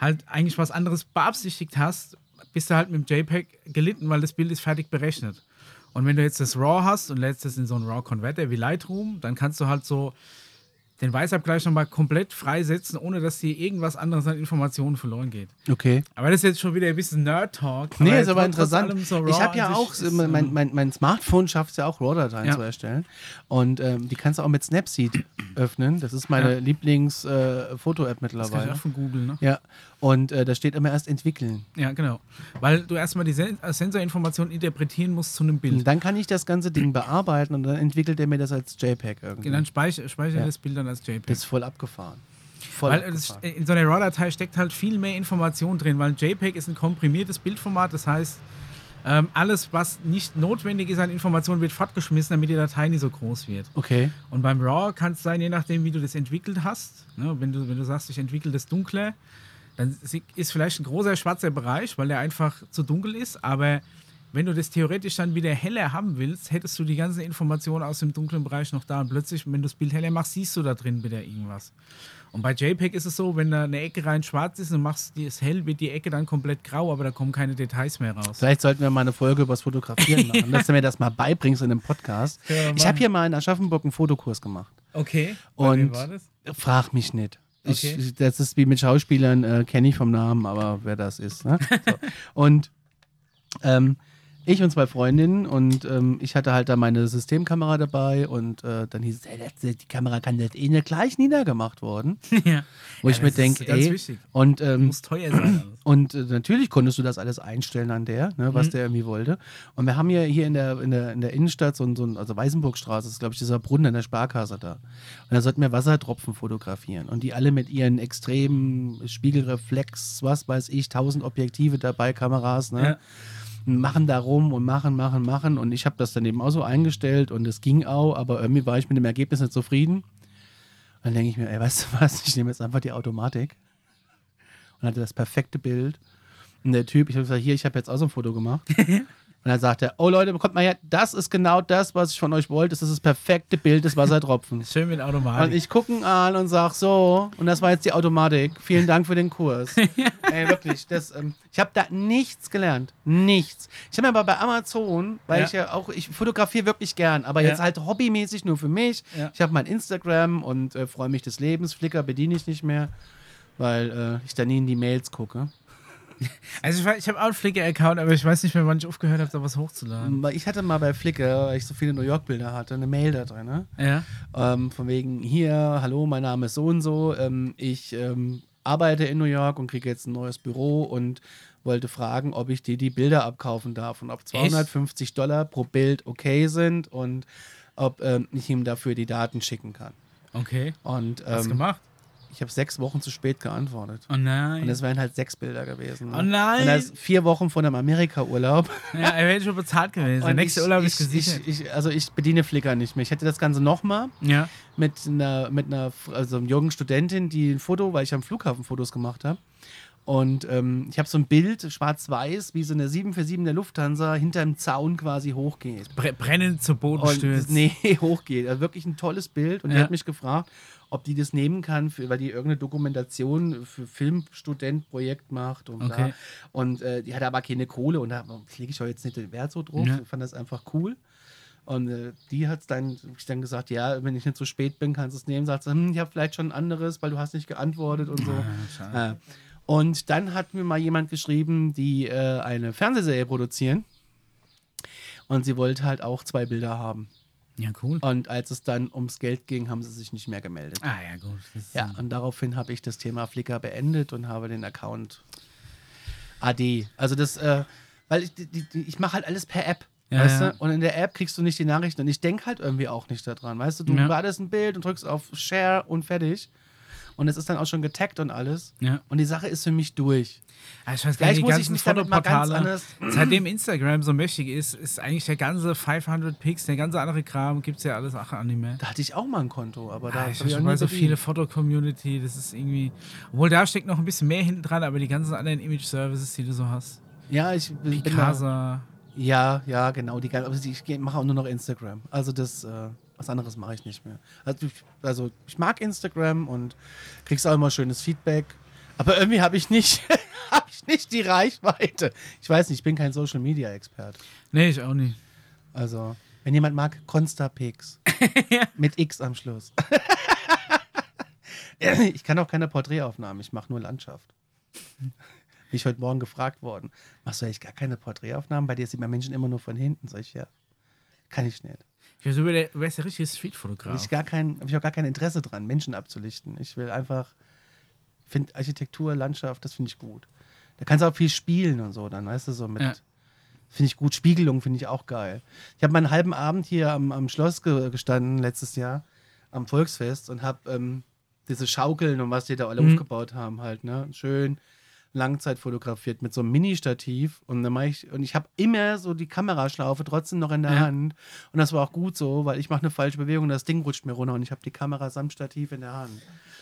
S1: halt eigentlich was anderes beabsichtigt hast, bist du halt mit dem JPEG gelitten, weil das Bild ist fertig berechnet. Und wenn du jetzt das RAW hast und lädst es in so einen RAW-Converter wie Lightroom, dann kannst du halt so den Weißabgleich nochmal komplett freisetzen, ohne dass dir irgendwas anderes an Informationen verloren geht.
S2: Okay.
S1: Aber das ist jetzt schon wieder ein bisschen Nerd-Talk.
S2: Nee, ist
S1: trotz
S2: aber interessant.
S1: allem so RAW
S2: ich habe ja
S1: an sich
S2: auch,
S1: ist,
S2: mein,
S1: ähm,
S2: mein, mein, mein Smartphone schafft es ja auch, RAW-Dateien
S1: Ja.
S2: zu erstellen. Und ähm, die kannst du auch mit Snapseed öffnen. Das ist meine Lieblings-Foto-App
S1: das kann ich
S2: mittlerweile.
S1: auch von Google, ne?
S2: Ja. Und äh, da steht immer erst entwickeln.
S1: Ja, genau. Weil du erstmal die Sen äh, Sensorinformation interpretieren musst zu einem Bild.
S2: Und dann kann ich das ganze Ding bearbeiten und dann entwickelt er mir das als JPEG irgendwie.
S1: Dann speichere speichere
S2: Ja.
S1: das Bild dann als JPEG.
S2: Das ist voll abgefahren. Voll
S1: Weil es,
S2: abgefahren.
S1: in so einer RAW-Datei steckt halt viel mehr Information drin, weil ein JPEG ist ein komprimiertes Bildformat, das heißt, ähm, alles, was nicht notwendig ist an Informationen, wird fortgeschmissen, damit die Datei nicht so groß wird.
S2: Okay.
S1: Und beim RAW kann es sein, je nachdem, wie du das entwickelt hast, ne, wenn, du, wenn du sagst, ich entwickle das dunkler, dann si- ist vielleicht ein großer schwarzer Bereich, weil der einfach zu dunkel ist, aber wenn du das theoretisch dann wieder heller haben willst, hättest du die ganzen Informationen aus dem dunklen Bereich noch da und plötzlich, wenn du das Bild heller machst, siehst du da drin wieder irgendwas. Und bei JPEG ist es so, wenn da eine Ecke rein schwarz ist und machst die es hell, wird die Ecke dann komplett grau, aber da kommen keine Details mehr raus.
S2: Vielleicht sollten wir mal eine Folge übers Fotografieren machen, dass du mir das mal beibringst in einem Podcast.
S1: Können wir
S2: Ich
S1: machen.
S2: habe hier mal in Aschaffenburg einen Fotokurs gemacht.
S1: Okay.
S2: Und- wem war Frag mich nicht. Ich,
S1: Okay.
S2: ich- Das ist wie mit Schauspielern, äh, kenne ich vom Namen, aber wer das ist. Ne? So. Und ähm, ich und zwei Freundinnen und ähm, ich hatte halt da meine Systemkamera dabei und äh, dann hieß es, hey, das, die Kamera kann jetzt eh nicht gleich niedergemacht worden.
S1: ja.
S2: Wo ich
S1: das
S2: mir
S1: ist
S2: denke,
S1: ganz
S2: ey,
S1: wichtig.
S2: und ähm,
S1: Muss teuer sein. alles.
S2: Und äh, natürlich konntest du das alles einstellen an der, ne, was der irgendwie wollte. Und wir haben ja hier in der, in der, in der Innenstadt so ein, so ein, also Weißenburgstraße, ist glaube ich dieser Brunnen an der Sparkasse da. Und da sollten wir Wassertropfen fotografieren. Und die alle mit ihren extremen Spiegelreflex, was weiß ich, tausend Objektive dabei, Kameras, ne?
S1: Ja.
S2: Und machen da rum und machen, machen, machen. Und ich habe das dann eben auch so eingestellt und es ging auch, aber irgendwie war ich mit dem Ergebnis nicht zufrieden. Dann denke ich mir, ey, weißt du was, ich nehme jetzt einfach die Automatik und hatte das perfekte Bild. Und der Typ, ich habe gesagt, hier, ich habe jetzt auch so ein Foto gemacht. und dann sagt er, oh Leute, kommt mal her, das ist genau das, was ich von euch wollte. Das ist das perfekte Bild des Wassertropfens.
S1: Schön mit Automatik.
S2: Und ich gucke ihn an und sag so, und das war jetzt die Automatik. Vielen Dank für den Kurs. Ey, wirklich, das, ähm, ich habe da nichts gelernt. Nichts. Ich habe mir aber bei Amazon, weil
S1: Ja.
S2: ich ja auch, ich fotografiere wirklich gern, aber
S1: Ja.
S2: jetzt halt hobbymäßig nur für mich.
S1: Ja.
S2: Ich habe mein Instagram und äh, freue mich des Lebens. Flickr bediene ich nicht mehr, weil äh, ich da nie in die Mails gucke.
S1: Also ich, weiß- ich habe auch einen Flickr-Account, aber ich weiß nicht mehr, wann ich aufgehört habe, da was hochzuladen.
S2: Weil Ich hatte mal bei Flickr, weil ich so viele New York-Bilder hatte, eine Mail da drin. Ne?
S1: Ja.
S2: Ähm, von wegen, hier, hallo, mein Name ist so und so. Ähm, ich ähm, arbeite in New York und kriege jetzt ein neues Büro und wollte fragen, ob ich dir die Bilder abkaufen darf und ob 250 Dollar pro Bild okay sind und ob ähm, ich ihm dafür die Daten schicken kann.
S1: Okay.
S2: Und
S1: Hast
S2: ähm,
S1: gemacht?
S2: ich habe sechs Wochen zu spät geantwortet.
S1: Oh
S2: Und
S1: nein.
S2: das wären halt sechs Bilder gewesen.
S1: Oh nein!
S2: Und das ist vier Wochen von einem Amerika-Urlaub.
S1: Ja, er wäre schon bezahlt gewesen. Der
S2: Und
S1: nächste
S2: ich-
S1: Also Urlaub
S2: ich,
S1: ist gesichert.
S2: Ich, ich, also ich bediene Flickr nicht mehr. Ich hätte das Ganze nochmal
S1: ja.
S2: mit einer, mit einer F- also einer jungen Studentin, die ein Foto, weil ich am Flughafen Fotos gemacht habe. Und ähm, ich habe so ein Bild, schwarz-weiß, wie so eine 747 der Lufthansa hinterm Zaun quasi hochgeht.
S1: Bre brennend zu Boden
S2: Und
S1: stürzt.
S2: nee, hochgeht. Also wirklich ein tolles Bild. Und die
S1: Ja.
S2: hat mich gefragt, ob die das nehmen kann, für, weil die irgendeine Dokumentation für Filmstudent-Projekt macht und
S1: Okay.
S2: da. Und äh, die hatte aber keine Kohle und da lege ich auch jetzt nicht den Wert so drauf.
S1: Ja.
S2: Ich fand das einfach cool. Und äh, die hat dann, ich dann gesagt, ja, wenn ich nicht zu spät bin, kannst du es nehmen. Sagt sie, hm, ich habe vielleicht schon ein anderes, weil du hast nicht geantwortet und so.
S1: Ah, schade.
S2: Äh, und dann hat mir mal jemand geschrieben, die äh, eine Fernsehserie produzieren. Und sie wollte halt auch zwei Bilder haben.
S1: Ja, cool.
S2: Und als es dann ums Geld ging, haben sie sich nicht mehr gemeldet.
S1: Ah ja, gut. Das ist-
S2: Ja, und daraufhin habe ich das Thema Flickr beendet und habe den Account AD. Also das, äh, weil ich, die- die, die, ich mache halt alles per App.
S1: Ja,
S2: weißt
S1: ja.
S2: du? Und in der App kriegst du nicht die Nachrichten. Und ich denke halt irgendwie auch nicht daran. Weißt du, du
S1: Ja.
S2: ladest ein Bild und drückst auf Share und fertig. Und es ist dann auch schon getaggt und alles.
S1: Ja.
S2: Und die Sache ist für mich durch.
S1: Ah, Ich weiß
S2: Vielleicht
S1: gar nicht, die
S2: muss ich
S1: ganzen
S2: mich damit mal ganz
S1: Fotoportale.
S2: anders-
S1: Seitdem Instagram so mächtig ist, ist eigentlich der ganze 500 Pics, der ganze andere Kram, gibt es ja alles auch nicht mehr.
S2: Da hatte ich auch mal ein Konto, aber da
S1: Ah,
S2: hab
S1: ich habe
S2: auch
S1: schon
S2: nie
S1: mal so
S2: bedient.
S1: viele Foto-Community, das ist irgendwie. Obwohl da steckt noch ein bisschen mehr hinten dran, aber die ganzen anderen Image-Services, die du so hast.
S2: Ja, ich bin da,
S1: Picasa.
S2: Ja, ja, genau. Die, ganze- aber ich geh- mache auch nur noch Instagram. Also das, äh, was anderes mache ich nicht mehr. Also ich, also ich mag Instagram und kriegst auch immer schönes Feedback. Aber irgendwie habe ich nicht, habe ich nicht die Reichweite. Ich weiß nicht, ich bin kein Social Media Expert.
S1: Nee, ich auch nicht.
S2: Also, wenn jemand mag, Constapix. Mit X am Schluss. ich kann auch keine Porträtaufnahmen, ich mache nur Landschaft. Bin ich heute Morgen gefragt worden. Machst du eigentlich gar keine Porträtaufnahmen? Bei dir sieht man Menschen immer nur von hinten. Sag ich, ja. Kann ich nicht.
S1: Ich weiß, du wärst der, wärst der richtige
S2: Habe
S1: Street-Fotograf.
S2: ich, gar kein- hab ich auch gar kein Interesse dran, Menschen abzulichten. Ich will einfach, finde Architektur, Landschaft, das finde ich gut. Da kannst du auch viel spielen und so, dann weißt du, so mit,
S1: Ja.
S2: finde ich gut, Spiegelung finde ich auch geil. Ich habe meinen halben Abend hier am, am Schloss ge gestanden letztes Jahr, am Volksfest und habe ähm, diese Schaukeln und was die da alle
S1: Mhm.
S2: aufgebaut haben halt, ne, schön Langzeit fotografiert mit so einem Mini-Stativ und dann mach ich und ich habe immer so die Kameraschlaufe trotzdem noch in der
S1: Ja.
S2: Hand und das war auch gut so, weil ich mache eine falsche Bewegung und das Ding rutscht mir runter und ich habe die Kamera samt Stativ in der Hand.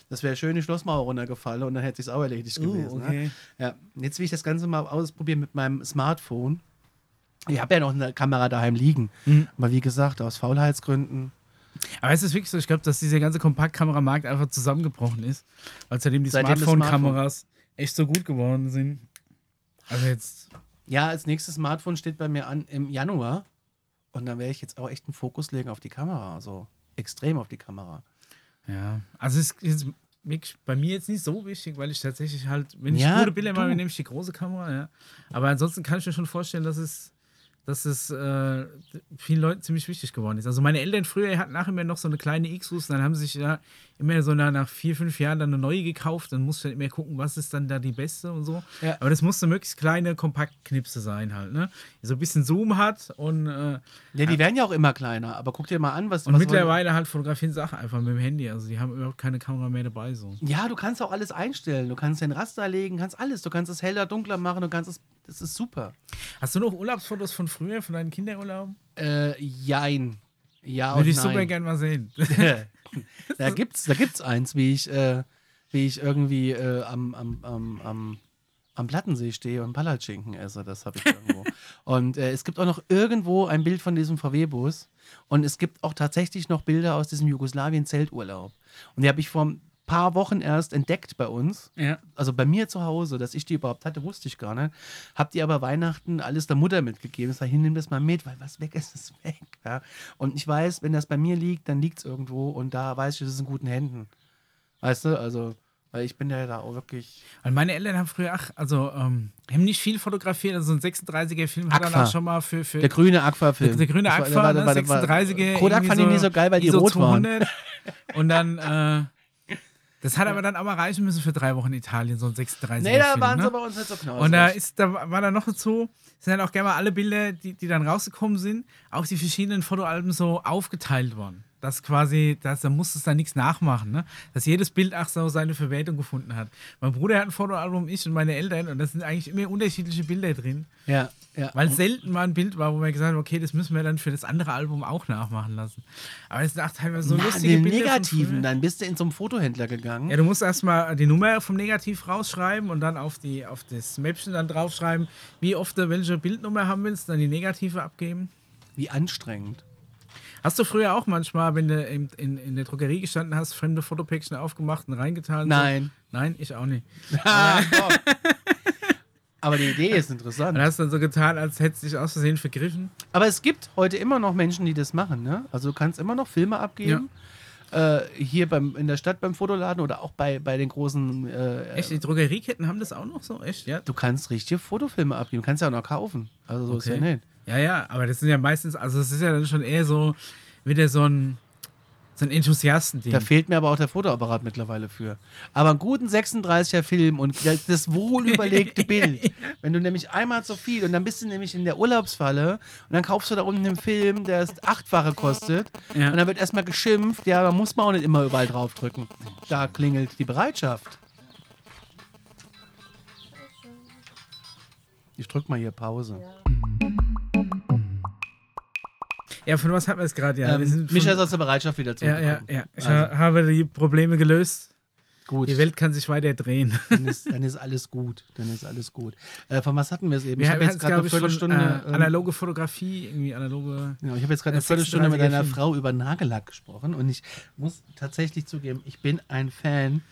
S2: Das wäre schön die Schlossmauer runtergefallen und dann hätte ich es auch erledigt
S1: Uh,
S2: gewesen.
S1: okay.
S2: Ne? Ja. Und Jetzt will ich das Ganze mal ausprobieren mit meinem Smartphone. Ich habe ja noch eine Kamera daheim liegen,
S1: Mhm.
S2: aber wie gesagt aus Faulheitsgründen.
S1: Aber es ist wirklich so, ich glaube, dass dieser ganze Kompaktkameramarkt einfach zusammengebrochen ist, weil seitdem die
S2: Seitdem das
S1: Smartphone-Kameras echt so gut geworden sind. Also jetzt.
S2: Ja, als nächstes Smartphone steht bei mir an im Januar und dann werde ich jetzt auch echt einen Fokus legen auf die Kamera, also extrem auf die Kamera.
S1: Ja, also es ist wirklich bei mir jetzt nicht so wichtig, weil ich tatsächlich halt, wenn ich
S2: Ja,
S1: gute Bilder mache,
S2: du.
S1: nehme ich die große Kamera, ja. Aber ansonsten kann ich mir schon vorstellen, dass es, dass es äh, vielen Leuten ziemlich wichtig geworden ist. Also meine Eltern früher hatten nachher immer noch so eine kleine Xus und dann haben sie sich ja immer so nach, nach vier, fünf Jahren dann eine neue gekauft. Dann musste immer gucken, was ist dann da die beste und so.
S2: Ja.
S1: Aber das musste möglichst kleine Kompaktknipse sein halt, ne? Die So ein bisschen Zoom hat und äh,
S2: Ja, die werden ja auch immer kleiner, aber guck dir mal an, was
S1: und
S2: was
S1: mittlerweile halt fotografieren Sachen einfach mit dem Handy. Also die haben überhaupt keine Kamera mehr dabei so.
S2: Ja, du kannst auch alles einstellen. Du kannst den Raster legen, kannst alles. Du kannst es heller, dunkler machen. Du kannst es. Das ist super.
S1: Hast du noch Urlaubsfotos von früher, von deinen Kinderurlauben?
S2: Äh, jein. Ja und
S1: Würde ich
S2: Oh, nein.
S1: super gern mal sehen.
S2: da gibt's, da gibt's eins, wie ich, äh, wie ich irgendwie äh, am, am, am, am, am Plattensee stehe und Palatschinken esse. Das habe ich irgendwo. und äh, es gibt auch noch irgendwo ein Bild von diesem VW-Bus. Und es gibt auch tatsächlich noch Bilder aus diesem Jugoslawien-Zelturlaub. Und die habe ich vor ein paar Wochen erst entdeckt bei uns.
S1: Ja.
S2: Also bei mir zu Hause, dass ich die überhaupt hatte, wusste ich gar nicht. Hab die aber Weihnachten alles der Mutter mitgegeben. Ich sage, nimm das mal mit, weil was weg ist, ist weg. Ja? Und ich weiß, wenn das bei mir liegt, dann liegt es irgendwo und da weiß ich, es ist in guten Händen. Weißt du, also, weil ich bin ja da auch wirklich.
S1: Weil meine Eltern haben früher, ach, also ähm, haben nicht viel fotografiert. Also so ein 36er-Film hat dann
S2: Aqua.
S1: auch schon mal für, für
S2: Der grüne Aquafilm.
S1: der, der grüne
S2: Das war-
S1: Agfa,
S2: warte,
S1: ne,
S2: warte, warte.
S1: 36er.
S2: Kodak
S1: irgendwie
S2: fand ich nie so geil, weil die
S1: ISO
S2: rot waren.
S1: 200. Und dann, äh, das hat aber dann auch mal reichen müssen für drei Wochen Italien, so ein 36er-Film.
S2: Nee, da waren
S1: ne?
S2: sie bei uns nicht so knausrig.
S1: Und da ist, da war da noch dazu, sind dann auch gerne mal alle Bilder, die, die dann rausgekommen sind, auch die verschiedenen Fotoalben so aufgeteilt worden. Dass quasi, dass, da musste es dann nichts nachmachen, ne? Dass jedes Bild auch so seine Verwertung gefunden hat. Mein Bruder hat ein Fotoalbum, ich und meine Eltern, und da sind eigentlich immer unterschiedliche Bilder drin.
S2: ja, ja.
S1: Weil selten mal ein Bild war, wo wir gesagt haben, okay, das müssen wir dann für das andere Album auch nachmachen lassen. Aber es sind auch teilweise so
S2: Na,
S1: lustige
S2: den
S1: Bilder. von
S2: negativen,
S1: früher.
S2: dann bist du in so einen Fotohändler gegangen.
S1: Ja, du musst erstmal die Nummer vom Negativ rausschreiben und dann auf, die, auf das Mäppchen dann draufschreiben, wie oft du welche Bildnummer haben willst, dann die Negative abgeben.
S2: Wie anstrengend.
S1: Hast du früher auch manchmal, wenn du in, in, in der Drogerie gestanden hast, fremde Fotopäckchen aufgemacht und
S2: Also
S1: reingetan?
S2: Nein.
S1: So? Nein, ich auch nicht.
S2: Ah, komm. Aber die Idee ist interessant.
S1: Und hast dann so getan, als hättest du dich aus Versehen vergriffen.
S2: Aber es gibt heute immer noch Menschen, die das machen, ne? Also du kannst immer noch Filme abgeben. Äh, hier beim, in der Stadt beim Fotoladen oder auch bei, bei den großen. Äh,
S1: Echt, die Drogerieketten haben das auch noch so? Echt, ja?
S2: Du kannst richtige Fotofilme abgeben, kannst ja auch noch kaufen. Also so ist ja
S1: Okay.
S2: nicht.
S1: Ja, ja, aber das sind ja meistens, also es ist ja dann schon eher so wieder so ein, So ein Enthusiastending.
S2: Da fehlt mir aber auch der Fotoapparat mittlerweile für. Aber einen guten 36er Film und das, das wohlüberlegte Bild. Wenn du nämlich einmal zu viel und dann bist du nämlich in der Urlaubsfalle und dann kaufst du da unten einen Film, der es achtfache kostet
S1: Ja.
S2: und dann wird erstmal geschimpft, ja, da muss man auch nicht immer überall draufdrücken. Da klingelt die Bereitschaft. Ich drück mal hier Pause.
S1: Ja, von was hat man es gerade? Ja, Wir
S2: ähm,
S1: sind von-
S2: Micha ist aus der Bereitschaft wieder
S1: ja,
S2: zurückgekommen.
S1: ja, ja. Ich
S2: Also.
S1: ha- habe die Probleme gelöst.
S2: Gut.
S1: Die Welt kann sich weiter drehen.
S2: dann ist, dann ist alles gut. Dann ist alles gut. Äh, von was hatten wir es eben?
S1: Wir
S2: hab
S1: haben jetzt,
S2: grad
S1: glaube ich, von, äh,
S2: ähm,
S1: analoge Fotografie, irgendwie analoge.
S2: genau, ich habe jetzt gerade eine
S1: äh,
S2: Viertelstunde mit
S1: 36er
S2: einer
S1: Film.
S2: Frau über Nagellack gesprochen und ich muss tatsächlich zugeben, ich bin ein Fan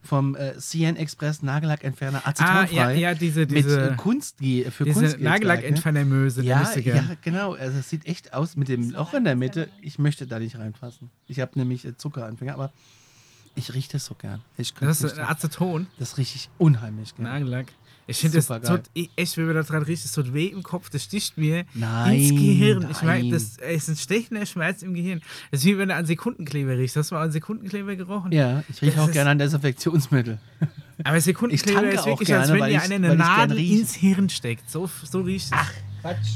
S2: vom äh, CN Express Nagellackentferner
S1: Ah,
S2: Acetonfrei
S1: ja, ja, diese,
S2: mit äh,
S1: diese,
S2: Kunst für
S1: diese
S2: Kunstgel-
S1: Nagellackentfernermöse, die
S2: Ja,
S1: müsste
S2: ja,
S1: gern.
S2: genau. Also es sieht echt aus mit dem Loch in der Mitte. Ich möchte da nicht reinfassen. Ich habe nämlich äh, Zuckeranfänger, aber ich rieche das so gern. Ich könnte
S1: Das äh, ist
S2: nicht-
S1: ein Aceton,
S2: das rieche ich unheimlich gern.
S1: Nagellack. Ich finde, das
S2: Supergeil.
S1: tut eh- echt, wenn man da dran riecht, es tut weh im Kopf, das sticht mir
S2: Nein,
S1: ins Gehirn. Ich
S2: nein.
S1: meine, das ist ein stechender Schmerz im Gehirn. Das ist wie wenn du an Sekundenkleber riechst. Hast du mal an Sekundenkleber gerochen?
S2: Ja, ich rieche
S1: Das
S2: auch
S1: ist-
S2: gerne an Desinfektionsmittel.
S1: Aber
S2: Ich
S1: Sekundenkleber
S2: tanke
S1: ist
S2: auch
S1: wirklich,
S2: gerne,
S1: als wenn
S2: weil
S1: dir
S2: ich-
S1: einer
S2: weil
S1: eine
S2: ich gern
S1: Nadel
S2: rieche.
S1: ins Hirn steckt. So, so riecht es. Ach,
S2: Quatsch.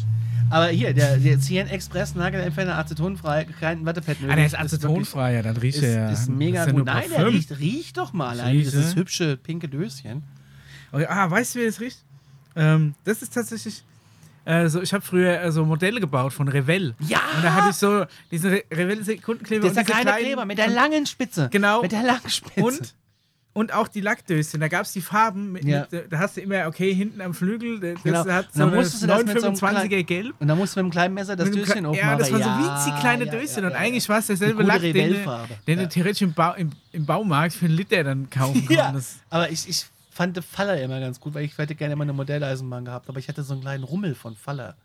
S2: Aber hier, der, der CN Express Nagelentferner acetonfrei, kein Wattepads.
S1: ah, der ist acetonfreier, dann riecht
S2: Ist,
S1: er ja.
S2: ist
S1: Das
S2: mega
S1: ist ja nur
S2: gut. Nein, der
S1: Parfüm.
S2: riecht, riech doch mal ein,
S1: rieche.
S2: dieses hübsche pinke Döschen.
S1: Okay, ah, weißt du, wie das riecht? Ähm, das ist tatsächlich. Äh, so, ich habe früher äh, so Modelle gebaut von Revell.
S2: Ja!
S1: Und da hatte ich so diesen Re Revell-Sekundenkleber.
S2: Das
S1: und
S2: ist
S1: diese
S2: der kleine
S1: kleinen-
S2: Kleber mit der langen Spitze.
S1: Genau.
S2: Mit der langen Spitze.
S1: Und, und auch die Lackdöschen. Da gab es die Farben. Mit,
S2: Ja.
S1: mit, äh, da hast du immer, okay, hinten am Flügel, äh, das
S2: Genau.
S1: hat
S2: Und
S1: so
S2: dann
S1: eine
S2: musstest du das mit so einem
S1: 925er Gelb.
S2: Und da musst du mit dem kleinen Messer das
S1: Mit dem
S2: Döschen
S1: Kle-
S2: aufmachen.
S1: Ja, das waren so winzig kleine
S2: ja,
S1: Döschen.
S2: ja,
S1: und
S2: ja,
S1: eigentlich ne? war es derselbe
S2: Die gute
S1: Lack, den, du-
S2: Revell-Farbe.
S1: den
S2: Ja.
S1: du theoretisch im, Bau, im, im Baumarkt für einen Liter dann kaufen
S2: Ja,
S1: konntest.
S2: aber ich, ich fand den Faller immer ganz gut, weil ich hätte gerne immer eine Modelleisenbahn gehabt, aber ich hatte so einen kleinen Rummel von Faller.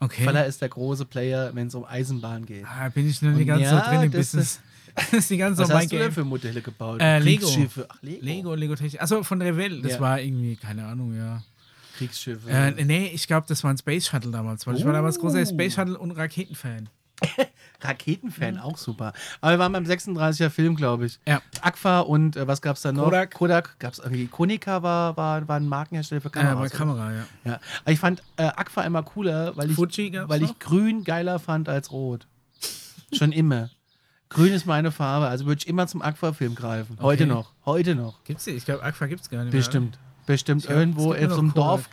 S1: Okay.
S2: Faller ist der große Player, wenn es um Eisenbahn geht.
S1: Ah, bin ich noch nicht
S2: Und
S1: ganz
S2: ja,
S1: so drin im
S2: das
S1: Business.
S2: ist-
S1: Das ist die ganze
S2: Was
S1: so mein
S2: hast du
S1: Game.
S2: denn für Modelle gebaut?
S1: Äh, Lego.
S2: Kriegsschiffe. Ach, Lego.
S1: Lego, Lego Technik. Achso, von Revell. Das
S2: Ja.
S1: war irgendwie, keine Ahnung, ja.
S2: Kriegsschiffe.
S1: Äh, nee, ich glaube, das war ein Space Shuttle damals, weil ich war damals großer
S2: Oh.
S1: Space Shuttle und Raketenfan. Äh,
S2: Raketenfan, auch super. Aber wir waren beim 36er Film, glaube ich.
S1: Ja.
S2: Agfa und äh, was gab es da noch?
S1: Kodak.
S2: Kodak gab es irgendwie. Konica war, war, war ein Markenhersteller für
S1: Kamera, äh,
S2: Kameras.
S1: bei
S2: oder?
S1: Kamera, ja.
S2: Ja. Aber ich fand äh, Agfa immer cooler, weil ich,
S1: Fuji gab's
S2: weil ich
S1: noch?
S2: grün geiler fand als rot. Schon immer. Grün ist meine Farbe, also würde ich immer zum Aquafilm greifen. Heute
S1: Okay.
S2: noch, heute noch.
S1: Gibt's die? Ich glaube, Aqua gibt's gar nicht mehr.
S2: Bestimmt. Bestimmt
S1: glaub,
S2: irgendwo
S1: es gibt
S2: in
S1: nur
S2: so einem
S1: noch Kodak.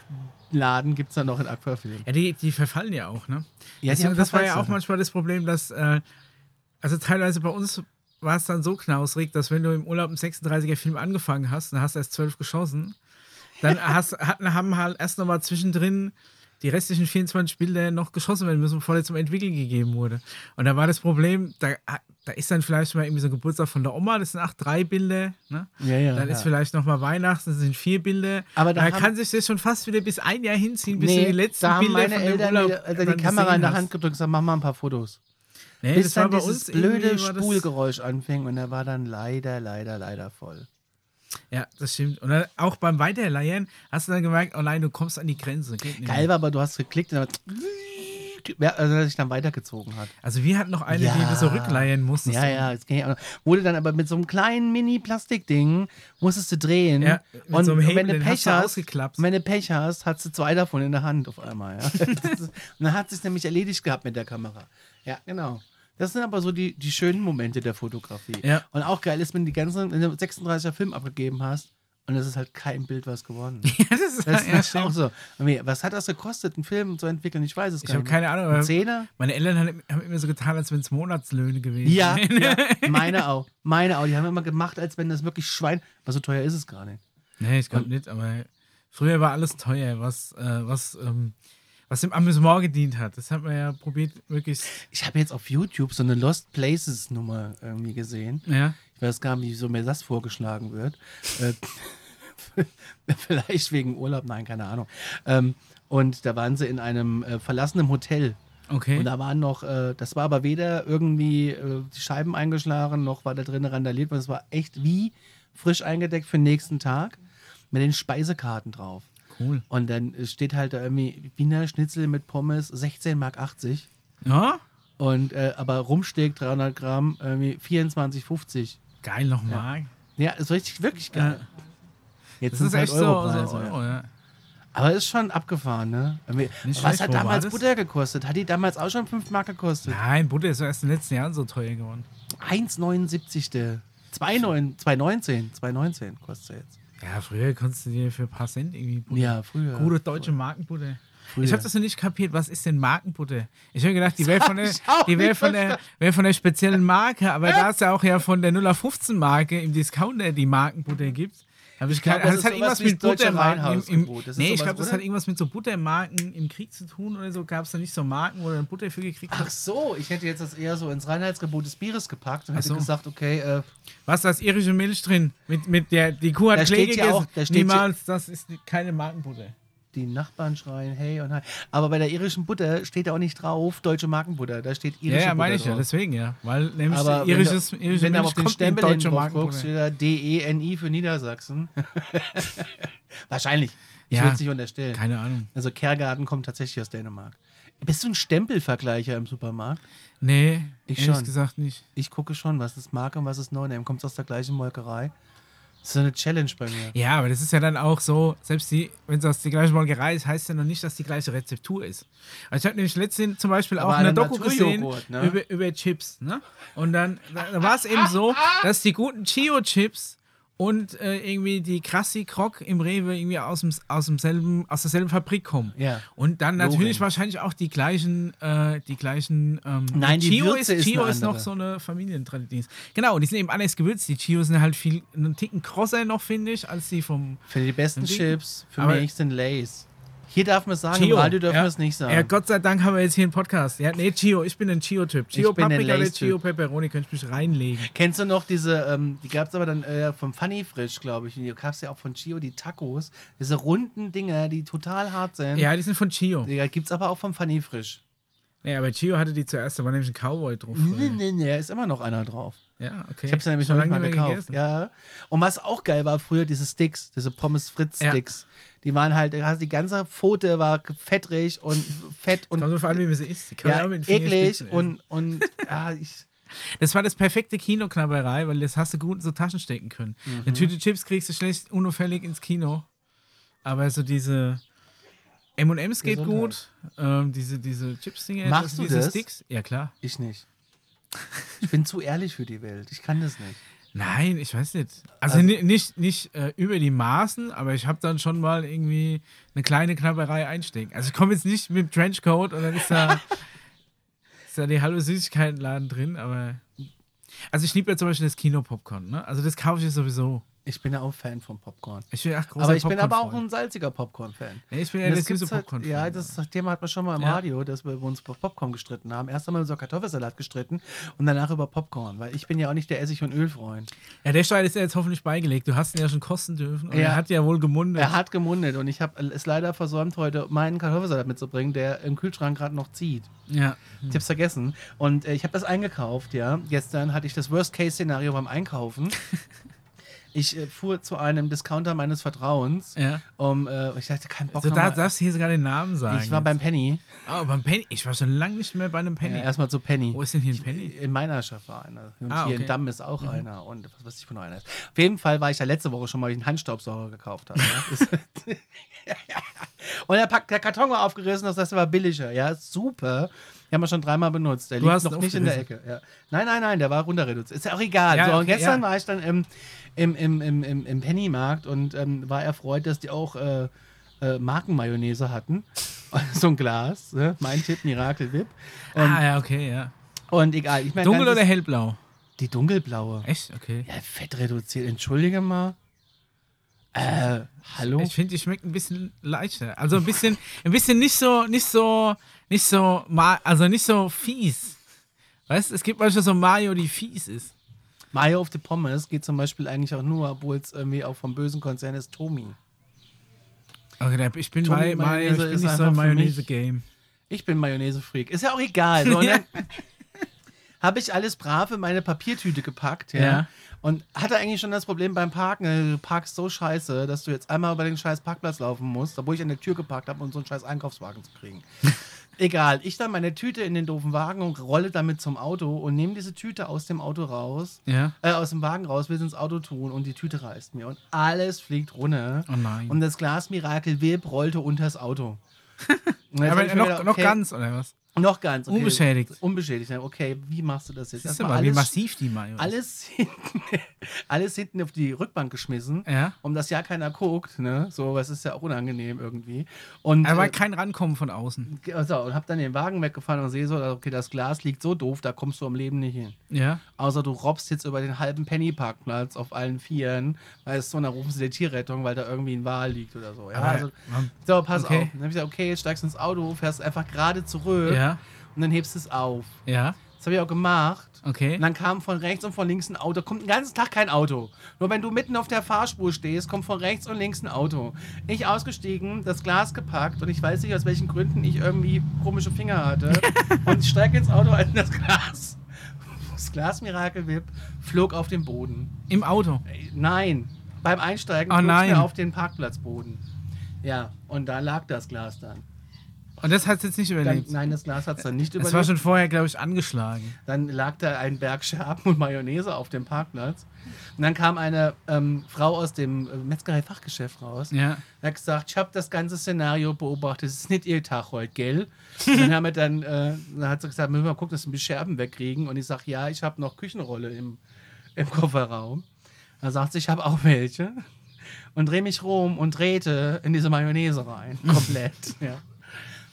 S2: Dorfladen gibt es dann noch einen Aquafilm.
S1: Ja, die, die verfallen ja auch, ne?
S2: Ja,
S1: das
S2: die haben
S1: das war ja auch
S2: Verfallssachen.
S1: manchmal das Problem, dass, äh, also teilweise bei uns war es dann so knausrig, dass wenn du im Urlaub einen 36er-Film angefangen hast, dann hast du erst zwölf geschossen, dann hast, hatten, haben halt erst nochmal zwischendrin die restlichen 24 Bilder noch geschossen werden müssen, bevor der zum Entwickeln gegeben wurde. Und da war das Problem, da, da ist dann vielleicht mal irgendwie so ein Geburtstag von der Oma, das sind acht, drei Bilder, ne?
S2: Ja, ja,
S1: Dann
S2: ja.
S1: ist vielleicht nochmal Weihnachten, das sind vier Bilder.
S2: Aber da
S1: da
S2: haben-
S1: kann sich das schon fast wieder bis ein Jahr hinziehen, bis du die letzten
S2: da haben
S1: Bilder
S2: meine
S1: von dem
S2: Eltern
S1: Urlaub
S2: wieder, also
S1: dann
S2: die Kamera in
S1: gesehen
S2: der
S1: hast.
S2: Hand gedrückt und gesagt, mach mal ein paar Fotos.
S1: Nee,
S2: Bis
S1: das war
S2: dann
S1: bei
S2: dieses
S1: uns
S2: blöde
S1: irgendwie war das-
S2: Spulgeräusch anfing und er war dann leider, leider, leider voll.
S1: Ja, das stimmt. Und dann auch beim Weiterleiern hast du dann gemerkt, oh nein, du kommst an die Grenze. Geht nicht
S2: Geil
S1: mehr.
S2: war aber, du hast geklickt und dann Ja, also, dass sich dann weitergezogen hat.
S1: Also wir hatten noch eine, die
S2: Ja.
S1: du so rückleiern musstest.
S2: Ja, ja, das ging ja auch noch. Wurde dann aber mit so einem kleinen Mini-Plastikding, musstest du drehen.
S1: Ja, mit
S2: und
S1: so einem Hebel,
S2: wenn du
S1: den
S2: Pech
S1: hast du
S2: hast,
S1: ausgeklappt.
S2: und wenn du Pech hast, hast du zwei davon in der Hand auf einmal. Ja. Das ist, und dann hat es sich nämlich erledigt gehabt mit der Kamera. Ja, genau. Das sind aber so die, die schönen Momente der Fotografie.
S1: Ja.
S2: Und auch geil ist, wenn du die ganzen, wenn du 36er Film abgegeben hast und es ist halt kein Bild was geworden.
S1: Ja, das ist,
S2: Das
S1: ja,
S2: ist auch
S1: stimmt.
S2: so. Irgendwie, Was hat das gekostet, einen Film zu entwickeln? Ich weiß es
S1: Ich
S2: gar
S1: habe
S2: nicht.
S1: keine Ahnung.
S2: Ein
S1: Aber
S2: Zehner?
S1: meine Eltern haben haben immer so getan, als wenn es Monatslöhne gewesen
S2: Ja,
S1: wären.
S2: ja, meine auch. Meine auch. Die haben immer gemacht, als wenn das wirklich Schwein. Aber so teuer ist es gar nicht.
S1: Nee, ich glaube nicht, aber früher war alles teuer, was, äh, was, ähm, was dem Amüsement gedient hat. Das hat man ja probiert, möglichst.
S2: Ich habe jetzt auf YouTube so eine Lost Places Nummer irgendwie gesehen.
S1: Ja.
S2: Ich weiß gar nicht, wieso mir das vorgeschlagen wird. Äh, Vielleicht wegen Urlaub, nein, keine Ahnung. Ähm, und da waren sie in einem äh, verlassenen Hotel.
S1: Okay.
S2: Und da waren noch, äh, das war aber weder irgendwie äh, die Scheiben eingeschlagen, noch war da drin randaliert, weil es war echt wie frisch eingedeckt für den nächsten Tag mit den Speisekarten drauf.
S1: Cool.
S2: Und dann äh, steht halt da irgendwie Wiener Schnitzel mit Pommes 16,80 Mark.
S1: Ja?
S2: Und, äh, aber Rumsteak 300 Gramm, irgendwie 24,50.
S1: Geil nochmal.
S2: Ja, ist richtig, wirklich
S1: Ja.
S2: geil. Jetzt
S1: Das
S2: sind
S1: ist
S2: es halt
S1: echt so,
S2: Europreise.
S1: so Euro, ja.
S2: Aber ist schon abgefahren, ne? Irgendwie-
S1: Nicht
S2: Was
S1: schlecht,
S2: hat
S1: wo war
S2: damals
S1: das?
S2: Butter gekostet? Hat die damals auch schon 5 Mark gekostet?
S1: Nein, Butter ist erst in den letzten Jahren so teuer geworden.
S2: 1,79 der. 2,9 2,19. 2,19 kostet er jetzt.
S1: Ja, früher konntest du dir für ein paar Cent irgendwie Butter.
S2: Ja, früher.
S1: Gute deutsche Markenbutter.
S2: Früher.
S1: Ich habe das noch nicht kapiert, was ist denn Markenbutter? Ich habe gedacht, die wäre von, der,
S2: Das hab ich auch
S1: die wär
S2: nicht
S1: von, der, wär von der speziellen Marke, aber da es ja auch ja von der 015 Marke im Discounter die Markenbutter gibt, habe ich,
S2: glaub,
S1: keine
S2: das
S1: Ahnung.
S2: ist
S1: Das hat irgendwas
S2: sowas wie das
S1: mit
S2: deutsche
S1: Buttermarken. Im, im,
S2: Reinhausgebot. Das ist
S1: nee, ich
S2: sowas,
S1: glaube, das
S2: oder?
S1: hat irgendwas mit so Buttermarken im Krieg zu tun oder so. Gab es da nicht so Marken, wo du dann Butter für gekriegt
S2: Ach
S1: hast?
S2: so, ich hätte jetzt das eher so ins Reinheitsgebot des Bieres gepackt und
S1: Ach
S2: hätte
S1: so.
S2: gesagt, okay, äh,
S1: Was da ist irische Milch drin? Mit, mit der, die Kuh hat
S2: Da
S1: Klee
S2: steht ja
S1: gegessen.
S2: auch- da steht ja-
S1: Niemals, das ist die- keine Markenbutter.
S2: die Nachbarn schreien, hey und hey. Aber bei der irischen Butter steht da auch nicht drauf deutsche Markenbutter, da steht irische
S1: Ja, ja,
S2: Butter
S1: meine ich ja,
S2: drauf.
S1: deswegen ja. Weil nämlich
S2: aber
S1: irisches,
S2: wenn du,
S1: irische
S2: wenn
S1: Milch
S2: du aber auf den
S1: kommt in
S2: Stempel hin
S1: deutsche
S2: drauf guckst,
S1: Markenbutter.
S2: steht da D-E-N-I für Niedersachsen. Wahrscheinlich. Ich
S1: Ja.
S2: würde es nicht unterstellen.
S1: Keine Ahnung.
S2: Also Kergarten kommt tatsächlich aus Dänemark. Bist du ein Stempelvergleicher im Supermarkt?
S1: Nee,
S2: Ich
S1: ehrlich
S2: schon.
S1: gesagt nicht.
S2: Ich gucke schon, was ist Marke und was ist No-Name. Kommt aus der gleichen Molkerei? Das ist eine Challenge bei mir.
S1: Ja, aber das ist ja dann auch so, selbst die, wenn es aus der gleichen Molkerei ist, heißt ja noch nicht, dass die gleiche Rezeptur ist. Also ich habe nämlich letztens zum Beispiel auch
S2: Aber
S1: eine
S2: an einem
S1: Doku gesehen
S2: Naturjoghurt, ne?
S1: über, über Chips, ne? Und dann da da war es eben so, dass die guten Chio-Chips und äh, irgendwie die Krassi Krog im Rewe irgendwie aus, dem, aus, demselben, aus derselben Fabrik kommen.
S2: Ja.
S1: Und dann natürlich
S2: Lorenz.
S1: wahrscheinlich auch die gleichen, äh, die gleichen, ähm,
S2: Nein, die
S1: Chio
S2: Würze
S1: ist,
S2: ist eine
S1: Chio ist noch
S2: andere.
S1: so eine Familientradition. Genau, und die sind eben anders gewürzt. Die Chios sind halt viel, einen Ticken krosser noch, finde ich, als die vom
S2: Für die besten
S1: Die-
S2: Chips, für
S1: aber-
S2: mich sind Lays. Hier darf man es sagen, im Radio dürfen wir es nicht sagen.
S1: Ja, Gott sei Dank haben wir jetzt hier einen Podcast. Ja, nee, Chio, ich bin ein Chio-Typ. Chio
S2: bin ein
S1: Paprika oder
S2: Lays-Typ.
S1: Chio Pepperoni, könnte ich mich reinlegen.
S2: Kennst du noch diese, ähm, die gab es aber dann äh, vom Funny Frisch, glaube ich. Und Die gab es ja auch von Chio, die Tacos. Diese runden Dinger, die total hart sind.
S1: Ja, die sind von Chio.
S2: Die gibt es aber auch vom Funny Frisch.
S1: Nee, aber Chio hatte die zuerst, da war nämlich ein Cowboy drauf.
S2: Nee, nee, nee, ist immer noch einer drauf.
S1: Ja, okay.
S2: Mhm. Ich habe es nämlich noch
S1: Schon
S2: nicht mal
S1: lange nicht mehr
S2: gekauft.
S1: gegessen.
S2: Ja. Und was auch geil war früher, diese Sticks, diese Pommes-Fritz-Sticks. Die waren halt, also die ganze Pfote war fettrig und fett und
S1: Kommt drauf an, wie man sie isst. Die kann man
S2: ja,
S1: auch mit den
S2: eklig
S1: Fingerspitzen essen.
S2: und, und ja, ich,
S1: Das war das perfekte Kinoknabberei, weil das hast du gut in so Taschen stecken können.
S2: Mhm.
S1: Eine Tüte Chips kriegst du schlecht unauffällig ins Kino. Aber so diese M&M's geht
S2: Gesundheit.
S1: gut. Ähm, diese diese Chips-Dinger.
S2: Machst
S1: also
S2: du
S1: diese
S2: das?
S1: Sticks. Ja, klar.
S2: ich nicht. Ich bin zu ehrlich für die Welt. Ich kann das nicht.
S1: Nein, ich weiß nicht. Also, ni- nicht, nicht äh, über die Maßen, aber ich habe dann schon mal irgendwie eine kleine Knabberei einstecken. Also ich komme jetzt nicht mit dem Trenchcoat und dann ist da, ist da die halbe Süßigkeitenladen drin, aber... Also ich liebe ja zum Beispiel das Kino-Popcorn, ne? Also das kaufe ich sowieso.
S2: Ich bin ja auch Fan von Popcorn.
S1: Ich bin, ach, großer
S2: Aber ich bin aber auch
S1: Popcorn-Freund.
S2: ein salziger Popcorn-Fan.
S1: Nee, ich bin
S2: Und
S1: ja der
S2: das gibt's
S1: süße
S2: halt-
S1: popcorn
S2: Ja, das Thema hat man schon mal im
S1: Ja.
S2: Radio, dass wir über uns über Popcorn gestritten haben. Erst einmal über Kartoffelsalat gestritten und danach über Popcorn, weil ich bin ja auch nicht der Essig- und Ölfreund.
S1: ja, der Stein ist ja jetzt hoffentlich beigelegt. Du hast ihn ja schon kosten dürfen und
S2: Ja.
S1: er hat ja wohl gemundet.
S2: Er hat gemundet und ich habe es leider versäumt, heute meinen Kartoffelsalat mitzubringen, der im Kühlschrank gerade noch zieht.
S1: ja.
S2: Ich hab's vergessen. Und äh, ich habe das eingekauft, ja. Gestern hatte ich das Worst-Case-Szenario beim Einkaufen. Ich äh, fuhr zu einem Discounter meines Vertrauens.
S1: Ja.
S2: Um, äh, ich dachte, kein Bock
S1: Also da
S2: nochmal-
S1: darfst du hier sogar den Namen sagen.
S2: Ich war beim Penny.
S1: Oh, beim Penny. Ich war schon lange nicht mehr bei einem Penny.
S2: Ja, erstmal zu Penny.
S1: Wo ist denn hier ein Penny?
S2: In meiner Stadt war einer. Und
S1: Ah,
S2: hier in
S1: okay.
S2: Damm ist auch einer. Und was weiß ich von einer ist. Auf jeden Fall war ich da letzte Woche schon mal, weil ich einen Handstaubsauger gekauft habe. Ja? Das- und der, Pack, der Karton war aufgerissen, das heißt, er war billiger. Ja, super. Den haben wir schon dreimal benutzt. Der
S1: Du
S2: liegt
S1: hast ihn
S2: noch nicht in der Ecke. Ja. Nein, nein, nein, der war runterreduziert. Ist ja auch egal.
S1: Ja,
S2: so, und
S1: okay,
S2: gestern
S1: ja.
S2: war ich dann im, im, im, im, im, im Pennymarkt und ähm, war erfreut, dass die auch äh, äh, Markenmayonnaise hatten. so ein Glas. Ne? Mein Tipp, Miracle Whip. ähm,
S1: ah, ja, okay, ja.
S2: Und egal, ich meine.
S1: Dunkel
S2: ganzes-
S1: oder hellblau?
S2: Die dunkelblaue.
S1: Echt? Okay.
S2: Ja, fett reduziert. Entschuldige mal. Äh, hallo?
S1: Ich finde, die schmeckt ein bisschen leichter. Also ein bisschen, ein bisschen nicht so, nicht so, nicht so, ma- also nicht so fies. Weißt du, es gibt manchmal so Mario, die fies ist.
S2: Mayo auf die Pommes geht zum Beispiel eigentlich auch nur, obwohl es irgendwie auch vom bösen Konzern ist, Tomi.
S1: Okay, da- ich bin bei
S2: Tommy
S1: Mario, ich
S2: Mayonnaise
S1: bin
S2: ist
S1: nicht so
S2: einfach
S1: ein
S2: für mich-
S1: Mayonnaise-Game.
S2: Ich bin Mayonnaise-Freak. Ist ja auch egal. So, ne? und dann habe ich alles brav in meine Papiertüte gepackt. Ja.
S1: Ja.
S2: Und hatte eigentlich schon das Problem beim Parken. äh, Du parkst so scheiße, dass du jetzt einmal über den scheiß Parkplatz laufen musst, obwohl ich an der Tür geparkt habe, um so einen scheiß Einkaufswagen zu kriegen. Egal, ich dann meine Tüte in den doofen Wagen und rolle damit zum Auto und nehme diese Tüte aus dem Auto raus,
S1: Ja.
S2: äh, aus dem Wagen raus, will sie ins Auto tun und die Tüte reißt mir und alles fliegt runter.
S1: Oh nein.
S2: Und das Glas Mirakel Web rollte unters Auto. Und jetzt
S1: Aber
S2: hab ich mir
S1: noch,
S2: gedacht,
S1: noch
S2: okay,
S1: ganz, oder was?
S2: Noch ganz. okay.
S1: Unbeschädigt.
S2: Unbeschädigt. ja, Okay, wie machst du das jetzt?
S1: Siehst du
S2: Erstmal
S1: mal, wie
S2: alles-
S1: massiv die mal ist.
S2: alles hinten, alles hinten auf die Rückbank geschmissen,
S1: Ja.
S2: um das ja keiner guckt, ne? So, was ist ja auch unangenehm irgendwie. Und,
S1: Aber
S2: äh,
S1: kein Rankommen von außen.
S2: ge- so, und hab dann den Wagen weggefahren und sehe so, okay, das Glas liegt so doof, da kommst du am Leben nicht hin.
S1: Ja.
S2: Außer du robbst jetzt über den halben Pennyparkplatz auf allen Vieren, weißt du, und dann rufen sie die Tierrettung, weil da irgendwie ein Wal liegt oder so. Ja,
S1: Aber-
S2: also, so, pass
S1: Okay.
S2: auf. Dann hab ich gesagt, okay, jetzt steigst du ins Auto, fährst einfach gerade zurück
S1: Ja.
S2: und dann hebst es auf.
S1: Ja.
S2: Das habe ich auch gemacht.
S1: Okay.
S2: Und dann kam von rechts und von links ein Auto. Kommt den ganzen Tag kein Auto. Nur wenn du mitten auf der Fahrspur stehst, kommt von rechts und links ein Auto. Ich ausgestiegen, das Glas gepackt und ich weiß nicht, aus welchen Gründen ich irgendwie komische Finger hatte. und ich steige ins Auto als das Glas. Das Glas Miracle Whip flog auf den Boden.
S1: Im Auto.
S2: Ey, Nein, beim Einsteigen
S1: Oh
S2: flog
S1: nein.
S2: mir auf den Parkplatzboden. Ja, und da lag das Glas dann.
S1: Und das hat es jetzt nicht
S2: dann
S1: überlebt.
S2: nein, das Glas hat es dann nicht
S1: Es war
S2: überlebt.
S1: schon vorher, glaube ich, angeschlagen.
S2: Dann lag da ein Berg Scherben und Mayonnaise auf dem Parkplatz. Und dann kam eine ähm, Frau aus dem äh, Metzgerei-Fachgeschäft raus.
S1: Ja.
S2: Er hat gesagt, ich habe das ganze Szenario beobachtet, es ist nicht ihr Tag heute, gell? Und dann haben wir dann, äh, dann hat sie gesagt, müssen wir mal gucken, dass wir die Scherben wegkriegen. Und ich sage, ja, ich habe noch Küchenrolle im, im Kofferraum. Dann sagt sie, ich habe auch welche. Und drehe mich rum und drehte in diese Mayonnaise rein, komplett. ja.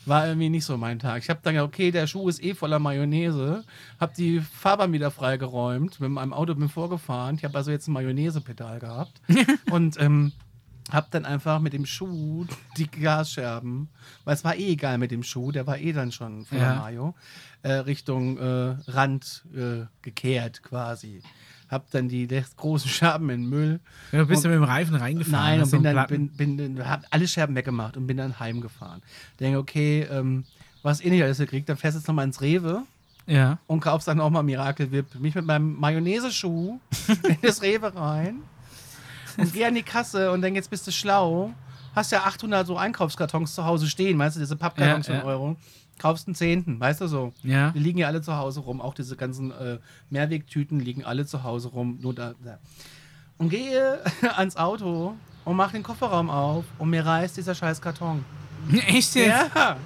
S2: War irgendwie nicht so mein Tag. Ich habe dann gedacht, okay, der Schuh ist eh voller Mayonnaise. Habe die Fahrbahn wieder freigeräumt, mit meinem Auto bin vorgefahren. Ich habe also jetzt ein Mayonnaise-Pedal gehabt. und ähm, habe dann einfach mit dem Schuh die Glasscherben, weil es war eh egal mit dem Schuh, der war eh dann schon voller
S1: Ja.
S2: Mayo, äh, Richtung äh, Rand äh, gekehrt quasi. Hab dann die les- großen Scherben in den Müll.
S1: Du bist
S2: Und-
S1: ja mit dem Reifen reingefahren.
S2: Nein,
S1: hast
S2: und
S1: so
S2: bin
S1: einen
S2: dann,
S1: Platten-
S2: bin, bin, dann- hab alle Scherben weggemacht und bin dann heimgefahren. Denke, okay, ähm, was eh nicht alles gekriegt, dann fährst du jetzt nochmal ins Rewe
S1: Ja.
S2: und kaufst dann nochmal Miracle Whip. Mich mit meinem Mayonnaise-Schuh in das Rewe rein und geh an die Kasse und denk, jetzt bist du schlau. Hast ja 800 so Einkaufskartons zu Hause stehen, weißt du, diese Pappkartons
S1: Ja,
S2: von
S1: ja.
S2: Euro. Kaufst einen Zehnten, weißt du so.
S1: Ja.
S2: Die liegen ja alle zu Hause rum. Auch diese ganzen äh, Mehrwegtüten liegen alle zu Hause rum. Nur da, da. Und gehe ans Auto und mach den Kofferraum auf und mir reißt dieser scheiß Karton.
S1: Echt jetzt?
S2: Ja!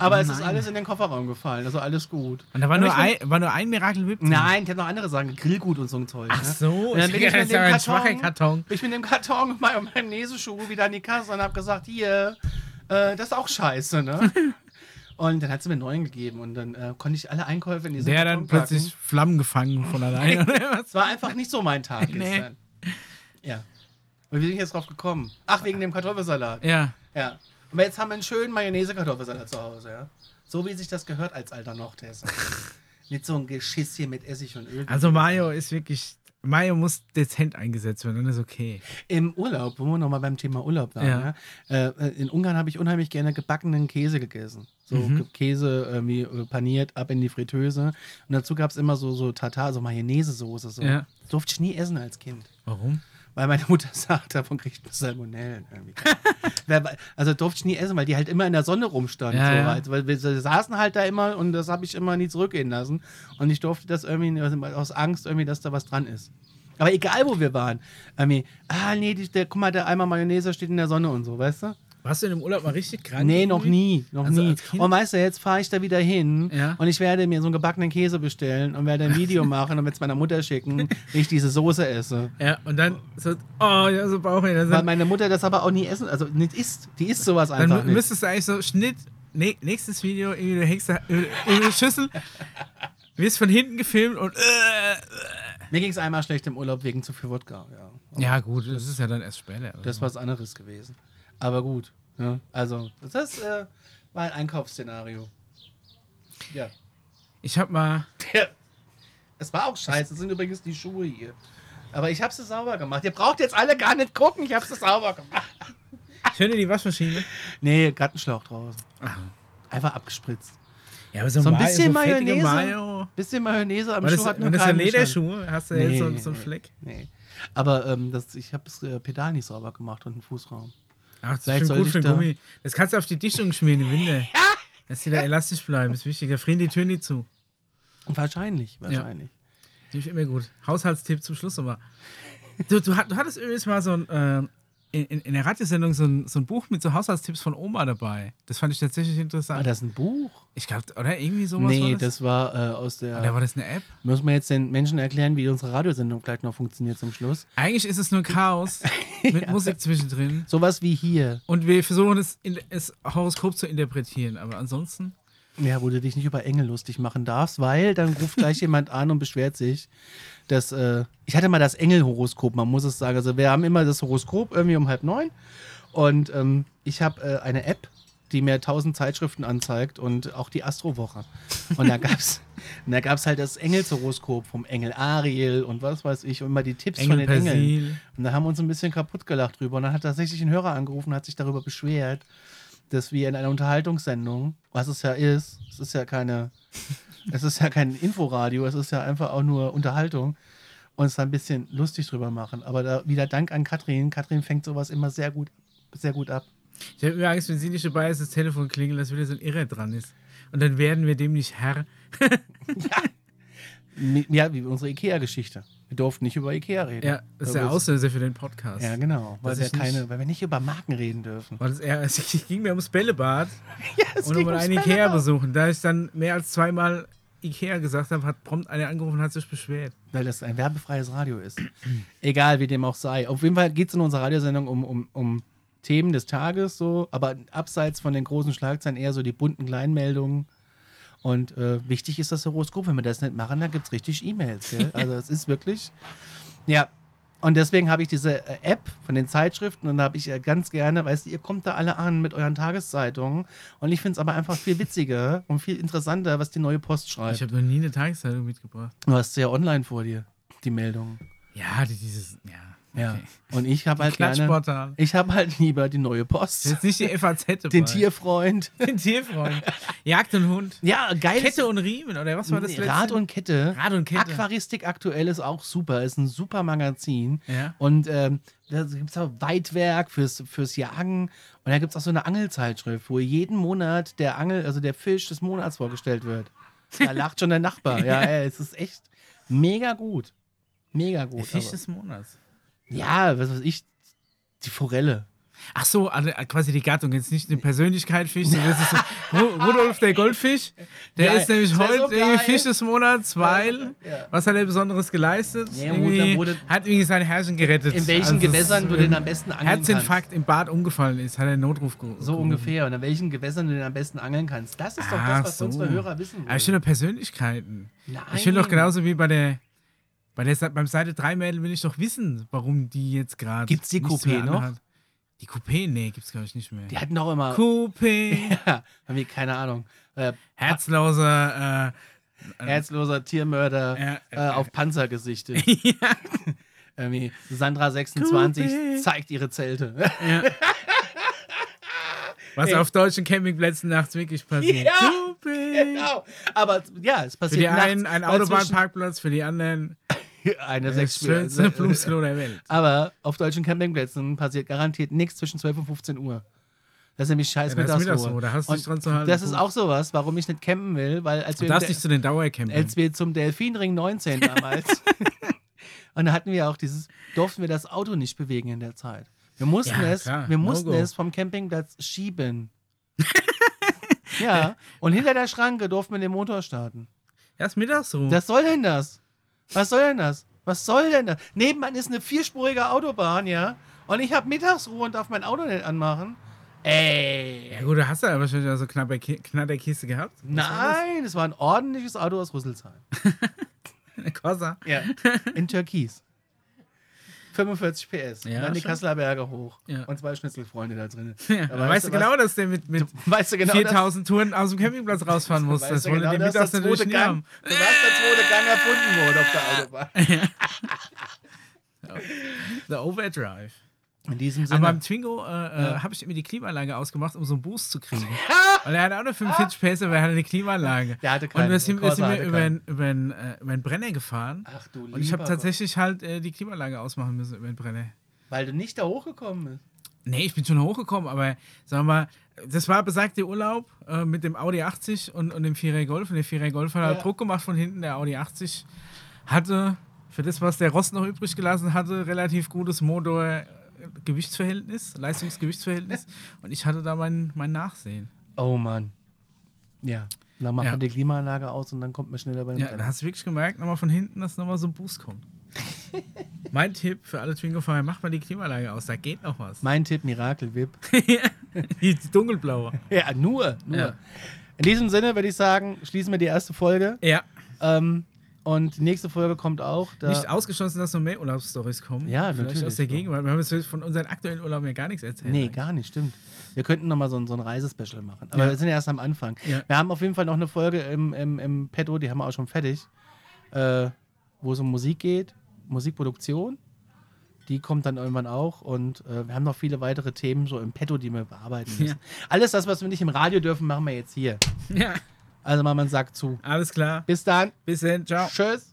S2: Aber es ist
S1: Nein.
S2: alles in den Kofferraum gefallen, also alles gut.
S1: Und da war
S2: Dann
S1: nur,
S2: bin
S1: ein, war nur ein Miracle Whip.
S2: ich mit- Nein, ich habe noch andere Sachen, Grillgut und so ein Zeug.
S1: Ach
S2: ne?
S1: so.
S2: Und dann bin ich
S1: das
S2: mit
S1: ist ja
S2: dem
S1: ein schwacher
S2: Karton,
S1: Karton.
S2: bin ich mit dem Karton und meinem Mayonnaise-Schuh wieder an die Kasse und habe gesagt, hier, äh, das ist auch scheiße, ne? Und dann hat sie mir einen neuen gegeben und dann äh, konnte ich alle Einkäufe in diesen
S1: Der hat dann
S2: Karton packen.
S1: plötzlich Flammen gefangen von alleine. oder was?
S2: Es war einfach nicht so mein Tag gestern. Ja. Und wie bin ich jetzt drauf gekommen? Ach, wegen dem Kartoffelsalat.
S1: ja.
S2: Ja. Aber jetzt haben wir einen schönen Mayonnaise-Kartoffelsalat zu Hause, ja. So wie sich das gehört als alter Nochtesser. Mit so einem Geschiss hier mit Essig und Öl.
S1: Also Mayo ist wirklich. Mayo muss dezent eingesetzt werden, dann ist okay.
S2: Im Urlaub, wo wir nochmal beim Thema Urlaub waren,
S1: Ja.
S2: ja. äh, in Ungarn habe ich unheimlich gerne gebackenen Käse gegessen. So
S1: Mhm.
S2: Ge- Käse irgendwie äh, paniert, ab in die Fritteuse. Und dazu gab es immer so, so Tatar, so Mayonnaise-Soße. So.
S1: Ja.
S2: Durfte ich nie essen als Kind.
S1: Warum?
S2: Weil meine Mutter sagt, davon kriegt man Salmonellen. Irgendwie. Wer wei- also durfte ich nie essen, weil die halt immer in der Sonne rumstanden.
S1: Ja,
S2: so,
S1: ja.
S2: Also, weil wir so saßen halt da immer und das habe ich immer nie zurückgehen lassen. Und ich durfte das irgendwie aus- aus Angst, irgendwie, dass da was dran ist. Aber egal, wo wir waren. Irgendwie, ah, nee, die, der, guck mal, der Eimer Mayonnaise steht in der Sonne und so, weißt du?
S1: Warst du in dem Urlaub mal richtig krank?
S2: Nee, noch
S1: irgendwie?
S2: nie, noch
S1: Also
S2: nie.
S1: als Kind?
S2: Und weißt du, jetzt fahre ich da wieder hin
S1: Ja.
S2: und ich werde mir so einen gebackenen Käse bestellen und werde ein Video machen und werde es meiner Mutter schicken, wie ich diese Soße esse.
S1: Ja, und dann so, oh, ja, so Bauchweh. Dann,
S2: Weil
S1: sind-
S2: meine Mutter das aber auch nie essen, also nicht isst. Die isst sowas
S1: dann
S2: einfach
S1: mü-
S2: nicht.
S1: müsstest du eigentlich so Schnitt, nee, nächstes Video, irgendwie du hängst da, äh, in eine Schüssel, wirst von hinten gefilmt und äh,
S2: Mir ging es einmal schlecht im Urlaub wegen zu viel Wodka. Ja. Aber
S1: Ja gut, das ist ja dann erst später.
S2: Das war was anderes gewesen. Aber gut. Ja. Also, das äh, war ein Einkaufsszenario. Ja.
S1: ich hab mal,
S2: Es war auch scheiße. Das sind übrigens die Schuhe hier. Aber ich habe sie sauber gemacht. Ihr braucht jetzt alle gar nicht gucken. Ich habe sie sauber gemacht.
S1: ich höre die Waschmaschine.
S2: Nee, Gartenschlauch draußen. Ah. Einfach abgespritzt.
S1: Ja, aber so,
S2: So ein
S1: Mayo- fettige
S2: bisschen Mayonnaise.
S1: Mayo.
S2: Bisschen Mayonnaise am
S1: War das,
S2: Schuh hat
S1: waren
S2: nur
S1: das ja
S2: keinen Bestand.
S1: Lederschuhe? Hast du jetzt so,
S2: Nee.
S1: so einen Fleck?
S2: Nee. Aber ähm, das, ich habe das äh, Pedal nicht sauber gemacht und den Fußraum.
S1: Ach, das
S2: Vielleicht
S1: ist schon
S2: sollte
S1: gut
S2: ich
S1: für den
S2: da-
S1: Gummi. Das kannst du auf die Dichtung schmieren im Winter. Dass die da elastisch bleiben, ist wichtig. Da frieren die Türen nicht zu.
S2: Wahrscheinlich, wahrscheinlich.
S1: Die ist immer gut. Haushaltstipp zum Schluss aber. Du, du, hat- du hattest übrigens mal so ein, ähm, in, in in der Radiosendung so ein, so ein Buch mit so Haushaltstipps von Oma dabei. Das fand ich tatsächlich
S2: War
S1: interessant.
S2: das ein Buch?
S1: Ich glaube, oder irgendwie sowas
S2: Nee,
S1: war das.
S2: das war äh, aus
S1: Oder
S2: der.
S1: war das eine App?
S2: Müssen wir jetzt den Menschen erklären, wie unsere Radiosendung gleich noch funktioniert zum Schluss?
S1: Eigentlich ist es nur Chaos mit Musik zwischendrin.
S2: Sowas wie hier.
S1: Und wir versuchen es, in, es Horoskop zu interpretieren. Aber ansonsten,
S2: Ja, wo du dich nicht über Engel lustig machen darfst, weil dann ruft gleich jemand an und beschwert sich, dass äh, ich hatte mal das Engelhoroskop, man muss es sagen. Also wir haben immer das Horoskop irgendwie um halb neun und ähm, ich habe äh, eine App, die mir tausend Zeitschriften anzeigt und auch die Astrowoche. Und da gab's, und da gab's halt das Engelshoroskop vom Engel Ariel und was weiß ich und immer die Tipps
S1: Engel
S2: von den Engeln.
S1: Persil.
S2: Und da haben wir uns ein bisschen kaputt gelacht drüber. Und dann hat tatsächlich ein Hörer angerufen und hat sich darüber beschwert, dass wir in einer Unterhaltungssendung, was es ja ist, es ist ja keine, es ist ja kein Inforadio, es ist ja einfach auch nur Unterhaltung, uns da ein bisschen lustig drüber machen. Aber da wieder Dank an Katrin. Katrin fängt sowas immer sehr gut, sehr gut ab.
S1: Ich habe immer Angst, wenn sie nicht dabei ist, das Telefon klingelt, dass wieder so ein Irrer dran ist. Und dann werden wir dem nicht Herr.
S2: Mi- Ja, wie unsere IKEA-Geschichte. Wir durften nicht über IKEA reden.
S1: Ja, das ist
S2: Weil
S1: der
S2: wir-
S1: Auslöser für den Podcast.
S2: Ja, genau. Weil
S1: Dass
S2: wir,
S1: ich nicht-
S2: keine, weil wir nicht über Marken reden dürfen.
S1: Weil es eher, es ging mir ums Bällebad
S2: Ja, es
S1: und
S2: ging
S1: um
S2: ums
S1: einen
S2: Bällebad.
S1: Ikea besuchen. Da ich dann mehr als zweimal Ikea gesagt habe, hat prompt einer angerufen und hat sich beschwert.
S2: Weil das ein werbefreies Radio ist. Egal, wie dem auch sei. Auf jeden Fall geht es in unserer Radiosendung um, um, um Themen des Tages, so, aber abseits von den großen Schlagzeilen eher so die bunten Kleinmeldungen. Und äh, wichtig ist das Horoskop. Wenn wir das nicht machen, dann gibt es richtig E-Mails. gell? Also es ist wirklich. Ja. Und deswegen habe ich diese äh, App von den Zeitschriften und da habe ich äh, ganz gerne, weißt du, ihr kommt da alle an mit euren Tageszeitungen. Und ich finde es aber einfach viel witziger und viel interessanter, was die neue Post schreibt.
S1: Ich habe noch nie eine Tageszeitung mitgebracht.
S2: du hast sie ja online vor dir, die Meldungen.
S1: Ja, die- dieses, ja.
S2: Ja.
S1: okay.
S2: Und ich habe halt gerne.
S1: Klatschportal.
S2: Ich habe halt lieber die neue
S1: Das
S2: Post.
S1: ist nicht die FAZ.
S2: Den
S1: dabei.
S2: Tierfreund.
S1: Den Tierfreund. Jagd und Hund.
S2: Ja, geil.
S1: Kette und Riemen, oder was war das letzte?
S2: Rad und Kette.
S1: Rad und Kette.
S2: Aquaristik aktuell ist auch super. Ist ein super Magazin.
S1: Ja.
S2: Und ähm, da gibt es auch Weitwerk fürs, fürs Jagen. Und da gibt es auch so eine Angelzeitschrift, wo jeden Monat der Angel, also der Fisch des Monats vorgestellt wird. Da lacht schon der Nachbar. Ja, ey, es ist echt mega gut. Mega
S1: Der
S2: gut.
S1: Fisch
S2: aber-
S1: des Monats.
S2: Ja, was weiß ich. Die Forelle.
S1: Ach so, also quasi die Gattung, jetzt nicht eine Persönlichkeit Fisch, sondern das ist so Ru- Rudolf der Goldfisch. Der
S2: Geil.
S1: ist nämlich
S2: Das wär
S1: heute
S2: so
S1: irgendwie
S2: geil.
S1: Fisch des Monats, weil
S2: Ja.
S1: was hat er Besonderes geleistet?
S2: Nee, gut,
S1: irgendwie,
S2: dann wurde-
S1: hat irgendwie sein Herrchen gerettet.
S2: In welchen
S1: Als es
S2: Gewässern du
S1: im
S2: den am besten angeln kannst.
S1: also Herzinfarkt im Bad umgefallen ist, hat er einen Notruf gerufen.
S2: So ungefähr. Und in welchen Gewässern du den am besten angeln kannst. Das ist doch das, was unsere Hörer wissen
S1: Aber ich will
S2: wollen.
S1: doch Persönlichkeiten.
S2: Nein.
S1: Ich will doch genau- genauso wie bei der, bei der beim Seite 3 Mädel will ich doch wissen, warum die jetzt gerade.
S2: Gibt's die
S1: nichts
S2: Coupé
S1: mehr
S2: noch?
S1: anhat. Die Coupé, nee, gibt's glaube ich nicht mehr.
S2: Die hatten doch immer.
S1: Coupé.
S2: Ja, haben wir keine Ahnung. Äh,
S1: Herzloser, äh,
S2: herzloser Tiermörder
S1: Ja,
S2: äh,
S1: äh,
S2: auf Panzer gesichtet.
S1: Ja.
S2: Irgendwie Sandra 26
S1: Cool.
S2: zeigt ihre Zelte.
S1: was auf deutschen Campingplätzen nachts wirklich passiert.
S2: Ja,
S1: Coupé.
S2: genau. Aber ja, es
S1: Für
S2: passiert
S1: die
S2: nachts,
S1: einen ein
S2: weil zwischen-
S1: Autobahnparkplatz, für die anderen
S2: Eine
S1: das
S2: sechs
S1: schönste Blumsklo der Welt.
S2: Aber auf deutschen Campingplätzen passiert garantiert nichts zwischen 12 und 15 Uhr. Das ist nämlich scheiß
S1: Ja, das ist
S2: Mittagsruhe.
S1: Mittagsruhe, da hast du dich
S2: Und
S1: dran zu halten.
S2: Das ist auch sowas, warum ich nicht campen will, weil als
S1: Du
S2: wir,
S1: darfst
S2: im
S1: nicht
S2: Del-
S1: zu den Dauercampern.
S2: als wir zum Delfinring 19 damals und da hatten wir auch dieses, durften wir das Auto nicht bewegen in der Zeit. Wir mussten
S1: Ja,
S2: es,
S1: klar,
S2: wir mussten
S1: No-Go.
S2: es vom Campingplatz schieben. ja, und hinter der Schranke durften wir den Motor starten.
S1: Erst Mittagsruhe.
S2: Was soll denn das? Was soll denn das? Was soll denn das? Nebenan ist eine vierspurige Autobahn, ja? Und ich habe Mittagsruhe und darf mein Auto nicht anmachen? Ey!
S1: ja gut, da hast du ja wahrscheinlich auch so knapper Ki- Knatterkiste gehabt. Was war
S2: Nein, es war ein ordentliches Auto aus Rüsselsheim.
S1: das? Eine Corsa.
S2: Ja. In Türkis. 45 PS.
S1: Ja,
S2: Ja, dann die
S1: schon.
S2: Kasseler Berge hoch.
S1: Ja.
S2: Und zwei Schnitzelfreunde da drin.
S1: Ja, da weißt du genau, dass der mit, mit
S2: Weißt du genau, dass-
S1: 4000 Touren aus dem Campingplatz rausfahren muss.
S2: Weißt
S1: Das
S2: du
S1: wollen die
S2: dass
S1: mittags
S2: der
S1: natürlich
S2: zweite
S1: nie haben.
S2: Gang, du weißt, der zweite Gang erfunden wurde auf der Autobahn.
S1: The Overdrive.
S2: In diesem Sinne.
S1: Aber beim Twingo äh, äh, habe ich immer die Klimaanlage ausgemacht, um so einen Boost zu kriegen. Weil er hatte auch nur 45 PS, aber er hatte eine Klimaanlage.
S2: Der hatte
S1: Und
S2: keinen.
S1: wir sind, wir
S2: Corsa
S1: sind wir
S2: hatte
S1: über
S2: keinen.
S1: einen über einen, äh, über einen Brenner gefahren.
S2: Ach du
S1: und ich habe
S2: lieber Gott.
S1: tatsächlich halt äh, die Klimaanlage ausmachen müssen über den Brenner.
S2: Weil du nicht da hochgekommen bist.
S1: Nee, ich bin schon hochgekommen, aber sagen wir mal, das war besagter Urlaub äh, mit dem Audi 80 und, und dem 4er Golf. Und der 4er Golf hat
S2: Ja.
S1: halt Druck gemacht von hinten. Der Audi 80 hatte für das, was der Rost noch übrig gelassen hatte, relativ gutes Motor-Gewichtsverhältnis, Leistungs-Gewichtsverhältnis. und ich hatte da mein, mein Nachsehen.
S2: Oh Mann. Ja. Dann macht
S1: Ja.
S2: man die Klimaanlage aus und dann kommt man schneller bei dem
S1: Ja, da hast du wirklich gemerkt, nochmal von hinten, dass nochmal so ein Boost kommt. mein Tipp für alle Twingo-Fahrer, macht mal die Klimaanlage aus, da geht noch was.
S2: Mein Tipp, Miracle Whip.
S1: die dunkelblaue.
S2: ja, nur, nur.
S1: Ja.
S2: In diesem Sinne würde ich sagen, schließen wir die erste Folge.
S1: Ja,
S2: Ähm, und die nächste Folge kommt auch. Da
S1: nicht ausgeschlossen, dass noch mehr Urlaubsstories kommen.
S2: Ja,
S1: Vielleicht
S2: natürlich,
S1: aus der
S2: doch.
S1: Gegenwart. Wir haben jetzt von unseren aktuellen Urlauben ja gar nichts erzählt.
S2: Nee,
S1: eigentlich.
S2: gar nicht, stimmt. Wir könnten nochmal so ein, so ein Reisespecial machen. Aber
S1: Ja.
S2: wir sind ja erst am Anfang.
S1: Ja.
S2: Wir haben auf jeden Fall noch eine Folge im, im, im Petto, die haben wir auch schon fertig, äh, wo es um Musik geht, Musikproduktion. Die kommt dann irgendwann auch. Und äh, wir haben noch viele weitere Themen so im Petto, die wir bearbeiten müssen.
S1: Ja.
S2: Alles das, was wir nicht im Radio dürfen, machen wir jetzt hier.
S1: Ja,
S2: Also mal man sagt zu.
S1: alles klar.
S2: Bis dann.
S1: Bis dann. Ciao.
S2: Tschüss.